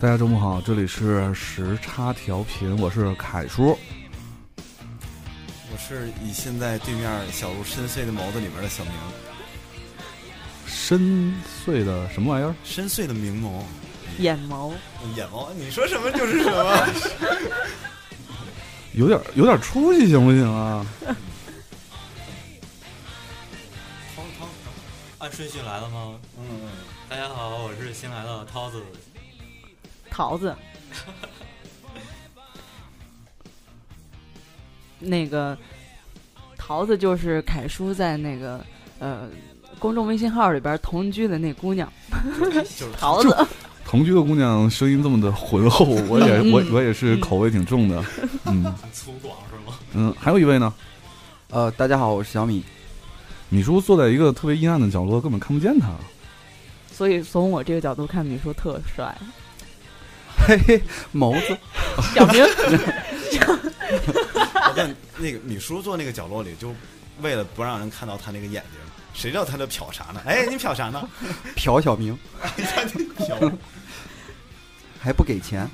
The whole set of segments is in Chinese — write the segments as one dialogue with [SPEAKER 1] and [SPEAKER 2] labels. [SPEAKER 1] 大家周末好，这里是时差调频，我是凯叔。
[SPEAKER 2] 我是以现在对面小鹿深邃的眸子里面的小明，
[SPEAKER 1] 深邃的什么玩意儿？
[SPEAKER 2] 深邃的明眸，
[SPEAKER 3] 眼眸，
[SPEAKER 2] 眼眸，你说什么就是什么。
[SPEAKER 1] 有点有点出息行不行啊？
[SPEAKER 4] 涛涛，按顺序来了吗？
[SPEAKER 2] 嗯，
[SPEAKER 4] 大家好，我是新来的 涛子。
[SPEAKER 3] 桃 子。那个桃子就是凯叔在那个呃公众微信号里边同居的那姑娘
[SPEAKER 2] 就是
[SPEAKER 3] 桃子，
[SPEAKER 1] 同居的姑娘声音这么的浑厚，我也
[SPEAKER 3] 嗯
[SPEAKER 1] 我我也是口味挺重的。嗯
[SPEAKER 4] 很粗犷是吗？
[SPEAKER 1] 嗯，还有一位呢，
[SPEAKER 5] 呃，大家好，我是小米。
[SPEAKER 1] 米叔坐在一个特别阴暗的角落，根本看不见他。
[SPEAKER 3] 所以从我这个角度看，米叔特帅。
[SPEAKER 5] 嘿嘿，眸子，
[SPEAKER 3] 小 明，
[SPEAKER 2] 我问那个米叔坐那个角落里，就为了不让人看到他那个眼睛，谁知道他在瞟啥呢？哎，你瞟啥呢？
[SPEAKER 5] 瞟小明
[SPEAKER 2] 瞟
[SPEAKER 5] 还不给钱，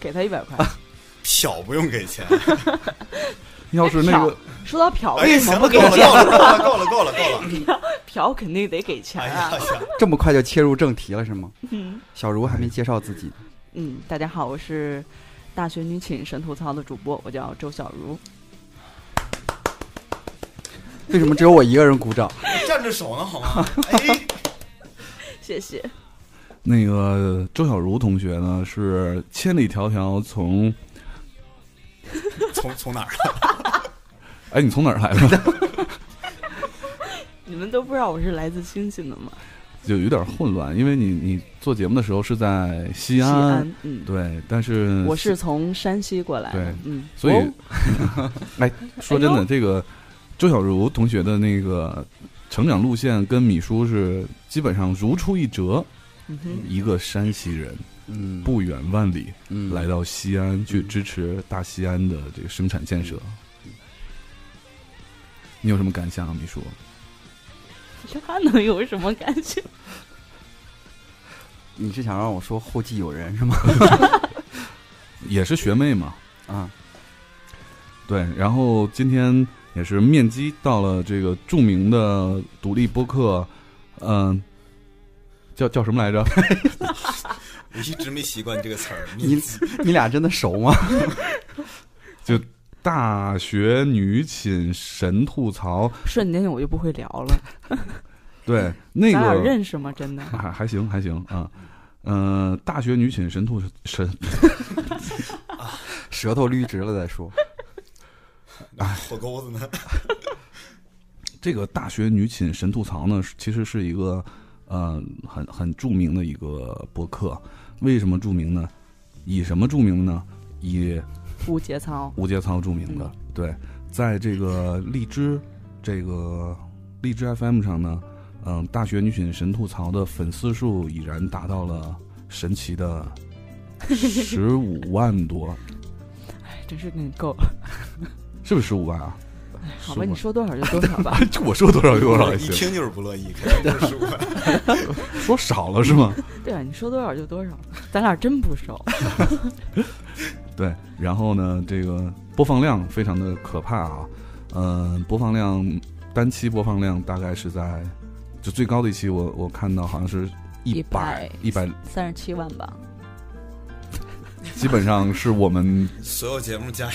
[SPEAKER 3] 给他一百块。
[SPEAKER 1] 啊
[SPEAKER 2] 瞟不用给钱。
[SPEAKER 1] 要是那个
[SPEAKER 3] 说到嫖，
[SPEAKER 2] 哎，
[SPEAKER 3] 为什
[SPEAKER 2] 行
[SPEAKER 3] 么
[SPEAKER 2] 了，
[SPEAKER 3] 不给
[SPEAKER 2] 够了，
[SPEAKER 5] 啊
[SPEAKER 3] 钱？
[SPEAKER 2] 够了，够了，够了，够了，够了。
[SPEAKER 3] 嫖肯定得给钱
[SPEAKER 2] 哎
[SPEAKER 3] 啊
[SPEAKER 2] 呀，。行，
[SPEAKER 5] 这么快就切入正题了是吗？
[SPEAKER 3] 嗯
[SPEAKER 5] 小茹还没介绍自己，
[SPEAKER 3] 嗯，大家好，我是大学女寝神吐槽的主播，我叫周小茹。
[SPEAKER 5] 为什么只有我一个人鼓掌？
[SPEAKER 2] 站着手呢好吗？哎，
[SPEAKER 3] 谢谢。
[SPEAKER 1] 那个周小茹同学呢，是千里迢迢从
[SPEAKER 2] 从从哪儿？啊
[SPEAKER 1] 哎，你从哪儿来的？
[SPEAKER 3] 你们都不知道我是来自星星的吗？
[SPEAKER 1] 就有点混乱，因为你你做节目的时候是在西
[SPEAKER 3] 西
[SPEAKER 1] 安，
[SPEAKER 3] 安，嗯，
[SPEAKER 1] 对，但是
[SPEAKER 3] 我是从山西过来的
[SPEAKER 1] 对，
[SPEAKER 3] 嗯，
[SPEAKER 1] 所以，
[SPEAKER 3] 哦
[SPEAKER 1] 哎，说真
[SPEAKER 3] 哎
[SPEAKER 1] 的，
[SPEAKER 3] 呦
[SPEAKER 1] 这个周小茹同学的那个成长路线跟米叔是基本上如出一辙。
[SPEAKER 3] 嗯哼，
[SPEAKER 1] 一个山西人
[SPEAKER 5] 嗯，
[SPEAKER 1] 不远万里
[SPEAKER 5] 嗯
[SPEAKER 1] 来到西安去支持大西安的这个生产建设，
[SPEAKER 3] 嗯
[SPEAKER 1] 你有什么感想啊，米叔？
[SPEAKER 3] 他能有什么感觉？
[SPEAKER 5] 你是想让我说后继有人是吗？
[SPEAKER 1] 也是学妹嘛，
[SPEAKER 5] 啊，
[SPEAKER 1] 对。然后今天也是面基到了这个著名的独立播客，嗯、叫叫什么来着？
[SPEAKER 2] 我一直没习惯这个词儿。
[SPEAKER 5] 你 你俩真的熟吗？
[SPEAKER 1] 大学女寝神吐槽，
[SPEAKER 3] 瞬间我就不会聊了。
[SPEAKER 1] 对 那
[SPEAKER 3] 咱俩
[SPEAKER 1] 个
[SPEAKER 3] 认识吗？真的？
[SPEAKER 1] 还还行还行啊，嗯、呃，大学女寝神吐神，
[SPEAKER 5] 舌头捋直了再说。
[SPEAKER 2] 火钩子呢？
[SPEAKER 1] 这个大学女寝神吐槽呢，是其实是一个呃很很著名的一个博客，为什么著名呢？以什么著名呢？以
[SPEAKER 3] 无节操，
[SPEAKER 1] 无节操著名的。对，在这个荔枝这个荔枝 FM 上呢，嗯、大学女寝神吐槽的粉丝数已然达到了神奇的十五万多，
[SPEAKER 3] 哎，真是给你够了。
[SPEAKER 1] 是不是十五万啊？
[SPEAKER 3] 哎好
[SPEAKER 1] 15
[SPEAKER 3] 吧，
[SPEAKER 1] 万
[SPEAKER 3] 你说多少就多少 吧。
[SPEAKER 1] 这我说多少有多少也
[SPEAKER 2] 一
[SPEAKER 1] 行，
[SPEAKER 2] 听就是不乐意， 肯定不是我。
[SPEAKER 1] 说少了是吗？
[SPEAKER 3] 对啊，你说多少就多少。咱俩真不熟。
[SPEAKER 1] 对，然后呢，这个播放量非常的可怕啊，嗯、播放量单期播放量大概是在，就最高的一期我我看到好像是一百一百，
[SPEAKER 3] 三十七万吧，
[SPEAKER 1] 基本上是我们
[SPEAKER 2] 所有节目加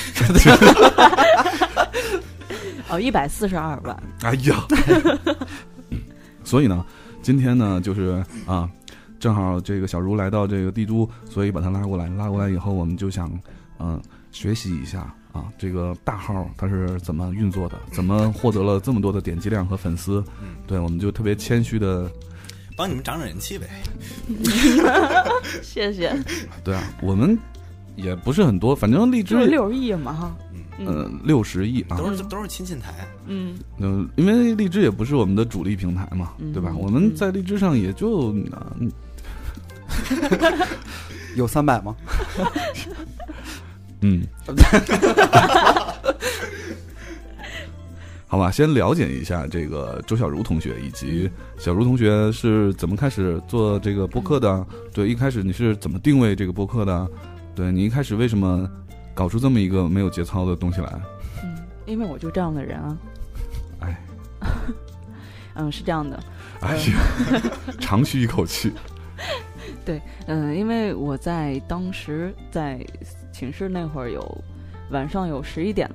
[SPEAKER 3] 哦，一百四十二万。
[SPEAKER 1] 哎呀， 所以呢，今天呢，就是啊，正好这个小茹来到这个帝都，所以把她拉过来。拉过来以后，我们就想，嗯、学习一下啊，这个大号它是怎么运作的，怎么获得了这么多的点击量和粉丝。
[SPEAKER 2] 嗯
[SPEAKER 1] 对，我们就特别谦虚的，
[SPEAKER 2] 帮你们涨涨人气呗。
[SPEAKER 3] 谢谢，
[SPEAKER 1] 对 啊，我们也不是很多，反正荔枝
[SPEAKER 3] 就是，六十亿嘛哈。
[SPEAKER 2] 嗯，
[SPEAKER 1] 呃
[SPEAKER 3] 嗯，
[SPEAKER 1] 六十亿啊，
[SPEAKER 2] 都是都是亲近台，
[SPEAKER 3] 嗯，
[SPEAKER 1] 嗯，因为荔枝也不是我们的主力平台嘛，
[SPEAKER 3] 嗯
[SPEAKER 1] 对吧？
[SPEAKER 3] 嗯
[SPEAKER 1] 我们在荔枝上也就、呃
[SPEAKER 5] 有三百吗？
[SPEAKER 1] 嗯，好吧，先了解一下这个周小茹同学以及小茹同学是怎么开始做这个播客的？对，一开始你是怎么定位这个播客的？对你一开始为什么搞出这么一个没有节操的东西来？
[SPEAKER 3] 嗯，因为我就这样的人啊。
[SPEAKER 1] 哎，
[SPEAKER 3] 嗯，是这样的，
[SPEAKER 1] 哎 呀，长吁一口气。
[SPEAKER 3] 嗯，因为我在当时在寝室那会儿有晚上有十一点，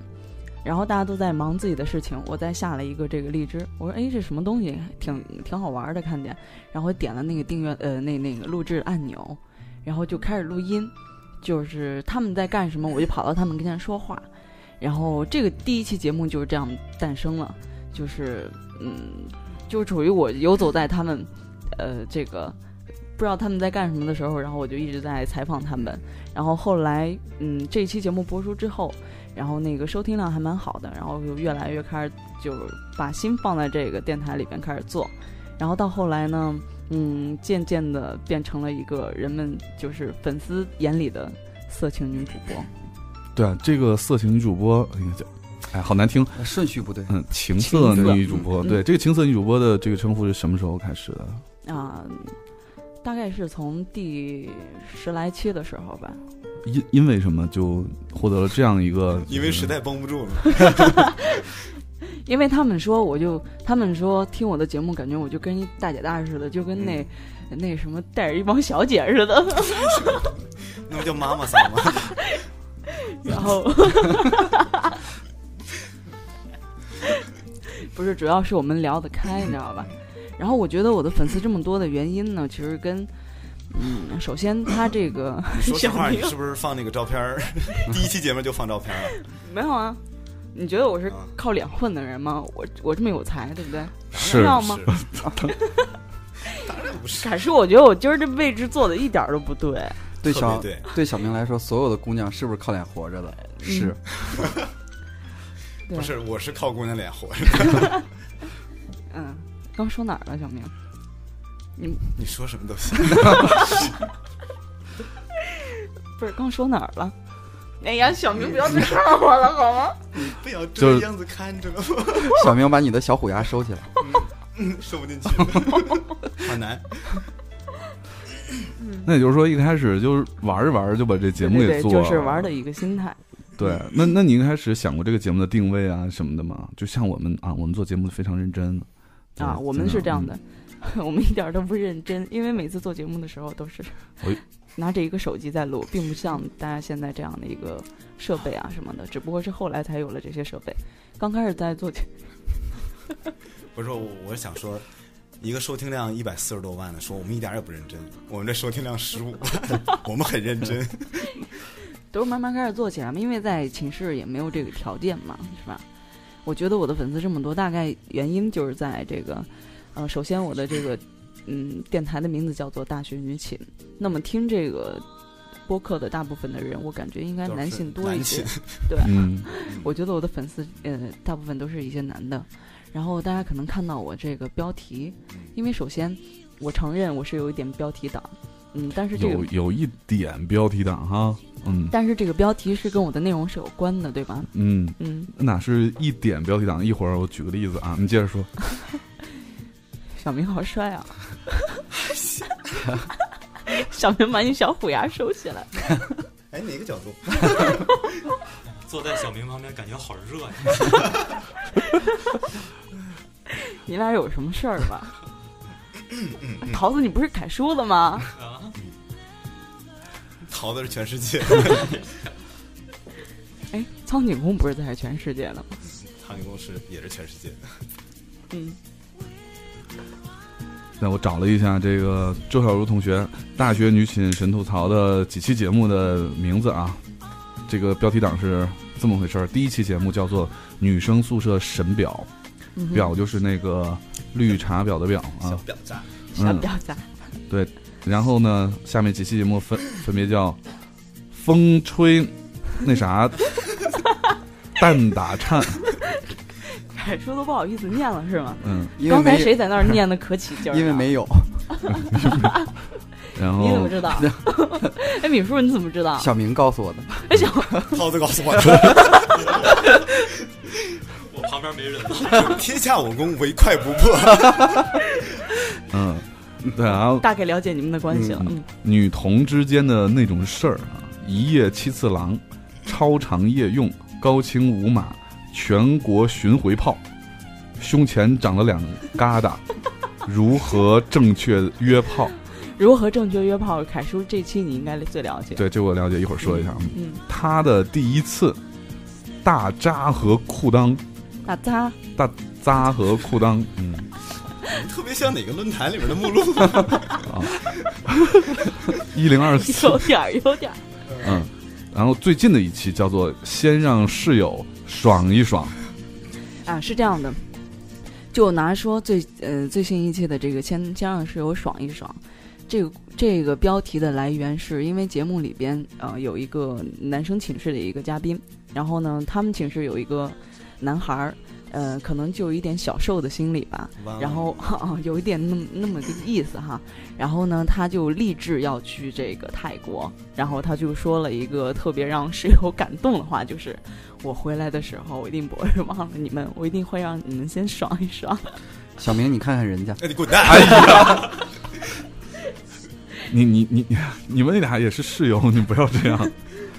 [SPEAKER 3] 然后大家都在忙自己的事情，我再下了一个这个荔枝，我说哎这什么东西，挺挺好玩儿的，看见，然后点了那个订阅呃那那个录制按钮，然后就开始录音，就是他们在干什么，我就跑到他们跟前说话，然后这个第一期节目就是这样诞生了，就是嗯，就处于我游走在他们呃这个。不知道他们在干什么的时候，然后我就一直在采访他们。然后后来，嗯，这一期节目播出之后，然后那个收听量还蛮好的，然后就越来越开始就把心放在这个电台里边开始做。然后到后来呢，嗯，渐渐的变成了一个人们就是粉丝眼里的色情女主播。
[SPEAKER 1] 对啊，这个色情女主播，哎呀这哎，好难听。
[SPEAKER 5] 呃顺序不对，
[SPEAKER 1] 嗯，情色
[SPEAKER 3] 情色
[SPEAKER 1] 女主播，
[SPEAKER 3] 嗯
[SPEAKER 1] 对，这个情色女主播的这个称呼是什么时候开始的？
[SPEAKER 3] 啊、大概是从第十来期的时候吧，
[SPEAKER 1] 因因为什么就获得了这样一个？
[SPEAKER 2] 因为实在绷不住了。
[SPEAKER 3] 因为他们说，我就他们说听我的节目，感觉我就跟一大姐大似的，就跟那、那什么带着一帮小姐似 的。
[SPEAKER 2] 那不叫妈妈桑吗？
[SPEAKER 3] 然后，不是，主要是我们聊得开，你知道吧？然后我觉得我的粉丝这么多的原因呢，其实跟嗯，首先他这个
[SPEAKER 2] 你说实
[SPEAKER 3] 小
[SPEAKER 2] 话，
[SPEAKER 3] 明
[SPEAKER 2] 你是不是放那个照片儿？ 第一期节目就放照片了，
[SPEAKER 3] 没有啊。你觉得我是
[SPEAKER 2] 啊
[SPEAKER 3] 靠脸混的人吗？我我这么有才，对不对？
[SPEAKER 1] 嗯是
[SPEAKER 3] 知道吗？
[SPEAKER 2] 是 当然不是，
[SPEAKER 3] 可是我觉得我今儿这位置坐的一点儿都不对。
[SPEAKER 5] 对
[SPEAKER 2] 特
[SPEAKER 5] 小
[SPEAKER 2] 别对。
[SPEAKER 5] 对小明来说，所有的姑娘是不是靠脸活着的？是，
[SPEAKER 3] 对
[SPEAKER 2] 不是，我是靠姑娘脸活着。
[SPEAKER 3] 嗯，刚说哪儿了，小明？
[SPEAKER 2] 你说什么都行。
[SPEAKER 3] 不是刚说哪儿了？哎呀，小明不要再看我了好吗？
[SPEAKER 2] 不要
[SPEAKER 1] 就
[SPEAKER 2] 这
[SPEAKER 1] 是
[SPEAKER 2] 样子看着， 嗯
[SPEAKER 5] 小明把你的小虎牙收起来。
[SPEAKER 2] 嗯收不进去 了，好难。
[SPEAKER 1] 那也就是说，一开始就是玩着玩着就把这节目给
[SPEAKER 3] 对对
[SPEAKER 1] 做
[SPEAKER 3] 对
[SPEAKER 1] 了，
[SPEAKER 3] 就是玩的一个心态。
[SPEAKER 1] 对，那那你一开始想过这个节目的定位啊什么的吗？就像我们啊，我们做节目非常认真对
[SPEAKER 3] 啊，我们是这样的，， 我们一点儿都不认真，因为每次做节目的时候都是
[SPEAKER 1] 哎
[SPEAKER 3] 拿着一个手机在录，并不像大家现在这样的一个设备啊什么的，只不过是后来才有了这些设备。刚开始在做节，
[SPEAKER 2] 不是，我我想说，一个收听量一百四十多万的，说我们一点儿也不认真，我们这收听量十五 万，我们很认真。
[SPEAKER 3] 都是慢慢开始做起来嘛，因为在寝室也没有这个条件嘛，是吧？我觉得我的粉丝这么多，大概原因就是在这个，呃，首先我的这个，嗯，电台的名字叫做《大学女寝》，那么听这个播客的大部分的人，我感觉应该
[SPEAKER 2] 都是
[SPEAKER 3] 男性多一
[SPEAKER 2] 男
[SPEAKER 3] 些
[SPEAKER 2] 性，
[SPEAKER 3] 对
[SPEAKER 1] 嗯，
[SPEAKER 3] 我觉得我的粉丝呃大部分都是一些男的，然后大家可能看到我这个标题，因为首先我承认我是有一点标题党，嗯，但是这
[SPEAKER 1] 有
[SPEAKER 3] 个
[SPEAKER 1] 有一点标题党哈，嗯
[SPEAKER 3] 但是这个标题是跟我的内容是有关的，对吧？
[SPEAKER 1] 嗯，
[SPEAKER 3] 嗯，
[SPEAKER 1] 哪是一点标题党？一会儿我举个例子啊，你接着说，
[SPEAKER 3] 小明好帅啊！小明把你小虎牙收起来，
[SPEAKER 2] 哎，哪个角度？
[SPEAKER 4] 坐在小明旁边，感觉好热呀。
[SPEAKER 3] 你俩有什么事儿吧？桃子，你不是楷书的吗？
[SPEAKER 5] 嗯
[SPEAKER 4] 啊，
[SPEAKER 2] 桃子是全世 界，
[SPEAKER 3] 哎，苍井空不是在全世界的吗？
[SPEAKER 2] 苍蝇公司也是全世界。
[SPEAKER 3] 嗯，
[SPEAKER 1] 那我找了一下这个周小茹同学《大学女寝神吐槽》的几期节目的名字啊，这个标题党是这么回事儿。第一期节目叫做《女生宿舍神表》，
[SPEAKER 3] 嗯哼
[SPEAKER 1] 表就是那个绿茶婊的婊
[SPEAKER 2] 小
[SPEAKER 1] 啊，
[SPEAKER 2] 婊砸，
[SPEAKER 5] 嗯
[SPEAKER 3] 小婊砸，
[SPEAKER 1] 然后呢，下面几期节目分分别叫风吹那啥 蛋打颤，
[SPEAKER 3] 楷书都不好意思念了是吗？
[SPEAKER 1] 嗯，
[SPEAKER 5] 因为
[SPEAKER 3] 刚才
[SPEAKER 5] 没
[SPEAKER 3] 谁在那儿念的可起劲儿、啊？
[SPEAKER 5] 因为没有
[SPEAKER 1] 然
[SPEAKER 3] 你怎么
[SPEAKER 1] 后
[SPEAKER 3] 知道？ 哎，米叔，你怎么知道？
[SPEAKER 5] 哦小明告诉我的，
[SPEAKER 3] 哎小
[SPEAKER 2] 桃子告诉我的。
[SPEAKER 4] 我旁旁边没人了。
[SPEAKER 2] 天下武功唯快不破。
[SPEAKER 1] 嗯，对啊，
[SPEAKER 3] 大概了解你们的关系了。嗯，
[SPEAKER 1] 女童之间的那种事儿啊，一夜七次郎，超长夜用，高清无码，全国巡回炮，胸前长了两疙 瘩，如何正确约炮？
[SPEAKER 3] 如何正确约炮？凯叔这期你应该最了解。
[SPEAKER 1] 对，这我了解，一会儿说一下。
[SPEAKER 3] 嗯，
[SPEAKER 1] 他的第一次，大扎和裤裆，
[SPEAKER 3] 大扎
[SPEAKER 1] 扎和裤裆，嗯，
[SPEAKER 2] 特别像哪个论坛里面的目录，
[SPEAKER 1] 一零 二四，
[SPEAKER 3] 有点儿，有点儿。
[SPEAKER 1] 嗯，然后最近的一期叫做“先让室友爽一爽
[SPEAKER 3] 啊，是这样的，就拿说最呃最新一期的这个先先让室友爽一爽，这个这个标题的来源是因为节目里边呃有一个男生寝室的一个嘉宾，然后呢他们寝室有一个男孩儿，呃可能就有一点小受的心理吧， 然后、 啊、有一点那么那么个意思哈，然后呢，他就立志要去这个泰国，然后他就说了一个特别让室友感动的话，就是我回来的时候，我一定不会忘了你们，我一定会让你们先爽一爽。
[SPEAKER 5] 小明，你看看人家，
[SPEAKER 2] 哎那你滚
[SPEAKER 4] 哎
[SPEAKER 2] 蛋！”。
[SPEAKER 1] 你你你你们俩也是室友，你不要这样。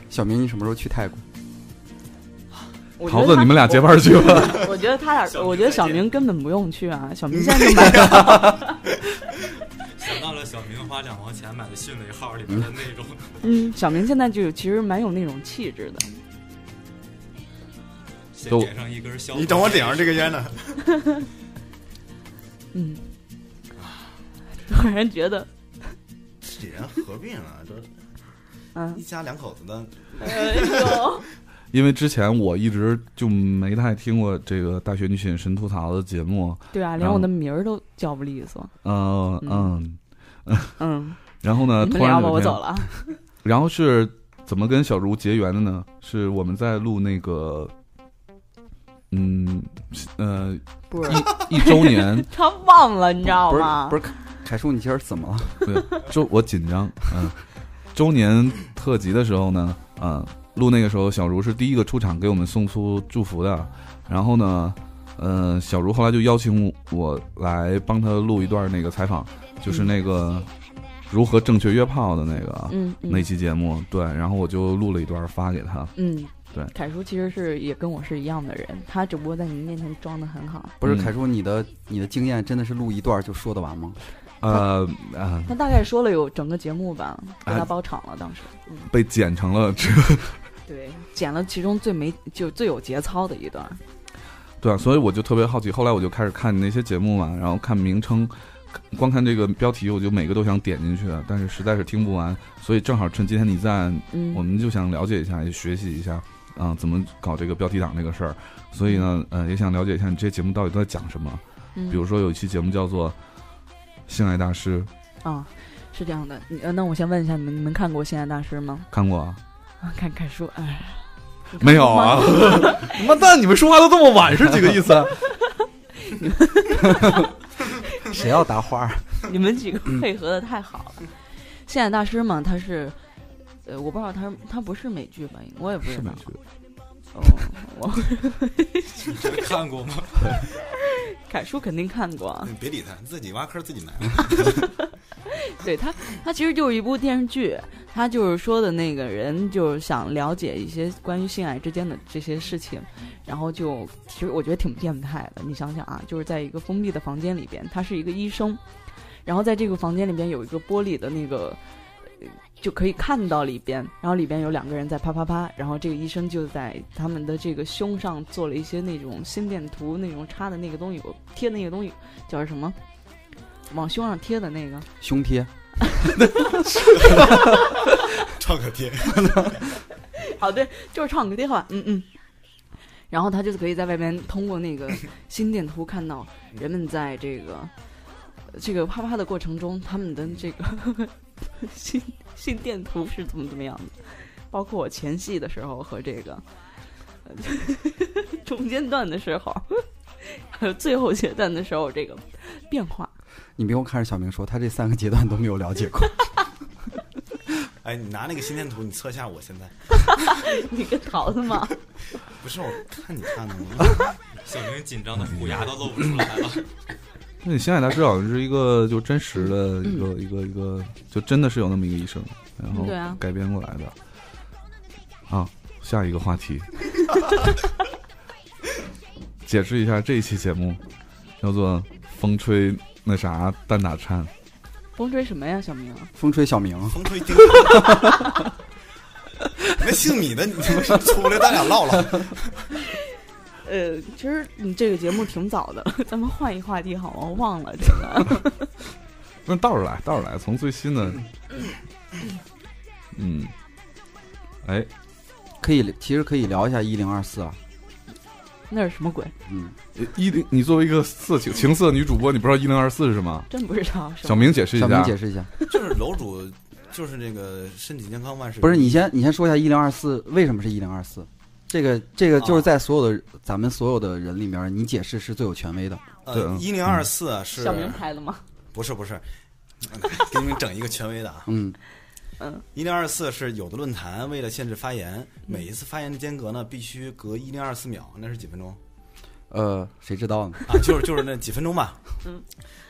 [SPEAKER 5] 小明，你什么时候去泰国？
[SPEAKER 3] 我觉
[SPEAKER 1] 桃
[SPEAKER 3] 得
[SPEAKER 1] 子，
[SPEAKER 3] 他
[SPEAKER 1] 你们俩结伴去吧。
[SPEAKER 3] 我我觉得
[SPEAKER 4] 小
[SPEAKER 3] 他俩，
[SPEAKER 4] 明嗯
[SPEAKER 3] 我觉得
[SPEAKER 4] 再见
[SPEAKER 3] 小明根本不用去啊，小明现在就 买了。
[SPEAKER 2] 哎
[SPEAKER 4] 想到了小明花两毛钱买的迅雷号里面的那种，
[SPEAKER 3] 嗯，小明现在就其实蛮有那种气质的。
[SPEAKER 4] 先
[SPEAKER 1] 都
[SPEAKER 4] 点上一根香。
[SPEAKER 2] 你等我点上这个烟呢？
[SPEAKER 3] 嗯，突然觉得，
[SPEAKER 2] 这人合并啊，这
[SPEAKER 3] 嗯
[SPEAKER 2] 一，家两口子的，
[SPEAKER 3] 哎呦，
[SPEAKER 1] 因为之前我一直就没太听过这个大学女寝神吐槽的节目，
[SPEAKER 3] 对啊，
[SPEAKER 1] 然
[SPEAKER 3] 连
[SPEAKER 1] 后
[SPEAKER 3] 我的名儿都叫不利索。
[SPEAKER 1] 呃嗯，
[SPEAKER 3] 嗯，
[SPEAKER 1] 然后呢，
[SPEAKER 3] 你们
[SPEAKER 1] 呃突然
[SPEAKER 3] 聊吧，
[SPEAKER 1] 有
[SPEAKER 3] 我
[SPEAKER 1] 一天
[SPEAKER 3] 走，了啊。
[SPEAKER 1] 然后是怎么跟小茹结缘的呢？是我们在录那个，嗯呃
[SPEAKER 3] 不是。
[SPEAKER 1] 一周年
[SPEAKER 3] 他忘了，你知道
[SPEAKER 5] 不是
[SPEAKER 3] 吗？
[SPEAKER 5] 不是，凯叔，你今儿怎么了？
[SPEAKER 1] 周我紧张，嗯、周年特辑的时候呢，嗯、录那个时候小茹是第一个出场给我们送出祝福的，然后呢，呃，小茹后来就邀请我来帮她录一段那个采访，就是那个如何正确约炮的那个。
[SPEAKER 3] 嗯嗯
[SPEAKER 1] 那期节目对，然后我就录了一段发给她。
[SPEAKER 3] 嗯，
[SPEAKER 1] 对
[SPEAKER 3] 凯叔其实是也跟我是一样的人，他只不过在你们面前装的很好。
[SPEAKER 5] 不是
[SPEAKER 1] 嗯
[SPEAKER 5] 凯叔，你的你的经验真的是录一段就说得完吗？
[SPEAKER 1] 呃呃，
[SPEAKER 3] 他大概说了有整个节目吧，给
[SPEAKER 1] 啊
[SPEAKER 3] 他包场了，当时。嗯，
[SPEAKER 1] 被剪成了这
[SPEAKER 3] 对，剪了其中最没就最有节操的一段。
[SPEAKER 1] 对啊，所以我就特别好奇，后来我就开始看那些节目嘛，然后看名称，光看这个标题，我就每个都想点进去，啊但是实在是听不完，所以正好趁今天你在，
[SPEAKER 3] 嗯，
[SPEAKER 1] 我们就想了解一下，也学习一下，啊、怎么搞这个标题党这个事儿。所以呢，呃，也想了解一下你这些节目到底都在讲什么。
[SPEAKER 3] 嗯
[SPEAKER 1] 比如说有一期节目叫做《性爱大师》，
[SPEAKER 3] 啊，是这样的。你呃，那我先问一下你们，你们看过《性爱大师》吗？
[SPEAKER 1] 看过啊？
[SPEAKER 3] 啊，看凯叔，哎，你看
[SPEAKER 1] 没有啊
[SPEAKER 3] 过吗？？
[SPEAKER 1] 妈蛋，你们说话都这么晚是几个意思啊？
[SPEAKER 5] 谁要答花儿？
[SPEAKER 3] 你们几个配合的太好了。现代大师嘛，他是，呃，我不知道他是他不是美剧吧？我也不知
[SPEAKER 1] 是没。
[SPEAKER 3] 道
[SPEAKER 1] 去。
[SPEAKER 3] 哦，我
[SPEAKER 4] 真的 看过吗？
[SPEAKER 3] 凯叔肯定看过啊。
[SPEAKER 2] 你 别理他，自己挖坑自己埋。
[SPEAKER 3] 对他，他其实就是一部电视剧，他就是说的那个人就是想了解一些关于性爱之间的这些事情，然后就其实我觉得挺变态的。你想想啊，就是在一个封闭的房间里边，他是一个医生，然后在这个房间里边有一个玻璃的那个。呃就可以看到里边，然后里边有两个人在啪啪啪，然后这个医生就在他们的这个胸上做了一些那种心电图，那种插的那个东西，我贴的那个东西叫什么？往胸上贴的那个，
[SPEAKER 5] 胸贴，
[SPEAKER 2] 创可贴，
[SPEAKER 3] 好，对，就是唱个电话，嗯嗯。然后他就是可以在外边通过那个心电图看到人们在这个这个啪啪的过程中，他们的这个 心心电图是怎么怎么样的，包括我前戏的时候和这个呃 中间段的时候，还有最后阶段的时候这个变化。
[SPEAKER 5] 你别光看着小明说，他这三个阶段都没有了解过。
[SPEAKER 2] 哎，你拿那个心电图，你测一下我现在。
[SPEAKER 3] 你跟桃子吗？
[SPEAKER 2] 不是，我看你看的吗？
[SPEAKER 4] 小明紧张的虎牙都露不出来了。
[SPEAKER 1] 那你星海大师好像是一个就真实
[SPEAKER 3] 嗯
[SPEAKER 1] 的一个、一个一个，就真的是有那么一个医生，然后
[SPEAKER 3] 对啊
[SPEAKER 1] 改编过来的。啊，下一个话题， 解释一下这一期节目叫做“风吹那啥蛋打颤
[SPEAKER 3] 风吹什么呀，小明？
[SPEAKER 5] 风吹小明，
[SPEAKER 2] 风吹丁香。 那姓米的，你他妈出来咱俩唠唠。
[SPEAKER 3] 呃，其实你这个节目挺早的， 咱们换一话题好吗？我忘了这个。”，
[SPEAKER 1] 那倒着来，倒着来，从最新的，嗯，哎，
[SPEAKER 5] 可以其实可以聊一下一零二四啊，
[SPEAKER 3] 那是什么鬼？
[SPEAKER 5] 嗯，
[SPEAKER 1] 一零，你作为一个色情情色女主播，你不知道一零二四是什么？
[SPEAKER 3] 真不知道。是吗
[SPEAKER 1] 小明解释一
[SPEAKER 5] 小明
[SPEAKER 1] 下，
[SPEAKER 5] 解释一下，
[SPEAKER 2] 就是楼主，就是那个身体健康万事
[SPEAKER 5] 不是你先你先说一下一零二四为什么是一零二四，这个这个就是
[SPEAKER 2] 啊
[SPEAKER 5] 在所有的、咱们所有的人里面，你解释是最有权威的，
[SPEAKER 1] 对
[SPEAKER 5] 嗯
[SPEAKER 2] 呃，一零二四是
[SPEAKER 3] 小明拍的吗？
[SPEAKER 2] 不是不是， 给你们整一个权威的啊。
[SPEAKER 5] 嗯，
[SPEAKER 3] 嗯，
[SPEAKER 2] 一零二四是有的论坛为了限制发言，
[SPEAKER 5] 嗯
[SPEAKER 2] 每一次发言的间隔呢必须隔一零二四秒，那是几分 钟
[SPEAKER 5] 呃，谁知道呢？
[SPEAKER 2] 啊？就是就是那几分钟吧。
[SPEAKER 3] 嗯，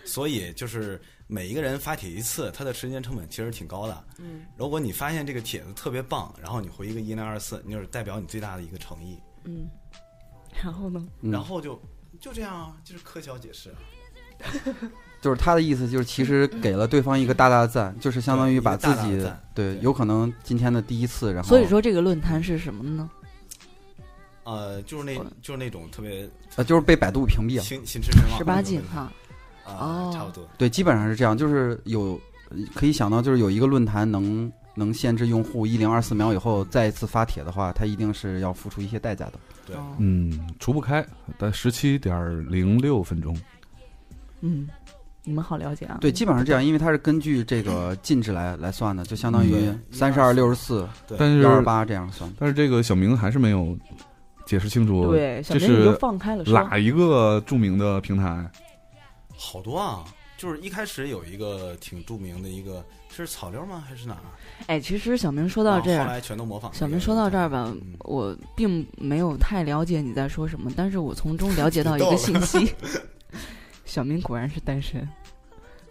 [SPEAKER 2] 所以就是每一个人发帖一次，他的时间成本其实挺高的。
[SPEAKER 3] 嗯
[SPEAKER 2] 如果你发现这个帖子特别棒，然后你回一个一零二四，你就是代表你最大的一个诚意，
[SPEAKER 3] 嗯。然后呢？
[SPEAKER 5] 嗯
[SPEAKER 2] 然后就就这样啊，就是科学解释啊，
[SPEAKER 5] 就是他的意思就是其实给了对方一个大大的赞，就是相当于把自
[SPEAKER 2] 对一个大大
[SPEAKER 5] 己
[SPEAKER 2] 的赞
[SPEAKER 5] 对
[SPEAKER 2] 对
[SPEAKER 5] 有可能今天的第一次，然后
[SPEAKER 3] 所以说这个论坛是什么呢？
[SPEAKER 2] 呃，就是那就是那种特别
[SPEAKER 5] 呃就是被百度屏蔽了，
[SPEAKER 2] 心心驰神往
[SPEAKER 3] 十八禁哈。
[SPEAKER 2] 啊
[SPEAKER 3] 哦，
[SPEAKER 2] 差不多。
[SPEAKER 5] 对，基本上是这样，就是有可以想到，就是有一个论坛能能限制用户一零二四秒以后再一次发帖的话，他一定是要付出一些代价的。
[SPEAKER 2] 对
[SPEAKER 3] 哦
[SPEAKER 1] 嗯，除不开，但十七点零六分钟，
[SPEAKER 3] 嗯，你们好了解啊。
[SPEAKER 5] 对，基本上是这样，因为它是根据这个禁制来来算的，就相当于
[SPEAKER 2] 嗯对
[SPEAKER 5] 三十二、六十四、
[SPEAKER 2] 对
[SPEAKER 1] 但是
[SPEAKER 5] 幺二八这样算的。
[SPEAKER 1] 但是这个小明还是没有解释清楚，
[SPEAKER 3] 对，小
[SPEAKER 1] 这
[SPEAKER 3] 明你就是放开了说。
[SPEAKER 1] 哪一个著名的平台？
[SPEAKER 2] 好多啊，就是一开始有一个挺著名的一个是草料吗？还是哪儿？
[SPEAKER 3] 哎，其实小明说到这
[SPEAKER 2] 啊
[SPEAKER 3] 儿
[SPEAKER 2] 后，来全都模仿。
[SPEAKER 3] 小明说到这儿，吧
[SPEAKER 2] 嗯，
[SPEAKER 3] 我并没有太了解你在说什么，但是我从中了解到一个信息： 小明果然是单身，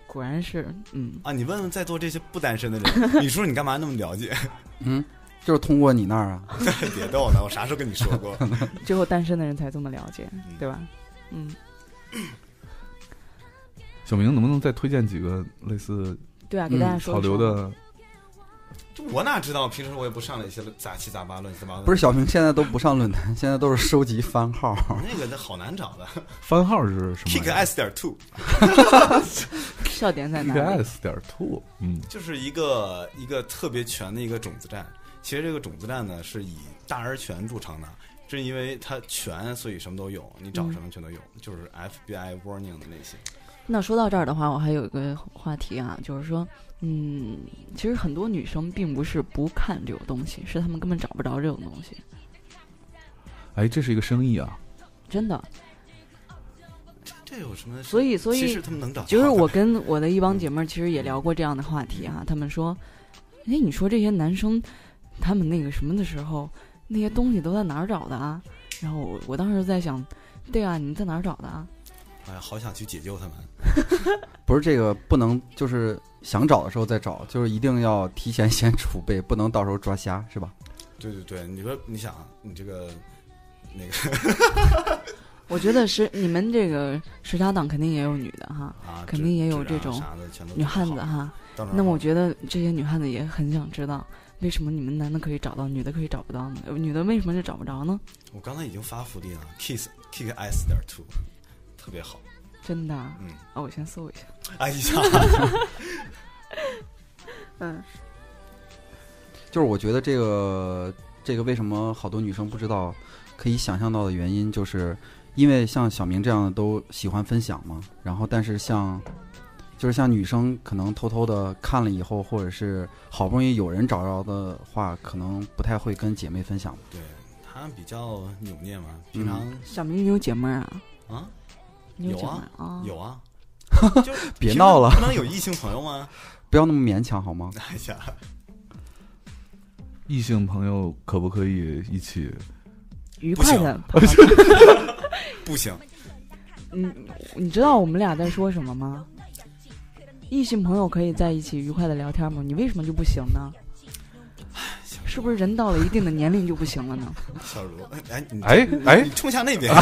[SPEAKER 3] 果然是嗯，
[SPEAKER 2] 啊，你问问在座这些不单身的人，你说你干嘛那么了解？
[SPEAKER 5] 嗯，就是通过你那儿啊，
[SPEAKER 2] 别逗了，我啥时候跟你说 过？
[SPEAKER 3] 只有单身的人才这么了
[SPEAKER 2] 嗯
[SPEAKER 3] 解，对吧？嗯，
[SPEAKER 1] 小明能不能再推荐几个类似
[SPEAKER 3] 对啊，给大家说
[SPEAKER 1] 潮
[SPEAKER 3] 一
[SPEAKER 1] 流
[SPEAKER 3] 说。
[SPEAKER 1] 嗯的？
[SPEAKER 2] 就我哪知道？平时我也不上那些杂七杂八、乱七八糟的。
[SPEAKER 5] 不是小明现在都不上论坛，现在都是收集番号。
[SPEAKER 2] 那个，那好难找 的。
[SPEAKER 1] 番号是什
[SPEAKER 2] Kick
[SPEAKER 1] 么呀
[SPEAKER 2] S 点 two
[SPEAKER 3] 笑点在哪
[SPEAKER 1] ？Kick
[SPEAKER 3] 里？
[SPEAKER 1] S 点 two，嗯，
[SPEAKER 2] 就是一个一个特别全的一个种子站。其实这个种子站呢，是以大而全著称的，正因为它全，所以什么都有，你找什么全都有，
[SPEAKER 3] 嗯
[SPEAKER 2] 就是 FBI warning 的那些。
[SPEAKER 3] 那说到这儿的话，我还有一个话题啊，就是说，嗯，其实很多女生并不是不看这种东西，是她们根本找不着这种东西，
[SPEAKER 1] 哎，这是一个生意啊，
[SPEAKER 3] 真的。
[SPEAKER 2] 这有什么？
[SPEAKER 3] 所以所以
[SPEAKER 2] 其实他们能找到的，
[SPEAKER 3] 就是我跟我的一帮姐妹儿其实也聊过这样的话题啊，她们说，哎，你说这些男生，他们那个什么的时候，那些东西都在哪儿找的啊？然后我我当时在想，对啊，你在哪儿找的啊？
[SPEAKER 2] 哎呀，好想去解救他们。
[SPEAKER 5] 不是这个不能，就是想找的时候再找，就是一定要提前先 储备，不能到时候抓瞎，是吧？
[SPEAKER 2] 对对对，你说你想啊，你这个那个
[SPEAKER 3] 我觉得是你们这个时差党肯定也有女的哈，
[SPEAKER 2] 啊，
[SPEAKER 3] 肯定也有
[SPEAKER 2] 质
[SPEAKER 3] 这
[SPEAKER 2] 质量
[SPEAKER 3] 种
[SPEAKER 2] 啥的全都
[SPEAKER 3] 女汉子
[SPEAKER 2] 好。
[SPEAKER 3] 哈。
[SPEAKER 2] 到儿
[SPEAKER 3] 那么我觉得这些女汉子也很想知道，为什么你们男的可以找到，女的可以找不到呢？呃女的为什么就找不着呢？
[SPEAKER 2] 我刚才已经发福利了，kiss kick s 点 two，特别好。
[SPEAKER 3] 真的啊，
[SPEAKER 2] 嗯，
[SPEAKER 3] 哦，我先搜一下。
[SPEAKER 2] 哎呀，
[SPEAKER 3] 嗯，
[SPEAKER 5] 就是我觉得这个这个为什么好多女生不知道，可以想象到的原因，就是因为像小明这样的都喜欢分享嘛，然后但是像就是像女生可能偷偷的看了以后，或者是好不容易有人找着的话，可能不太会跟姐妹分享。
[SPEAKER 2] 对他比较扭捏嘛，平常
[SPEAKER 3] 小明，你有姐妹儿啊？
[SPEAKER 2] 啊。
[SPEAKER 3] 你有
[SPEAKER 2] 有
[SPEAKER 3] 姐妹
[SPEAKER 2] 啊
[SPEAKER 3] 儿啊？
[SPEAKER 2] 有啊，就是
[SPEAKER 5] 别闹了
[SPEAKER 2] 平常不能有异性朋友吗？
[SPEAKER 5] 不要那么勉强好吗？
[SPEAKER 2] 哎呀，
[SPEAKER 1] 异性朋友可不可以一起？
[SPEAKER 3] 愉
[SPEAKER 2] 不
[SPEAKER 3] 快
[SPEAKER 2] 行
[SPEAKER 3] 的，
[SPEAKER 2] 不行，
[SPEAKER 3] 嗯，你知道我们俩在说什么吗？异性朋友可以在一起愉快的聊天吗？你为什么就不行呢？是不是人到了一定的年龄就不行了呢？
[SPEAKER 2] 小茹，哎，你
[SPEAKER 1] 哎哎
[SPEAKER 2] 你，冲下那边，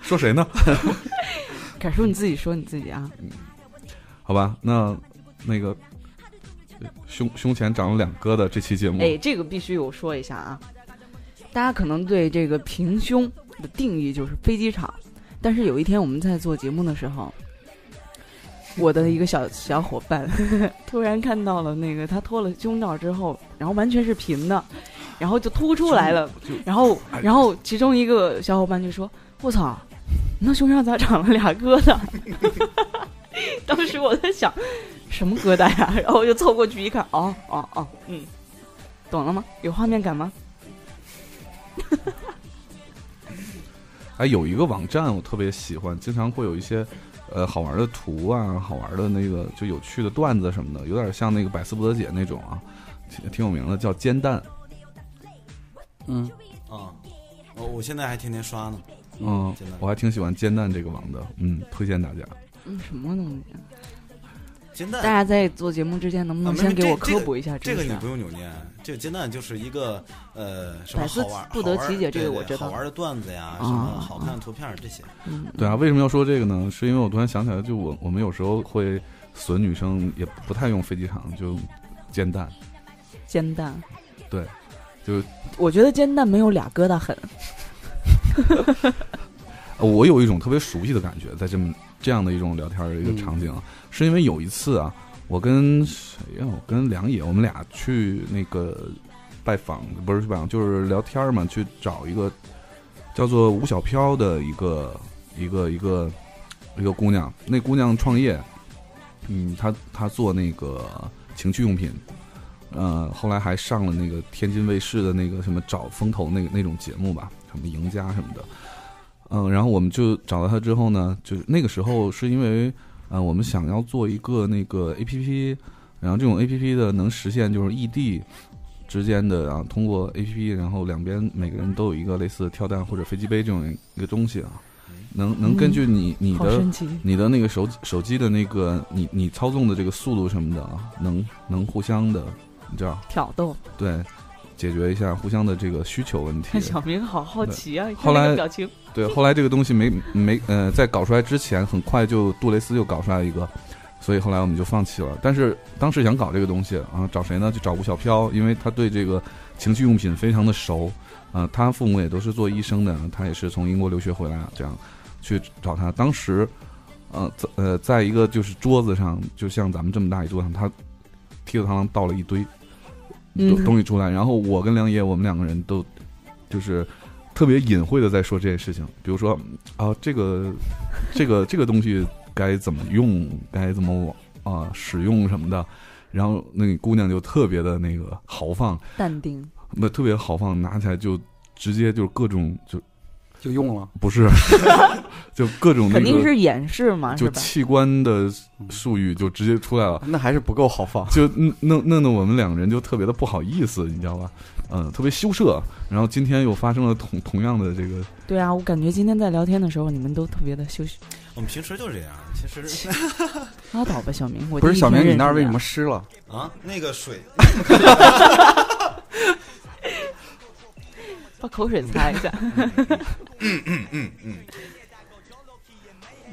[SPEAKER 1] 说谁 呢？
[SPEAKER 3] 敢说你自己说你自己啊！
[SPEAKER 1] 好吧，那那个呃胸胸前长了两疙瘩这期节目，
[SPEAKER 3] 哎，这个必须有说一下啊！大家可能对这个平胸的定义就是飞机场，但是有一天我们在做节目的时候，我的一个小小伙 伴突然看到了那个他脱了胸罩之后，然后完全是平 的，然后就哎凸出来了，然后然后其中一个小伙伴就说：“我操，你那胸上咋长了俩疙瘩？” 当时我在想，什么疙瘩呀？然后我就凑过去一看，哦哦哦，嗯，懂了吗？有画面感吗？
[SPEAKER 1] 哎，有一个网站我特别喜欢，经常会有一些呃好玩的图啊，好玩的那个就有趣的段子什么的，有点像那个百思不得解那种啊，挺挺有名的，叫煎蛋。
[SPEAKER 5] 嗯，
[SPEAKER 2] 啊，我我现在还天天刷呢，
[SPEAKER 1] 嗯
[SPEAKER 2] 煎蛋，
[SPEAKER 1] 我还挺喜欢煎蛋这个网的，嗯，推荐大家。
[SPEAKER 3] 嗯，什么东西？
[SPEAKER 2] 煎
[SPEAKER 3] 呃大
[SPEAKER 2] 蛋。
[SPEAKER 3] 家在做节目之前，能不能
[SPEAKER 2] 啊没
[SPEAKER 3] 先
[SPEAKER 2] 没
[SPEAKER 3] 给我
[SPEAKER 2] 这这
[SPEAKER 3] 科
[SPEAKER 2] 个
[SPEAKER 3] 普一下知
[SPEAKER 2] 这
[SPEAKER 3] 识？啊
[SPEAKER 2] 个你不用扭捏，这个煎蛋就是一个呃什
[SPEAKER 3] 百
[SPEAKER 2] 么
[SPEAKER 3] 思
[SPEAKER 2] 好玩、
[SPEAKER 3] 不得
[SPEAKER 2] 好玩
[SPEAKER 3] 其解这
[SPEAKER 2] 对
[SPEAKER 3] 个
[SPEAKER 2] 对
[SPEAKER 3] 我知道
[SPEAKER 2] 好玩的段子呀，
[SPEAKER 3] 啊
[SPEAKER 2] 什么好看的图片儿这些，
[SPEAKER 3] 嗯，
[SPEAKER 1] 对啊，为什么要说这个呢？是因为我突然想起来，就我我们有时候会损女生，也不太用飞机场，就煎蛋，
[SPEAKER 3] 煎蛋，
[SPEAKER 1] 对，就
[SPEAKER 3] 我觉得煎蛋没有俩疙瘩狠。
[SPEAKER 1] 呃我有一种特别熟悉的感觉，在这么这样的一种聊天儿的一个
[SPEAKER 5] 嗯
[SPEAKER 1] 场景啊，是因为有一次啊，我跟谁呀、我跟梁野，我们俩去那个拜访，不是去拜访，就是聊天儿嘛，去找一个叫做吴小飘的一个一个一个一个姑娘，那姑娘创业，嗯，她她做那个情趣用品。呃，后来还上了那个天津卫视的那个什么找风投那个那种节目吧，什么赢家什么的，嗯，然后我们就找到他之后呢，就是那个时候是因为，呃，我们想要做一个那个 A P P，然后这种 A P P 的能实现就是异地之间的，然后通过 A P P，然后两边每个人都有一个类似跳蛋或者飞机杯这种一个东西啊，能能根据你你
[SPEAKER 3] 嗯好
[SPEAKER 1] 的、
[SPEAKER 3] 神奇！
[SPEAKER 1] 你的那个手手机的那个你你操纵的这个速度什么的啊，能能互相的，你知道
[SPEAKER 3] 挑逗，
[SPEAKER 1] 对，解决一下互相的这个需求问题。
[SPEAKER 3] 看小明好好奇啊！
[SPEAKER 1] 后
[SPEAKER 3] 看那
[SPEAKER 1] 来
[SPEAKER 3] 个表情，
[SPEAKER 1] 对，后来这个东西没没呃，在搞出来之前，很快就杜蕾斯就搞出来一个，所以后来我们就放弃了。但是当时想搞这个东西啊，找谁呢？就找吴小飘，因为他对这个情趣用品非常的熟啊、他父母也都是做医生的，他也是从英国留学回来，这样去找他。当时，呃，在呃，在一个就是桌子上，就像咱们这么大一桌上，他踢了螳螈倒了一堆
[SPEAKER 3] 嗯
[SPEAKER 1] 东东西出来，然后我跟梁爷我们两个人都就是特别隐晦的在说这件事情，比如说啊，这个这个这个东西该怎么用，该怎么啊使用什么的，然后那个姑娘就特别的那个豪放，
[SPEAKER 3] 淡定，
[SPEAKER 1] 那特别豪放，拿起来就直接就是各种就
[SPEAKER 5] 就用了。
[SPEAKER 1] 不是， 就各种那
[SPEAKER 3] 肯定
[SPEAKER 1] 个
[SPEAKER 3] 是掩饰嘛，
[SPEAKER 1] 就是
[SPEAKER 3] 吧？
[SPEAKER 1] 器官的术语就直接出来了。
[SPEAKER 5] 那还是不够好放。
[SPEAKER 1] 就弄弄弄得我们两个人就特别的不好意思，你知道吧？嗯，特别羞涩。然后今天又发生了同同样的这个，
[SPEAKER 3] 对啊，我感觉今天在聊天的时候，你们都特别的羞羞。
[SPEAKER 2] 我们平时就是这样。其 实
[SPEAKER 3] 拉倒吧，小明，我
[SPEAKER 5] 不是
[SPEAKER 3] 第一
[SPEAKER 5] 小
[SPEAKER 3] 天
[SPEAKER 5] 明，你
[SPEAKER 3] 认
[SPEAKER 5] 那儿
[SPEAKER 3] 识
[SPEAKER 5] 为什
[SPEAKER 3] 啊
[SPEAKER 5] 么湿了？
[SPEAKER 2] 啊，那个水
[SPEAKER 3] 把口水擦一下？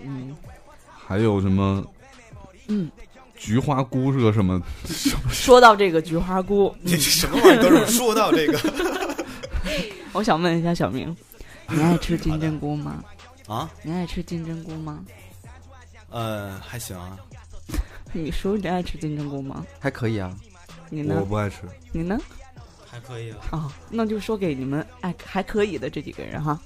[SPEAKER 3] 嗯
[SPEAKER 1] 还有什么
[SPEAKER 3] 嗯，
[SPEAKER 1] 菊花菇是个什么？
[SPEAKER 3] 说到这个菊花菇，
[SPEAKER 2] 这 这什么玩意儿都是说到这个
[SPEAKER 3] 我想问一下小明，你爱吃金针菇吗？
[SPEAKER 2] 啊，
[SPEAKER 3] 你爱吃金针菇吗？
[SPEAKER 2] 呃，还行啊，
[SPEAKER 3] 你叔，你爱吃金针菇吗？
[SPEAKER 5] 还可以啊，
[SPEAKER 3] 你呢？
[SPEAKER 1] 不 爱吃。
[SPEAKER 3] 你呢？
[SPEAKER 4] 还可以啊。
[SPEAKER 3] 啊、那就说给你们爱还可以的这几个人哈。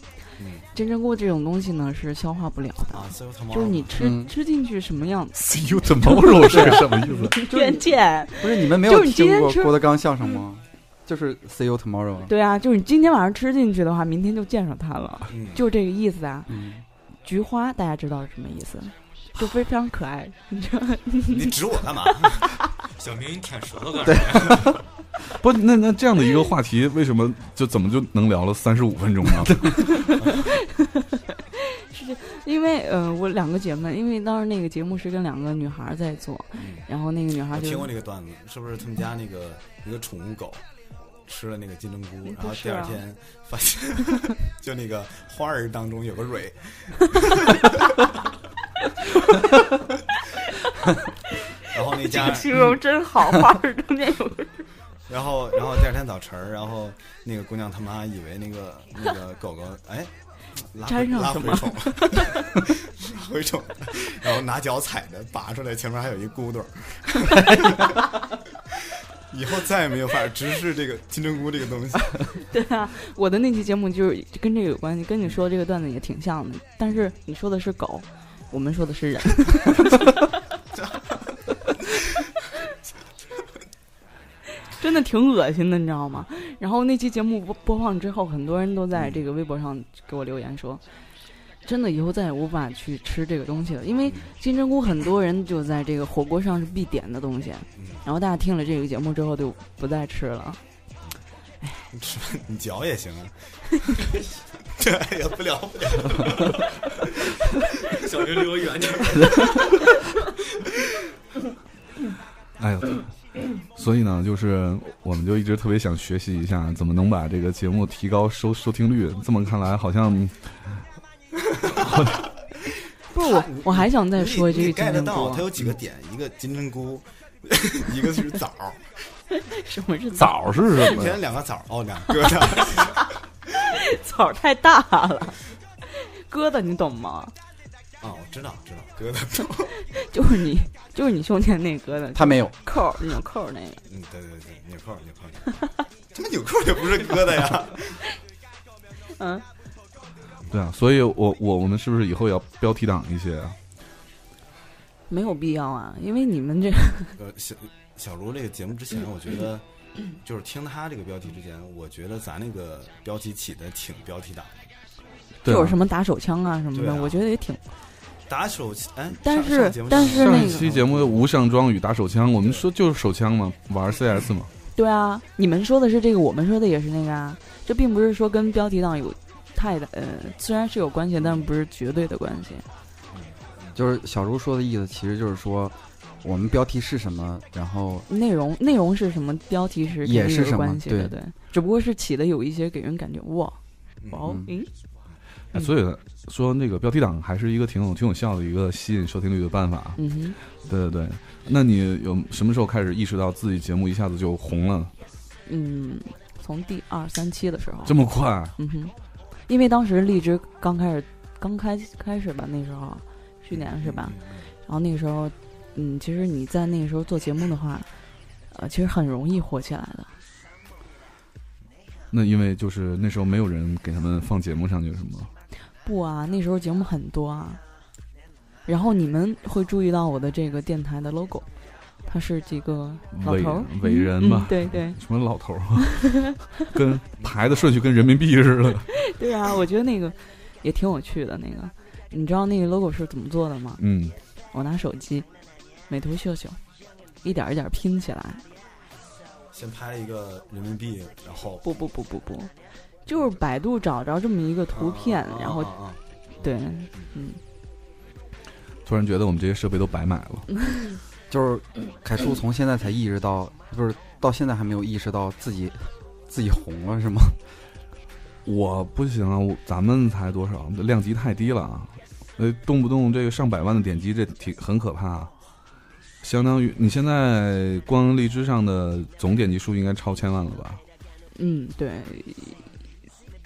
[SPEAKER 2] 嗯
[SPEAKER 3] 金针菇这种东西呢是消化不了的，
[SPEAKER 2] 啊，所以他妈
[SPEAKER 3] 就是你吃、
[SPEAKER 5] 嗯
[SPEAKER 3] 吃进去什么样
[SPEAKER 1] See you tomorrow 是个什么意思？
[SPEAKER 3] 偏见？
[SPEAKER 5] 不是你们没
[SPEAKER 3] 就
[SPEAKER 5] 有
[SPEAKER 3] 是你今
[SPEAKER 5] 听
[SPEAKER 3] 天
[SPEAKER 5] 过
[SPEAKER 3] 吃
[SPEAKER 5] 郭德纲相声吗？就是 See you tomorrow 啊。
[SPEAKER 3] 对啊，就是你今天晚上吃进去的话，明天就见上它了，
[SPEAKER 2] 嗯，
[SPEAKER 3] 就这个意思啊。
[SPEAKER 5] 嗯，
[SPEAKER 3] 菊花大家知道是什么意思？就非常可爱，你知道吗？
[SPEAKER 2] 你指我干嘛？
[SPEAKER 4] 小明，你舔舌头干什么呀？
[SPEAKER 1] 不，那那这样的一个话题，为什么就怎么就能聊了三十五分钟呢？
[SPEAKER 3] 是这，因为呃，我两个姐妹，因为当时那个节目是跟两个女孩儿在做，
[SPEAKER 2] 嗯
[SPEAKER 3] 然后那个女孩
[SPEAKER 2] 我
[SPEAKER 3] 儿就
[SPEAKER 2] 听过那个段子，是不是他们家那个一个宠物狗吃了那个金针菇，然后第二天发现 就那个花儿当中有个 蕊，然后那家，
[SPEAKER 3] 形容真 好，花儿中间有个
[SPEAKER 2] 然后然后第二天早晨儿，然后那个姑娘她妈以为那个那个狗 狗哎。拉回
[SPEAKER 3] 粘上
[SPEAKER 2] 拉
[SPEAKER 3] 了
[SPEAKER 2] 蛔虫， 拉蛔虫，然后拿脚踩着拔出来，前面还有一骨朵儿。 以后再也没有法直视这个金针菇这个东西。
[SPEAKER 3] 对啊，我的那期节目就是跟这个有关系，跟你说的这个段子也挺像的，但是你说的是狗，我们说的是人。 真的挺恶心的，你知道吗？然后那期节目播播放之后，很多人都在这个微博上给我留言说，真的以后再也无法去吃这个东西了，因为金针菇很多人就在这个火锅上是必点的东西。然后大家听了这个节目之后就不再吃了。
[SPEAKER 2] 你吃你嚼也行啊。 这哎呀，不聊不聊，
[SPEAKER 4] 小明离我远点儿。
[SPEAKER 1] 哎呦，所以呢，就是我们就一直特别想学习一下，怎么能把这个节目提高收收听率。这么看来，好像
[SPEAKER 3] 不是我，我还想再
[SPEAKER 2] 你
[SPEAKER 3] 说这
[SPEAKER 2] 你
[SPEAKER 3] 个金
[SPEAKER 2] get
[SPEAKER 3] 针
[SPEAKER 2] 到
[SPEAKER 3] 菇嗯
[SPEAKER 2] 它，有几个点，一个金针菇， 一个是枣儿，
[SPEAKER 3] 什么是枣？
[SPEAKER 1] 枣是什么
[SPEAKER 2] 今
[SPEAKER 1] 呀？
[SPEAKER 2] 天两个枣儿哦，两个疙瘩，
[SPEAKER 3] 枣儿太大了，疙瘩你懂吗？
[SPEAKER 2] 啊，我知道知道疙瘩，
[SPEAKER 3] 就是你，就是你胸前那疙瘩，
[SPEAKER 5] 他没有，
[SPEAKER 3] 扣儿那种扣儿那个。
[SPEAKER 2] 嗯，对对对，纽扣纽扣，纽扣他妈纽扣也不是疙瘩呀。
[SPEAKER 3] 嗯，
[SPEAKER 1] 对啊，所以我我我们是不是以后也要标题党一些啊？
[SPEAKER 3] 没有必要啊，因为你们这
[SPEAKER 2] 呃，小小卢这个节目之前，我觉得就是听他这个标题之前，我觉得咱那个标题起的挺标题党的，
[SPEAKER 3] 就
[SPEAKER 1] 对啊
[SPEAKER 3] 有什么打手枪啊什么
[SPEAKER 2] 对
[SPEAKER 3] 的，
[SPEAKER 2] 啊
[SPEAKER 3] 我觉得也挺
[SPEAKER 2] 打手哎，
[SPEAKER 3] 但
[SPEAKER 2] 上
[SPEAKER 3] 是
[SPEAKER 2] 上节目
[SPEAKER 3] 但是
[SPEAKER 1] 上
[SPEAKER 3] 那
[SPEAKER 1] 一
[SPEAKER 3] 个
[SPEAKER 1] 期节目无上装与打手枪，我们说就是手枪嘛，玩 CS 嘛。
[SPEAKER 3] 对啊。你们说的是这个，我们说的也是那个啊。这并不是说跟标题党有太的呃，虽然是有关系，但不是绝对的关系。
[SPEAKER 5] 就是小茹说的意思，其实就是说我们标题是什么，然后
[SPEAKER 3] 内容内容是什么，标题是
[SPEAKER 5] 也
[SPEAKER 3] 肯定
[SPEAKER 5] 是什
[SPEAKER 3] 有
[SPEAKER 5] 么
[SPEAKER 3] 关系的，
[SPEAKER 5] 对
[SPEAKER 3] 对。只不过是起的有一些给人感觉哇，哇哦，嗯，
[SPEAKER 1] 哎所以说那个标题党还是一个挺有挺有效的一个吸引收听率的办法啊。
[SPEAKER 3] 嗯哼，
[SPEAKER 1] 对对对，那你有什么时候开始意识到自己节目一下子就红了？
[SPEAKER 3] 嗯，从第二三期的时候，
[SPEAKER 1] 这么快？
[SPEAKER 3] 嗯哼，因为当时荔枝刚开始，刚开开始吧，那时候去年是
[SPEAKER 1] 嗯
[SPEAKER 3] 吧？然后那个时候，嗯，其实你在那个时候做节目的话，呃，其实很容易火起来的。
[SPEAKER 1] 那因为就是那时候没有人给他们放节目上去，是吗？
[SPEAKER 3] 不啊，那时候节目很多啊。然后你们会注意到我的这个电台的 logo，它是几个老
[SPEAKER 1] 伟
[SPEAKER 3] 头儿
[SPEAKER 1] 伟人嘛
[SPEAKER 3] 嗯嗯对对
[SPEAKER 1] 什么老头儿 啊，跟排的顺序跟人民币似的。
[SPEAKER 3] 对啊，我觉得那个也挺有趣的。那个，你知道那个 logo 是怎么做的吗？
[SPEAKER 1] 嗯，
[SPEAKER 3] 我拿手机，美图秀秀，一点儿一点儿拼起来。
[SPEAKER 2] 先拍一个人民币，然后
[SPEAKER 3] 不不不不不，就是百度找着这么一个图
[SPEAKER 5] 哦
[SPEAKER 3] 片，
[SPEAKER 2] 啊
[SPEAKER 3] 然后
[SPEAKER 2] 啊啊啊
[SPEAKER 3] 对，
[SPEAKER 1] 突然觉得我们这些设备都白买了。
[SPEAKER 5] 就是凯叔从现在才意识到，不是到现在还没有意识到自己自己红了是吗？
[SPEAKER 1] 我不行啊，我咱们才多少，量级太低了啊！呃，动不动这个上百万的点击，这挺很可怕、啊。相当于你现在光荔枝上的总点击数应该超千万了吧？
[SPEAKER 3] 嗯对，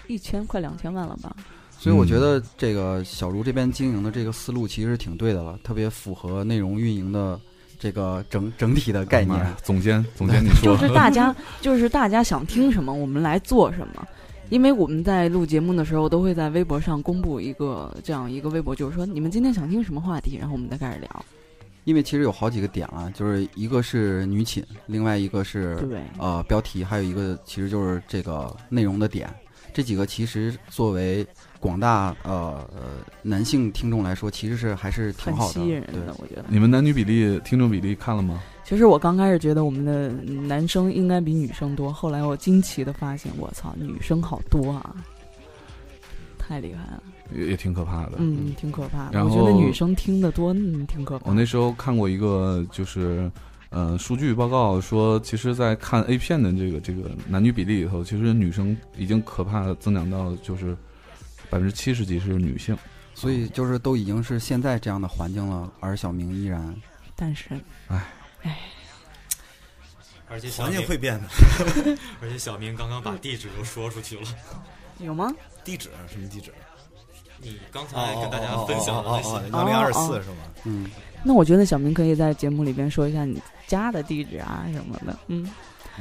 [SPEAKER 3] 一千快两千万了吧？
[SPEAKER 5] 所以我觉得这个小茹这边经营的这个思路其实是挺对的了，特别符合内容运营的这个整整体的概
[SPEAKER 1] 妈
[SPEAKER 5] 念
[SPEAKER 1] 呀。总监，总 监，你说
[SPEAKER 3] 哎就是大家就是大家想听什么，我们来做什么。因为我们在录节目的时候，都会在微博上公布一个这样一个微博，就是说你们今天想听什么话题，然后我们再开始聊。
[SPEAKER 5] 因为其实有好几个点啊，就是一个是女寝，另外一个是
[SPEAKER 3] 对，
[SPEAKER 5] 呃标题，还有一个其实就是这个内容的点。这几个其实作为广大呃呃男性听众来说，其实是还是挺
[SPEAKER 3] 很
[SPEAKER 5] 好的。
[SPEAKER 3] 吸引人
[SPEAKER 5] 对
[SPEAKER 3] 的，，我觉得。
[SPEAKER 1] 你们男女比例、听众比例看了吗？
[SPEAKER 3] 其实我刚开始觉得我们的男生应该比女生多，后来我惊奇的发现，我操，女生好多啊！太厉害了，
[SPEAKER 1] 也也挺可怕的。
[SPEAKER 3] 嗯，挺可怕的。
[SPEAKER 1] 然
[SPEAKER 3] 我
[SPEAKER 1] 后
[SPEAKER 3] 觉得女生听得多，嗯，挺可怕
[SPEAKER 1] 我
[SPEAKER 3] 的。
[SPEAKER 1] 那时候看过一个，就是，呃，数据报告说，其实，在看 A 片的这个这个男女比例里头，其实女生已经可怕的增长到就是百分之七十几是女性。
[SPEAKER 5] 所以就是都已经是现在这样的环境了，而小明依然
[SPEAKER 3] 但是，
[SPEAKER 4] 而且小
[SPEAKER 2] 环
[SPEAKER 4] 明
[SPEAKER 2] 境，会变的。
[SPEAKER 4] 而且小明刚刚把地址都说出去了。
[SPEAKER 3] 有吗？
[SPEAKER 2] 地址什么地址？
[SPEAKER 4] 你刚才跟大家分享的那些，
[SPEAKER 2] 幺零二四是吗？
[SPEAKER 5] 嗯，
[SPEAKER 3] 那我觉得小明可以在节目里边说一下你家的地址啊什么的。嗯，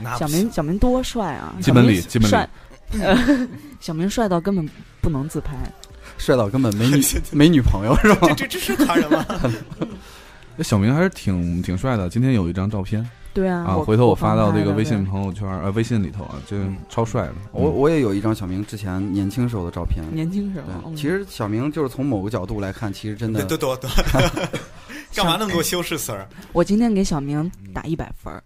[SPEAKER 2] 那
[SPEAKER 3] 小
[SPEAKER 2] 啊不
[SPEAKER 3] 明
[SPEAKER 2] 行
[SPEAKER 3] 小明多帅啊！
[SPEAKER 1] 基本
[SPEAKER 3] 小
[SPEAKER 1] 里
[SPEAKER 3] 明
[SPEAKER 1] 基本里
[SPEAKER 3] 帅， 呃小明帅到根本不能自拍。
[SPEAKER 5] 帅到根本没女没女朋友是吧？
[SPEAKER 2] 这这这是他人吗？
[SPEAKER 1] 啊那小明还是挺挺帅的，今天有一张照片
[SPEAKER 3] 对啊，
[SPEAKER 1] 啊，
[SPEAKER 3] 我
[SPEAKER 1] 回头
[SPEAKER 3] 我
[SPEAKER 1] 发到这个微信
[SPEAKER 3] 朋
[SPEAKER 1] 朋友圈呃微信里头啊，这
[SPEAKER 2] 嗯
[SPEAKER 1] 超帅的。
[SPEAKER 5] 我
[SPEAKER 1] 嗯
[SPEAKER 5] 我也有一张小明之前年轻时候的照片
[SPEAKER 3] 友，年轻时候，
[SPEAKER 5] 对，
[SPEAKER 3] 嗯
[SPEAKER 5] 其实小明就是从某个角度来看，其实真 的
[SPEAKER 2] 对对对对，干嘛那么多修饰词儿？啊
[SPEAKER 3] 我今天给小明打一百分儿，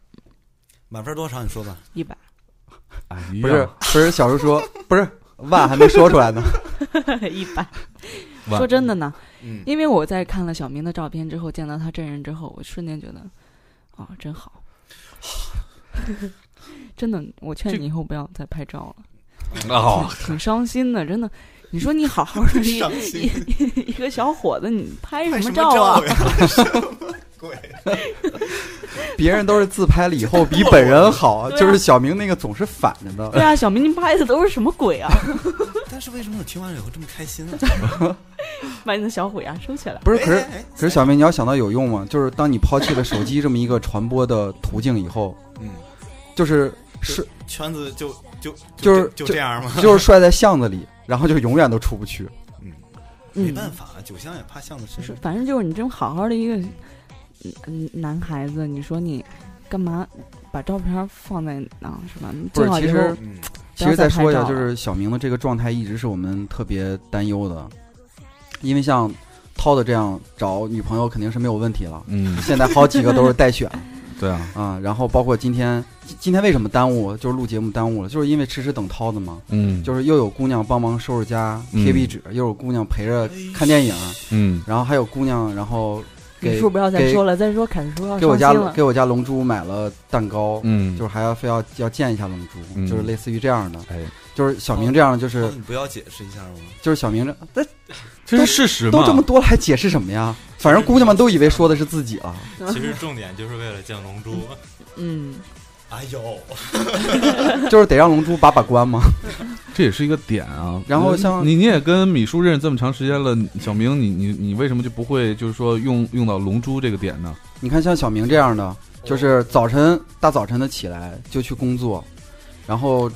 [SPEAKER 2] 满分多少？你说吧。
[SPEAKER 3] 一百，
[SPEAKER 1] 哎一
[SPEAKER 5] 不是
[SPEAKER 1] 样
[SPEAKER 5] 不是小时候说不是万还没说出来呢，
[SPEAKER 3] 一百。
[SPEAKER 1] 哇
[SPEAKER 3] 说真的呢，
[SPEAKER 2] 嗯，
[SPEAKER 3] 因为我在看了小明的照片之后，见到他真人之后，我瞬间觉得，哦，真好。 真的，我劝你以后不要再拍照了，
[SPEAKER 1] 哦，
[SPEAKER 3] 挺挺伤心的。真的，你说你好好的 一
[SPEAKER 2] 伤心
[SPEAKER 3] 一 一个小伙子，你拍
[SPEAKER 2] 拍
[SPEAKER 3] 什么
[SPEAKER 2] 照
[SPEAKER 3] 啊？
[SPEAKER 2] 呀？ 什么鬼？
[SPEAKER 5] 别人都是自拍了以后比本人好，
[SPEAKER 3] 对啊
[SPEAKER 5] 就是小明那个总是反着的
[SPEAKER 3] 对。啊，小明，你拍的都是什么鬼啊？
[SPEAKER 2] 但是为什么我听完了以后这么开心呢？
[SPEAKER 3] 把你的小虎牙收起来。
[SPEAKER 5] 不是，可是
[SPEAKER 2] 哎哎
[SPEAKER 5] 可是小明，你要想到有用吗？就是当你抛弃了手机这么一个传播的途径以后，
[SPEAKER 2] 嗯，
[SPEAKER 5] 就是是
[SPEAKER 2] 圈子就就
[SPEAKER 5] 就是
[SPEAKER 2] 就这样吗？
[SPEAKER 5] 就是摔在巷子里，然后就永远都出不去。
[SPEAKER 2] 嗯，没
[SPEAKER 3] 嗯，
[SPEAKER 2] 办法，啊酒香也怕巷子
[SPEAKER 3] 就
[SPEAKER 2] 深
[SPEAKER 3] 是，。反正就是你这么好好的一个嗯嗯男孩子，你说你干嘛把照片放在那儿是吧？你
[SPEAKER 5] 不
[SPEAKER 3] 最
[SPEAKER 5] 是，
[SPEAKER 3] 好
[SPEAKER 5] 其
[SPEAKER 3] 以后
[SPEAKER 5] 实
[SPEAKER 2] 嗯，
[SPEAKER 5] 其实再说一
[SPEAKER 3] 不要再
[SPEAKER 5] 下，
[SPEAKER 3] 拍照
[SPEAKER 5] 就
[SPEAKER 3] 了
[SPEAKER 5] 是小明的这个状态一直是我们特别担忧的，因为像涛的这样找女朋友肯定是没有问题了。
[SPEAKER 1] 嗯，
[SPEAKER 5] 现在好几个都是待选
[SPEAKER 1] 对啊，
[SPEAKER 5] 啊，然后包括今天，今今天为什么耽误？就是录节目耽误了，就是因为迟迟等涛的嘛。
[SPEAKER 1] 嗯，
[SPEAKER 5] 就是又有姑娘帮忙收拾家、
[SPEAKER 1] 嗯
[SPEAKER 5] 贴壁纸，又有姑娘陪着看电影，
[SPEAKER 1] 嗯，
[SPEAKER 5] 然后还有姑娘，然后
[SPEAKER 3] 砍
[SPEAKER 5] 给
[SPEAKER 3] 叔不要再
[SPEAKER 5] 给
[SPEAKER 3] 说了，再说砍叔要
[SPEAKER 5] 给我
[SPEAKER 3] 伤
[SPEAKER 5] 家
[SPEAKER 3] 心了。
[SPEAKER 5] 给我家龙珠买了蛋糕，
[SPEAKER 1] 嗯，
[SPEAKER 5] 就是还要非要要见一下龙珠，
[SPEAKER 1] 嗯
[SPEAKER 5] 就是类似于这样的，
[SPEAKER 1] 哎，
[SPEAKER 5] 就是小明这样的，就是、
[SPEAKER 3] 哦
[SPEAKER 2] 你不要解释一下吗？
[SPEAKER 5] 就是小明这那
[SPEAKER 1] 这是事实嘛
[SPEAKER 5] 都这么多了还解释什么呀？反正姑娘们都以为说的是自 己了，
[SPEAKER 4] 其实重点就是为了见龙珠。
[SPEAKER 3] 嗯，
[SPEAKER 2] 哎呦，
[SPEAKER 5] 就是得让龙珠把把关嘛。
[SPEAKER 1] 这也是一个点啊。
[SPEAKER 5] 然后像
[SPEAKER 1] 你，你也跟米叔认识这么长时间了，小明，你你你为什么就不会就是说用用到龙珠这个点呢？
[SPEAKER 5] 你看像小明这样的，就是早晨大早晨的起来就去工作，然后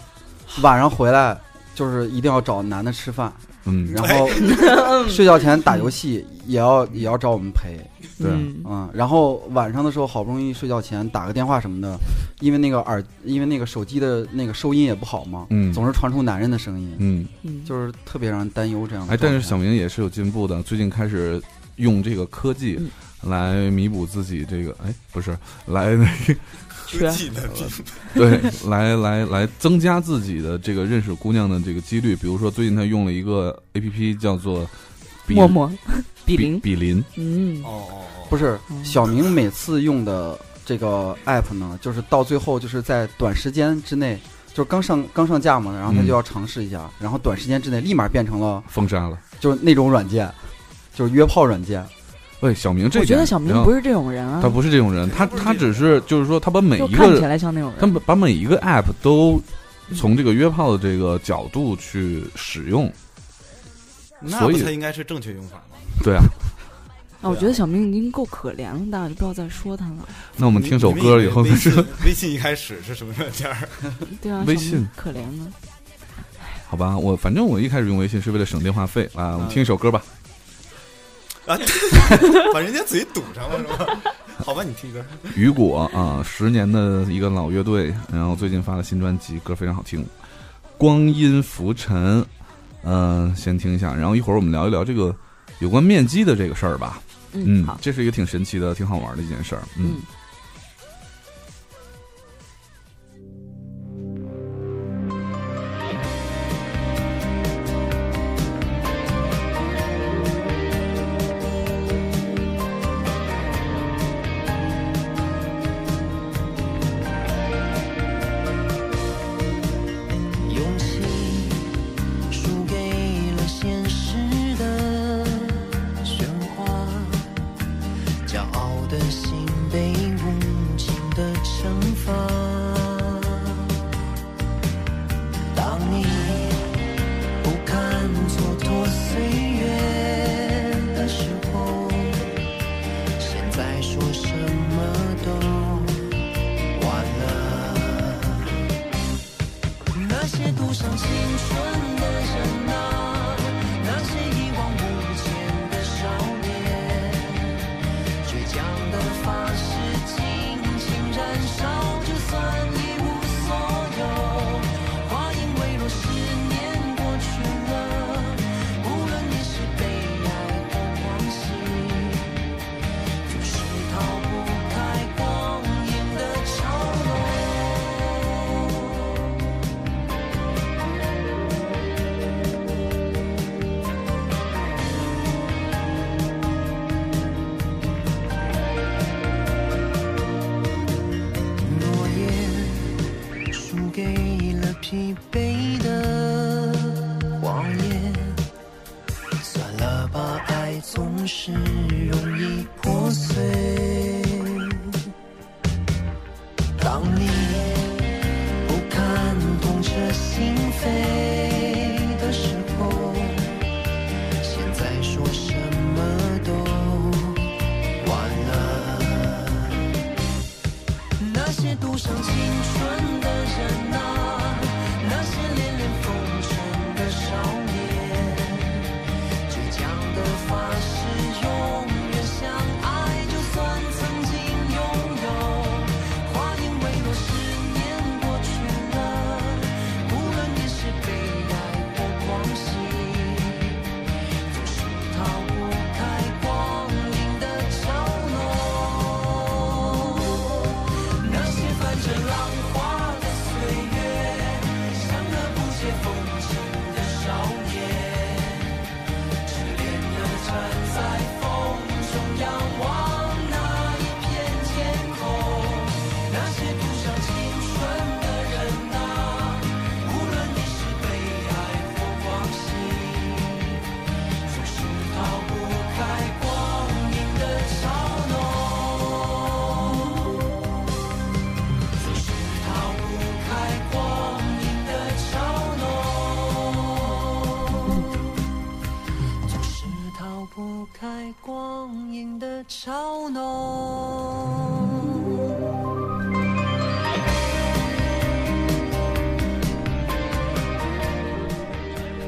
[SPEAKER 5] 晚上回来就是一定要找男的吃饭，
[SPEAKER 1] 嗯，
[SPEAKER 5] 然 后
[SPEAKER 1] 哎
[SPEAKER 5] 睡觉前打游戏也要也要找我们陪，
[SPEAKER 1] 对啊
[SPEAKER 3] 嗯
[SPEAKER 5] 嗯，然后晚上的时候好不容易睡觉前打个电话什么的，因为那个耳因为那个手机的那个收音也不好嘛，
[SPEAKER 1] 嗯
[SPEAKER 5] 总是传出男人的声音，
[SPEAKER 1] 嗯，
[SPEAKER 3] 嗯，
[SPEAKER 5] 就是特别让人担忧这样的
[SPEAKER 1] 哎，
[SPEAKER 5] 状态。
[SPEAKER 1] 但是小明也是有进步的，最近开始用这个科技
[SPEAKER 3] 嗯
[SPEAKER 1] 来弥补自己这个，哎，不是，来那个
[SPEAKER 2] 科技的比
[SPEAKER 1] 对， 来来来增加自己的这个认识姑娘的这个几率。比如说最近他用了一个 A P P 叫做比
[SPEAKER 3] 默默 比
[SPEAKER 1] 比
[SPEAKER 3] 邻，
[SPEAKER 1] 比邻，
[SPEAKER 3] 嗯
[SPEAKER 2] 哦，哦哦，
[SPEAKER 5] 不是
[SPEAKER 3] 嗯
[SPEAKER 5] 小明每次用的这个 app 呢，就是到最后就是在短时间之内，就是刚上刚上架嘛，然后他
[SPEAKER 1] 嗯
[SPEAKER 5] 就要尝试一下，然后短时间之内立马变成了
[SPEAKER 1] 封杀了。
[SPEAKER 5] 就是那种软件，就是约炮软件。
[SPEAKER 1] 喂，小明这
[SPEAKER 3] 我觉得小明不
[SPEAKER 1] 是
[SPEAKER 3] 是这种人啊，
[SPEAKER 1] 他不是这种人，
[SPEAKER 2] 对
[SPEAKER 1] 他
[SPEAKER 2] 他不是
[SPEAKER 1] 他
[SPEAKER 2] 这
[SPEAKER 1] 只
[SPEAKER 2] 种
[SPEAKER 1] 是就是说他把每
[SPEAKER 3] 就
[SPEAKER 1] 一
[SPEAKER 3] 看起
[SPEAKER 1] 个
[SPEAKER 3] 来像那种
[SPEAKER 1] 他
[SPEAKER 3] 人
[SPEAKER 1] 们。把每一个 app 都从这个约炮的这个角度去使用，
[SPEAKER 2] 那
[SPEAKER 1] 所
[SPEAKER 2] 不
[SPEAKER 1] 以
[SPEAKER 2] 才应该是正确用法吗？
[SPEAKER 1] 对啊。
[SPEAKER 3] 啊，我觉得小明已经够可怜了，大家就不要再说他了。
[SPEAKER 1] 那我
[SPEAKER 2] 我
[SPEAKER 1] 们听首歌以后
[SPEAKER 2] 微
[SPEAKER 1] 呢，
[SPEAKER 2] 信微信一开始是什么软件儿？
[SPEAKER 3] 对啊，
[SPEAKER 1] 微
[SPEAKER 3] 小明
[SPEAKER 1] 信
[SPEAKER 3] 可怜了。
[SPEAKER 1] 好吧？我反正我一开始用微信是为了省电话费啊。我们听一首歌吧。
[SPEAKER 2] 把人家嘴堵上了是吧？ 好吧，你听歌。
[SPEAKER 1] 雨果啊，十年的一个老乐队，然后最近发了新专辑，歌非常好听，《光阴浮沉》。嗯、先听一下，然后一会儿我们聊一聊这个有关面基的这个事儿吧。
[SPEAKER 3] 嗯，
[SPEAKER 1] 嗯
[SPEAKER 3] 好，，
[SPEAKER 1] 这是一个挺神奇的、挺好玩的一件事儿。嗯
[SPEAKER 3] 嗯。
[SPEAKER 6] 光阴总是容易破碎。当你不堪痛彻心扉的时候，现在说什么都晚了。那些赌上青春的人啊，那些恋恋风尘的少年，倔强的发誓永远相爱，就算曾经拥有。话音未落，十年过去了，无论你是悲哀或狂喜。总是逃不开光阴的潮落。那些泛着浪花的岁月，像个不解风情的少年，痴恋地站在风中仰望那一片天空。那些赌上青春的人啊，无论你是悲哀或狂喜。总是逃不开光阴的嘲弄，总是逃不开光阴的嘲弄，总是逃不开光阴的嘲弄。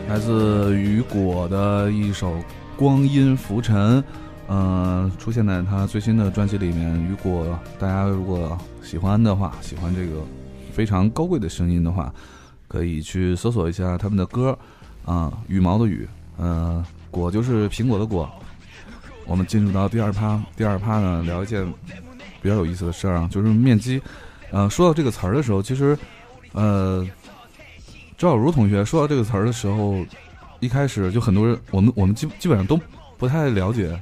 [SPEAKER 1] 来自雨果的一首《光阴浮沉》，嗯、出现在他最新的专辑里面。雨果，大家如果喜欢的话，喜欢这个非常高贵的声音的话，可以去搜索一下他们的歌，啊、羽毛的羽，嗯、果就是苹果的果。我们进入到第二趴，第二趴呢，聊一件比较有意思的事儿啊，就是面基。呃，说到这个词儿的时候，其实，呃，赵小茹同学说到这个词儿的时候，一开始就很多人，我们我们基基本上都不太了解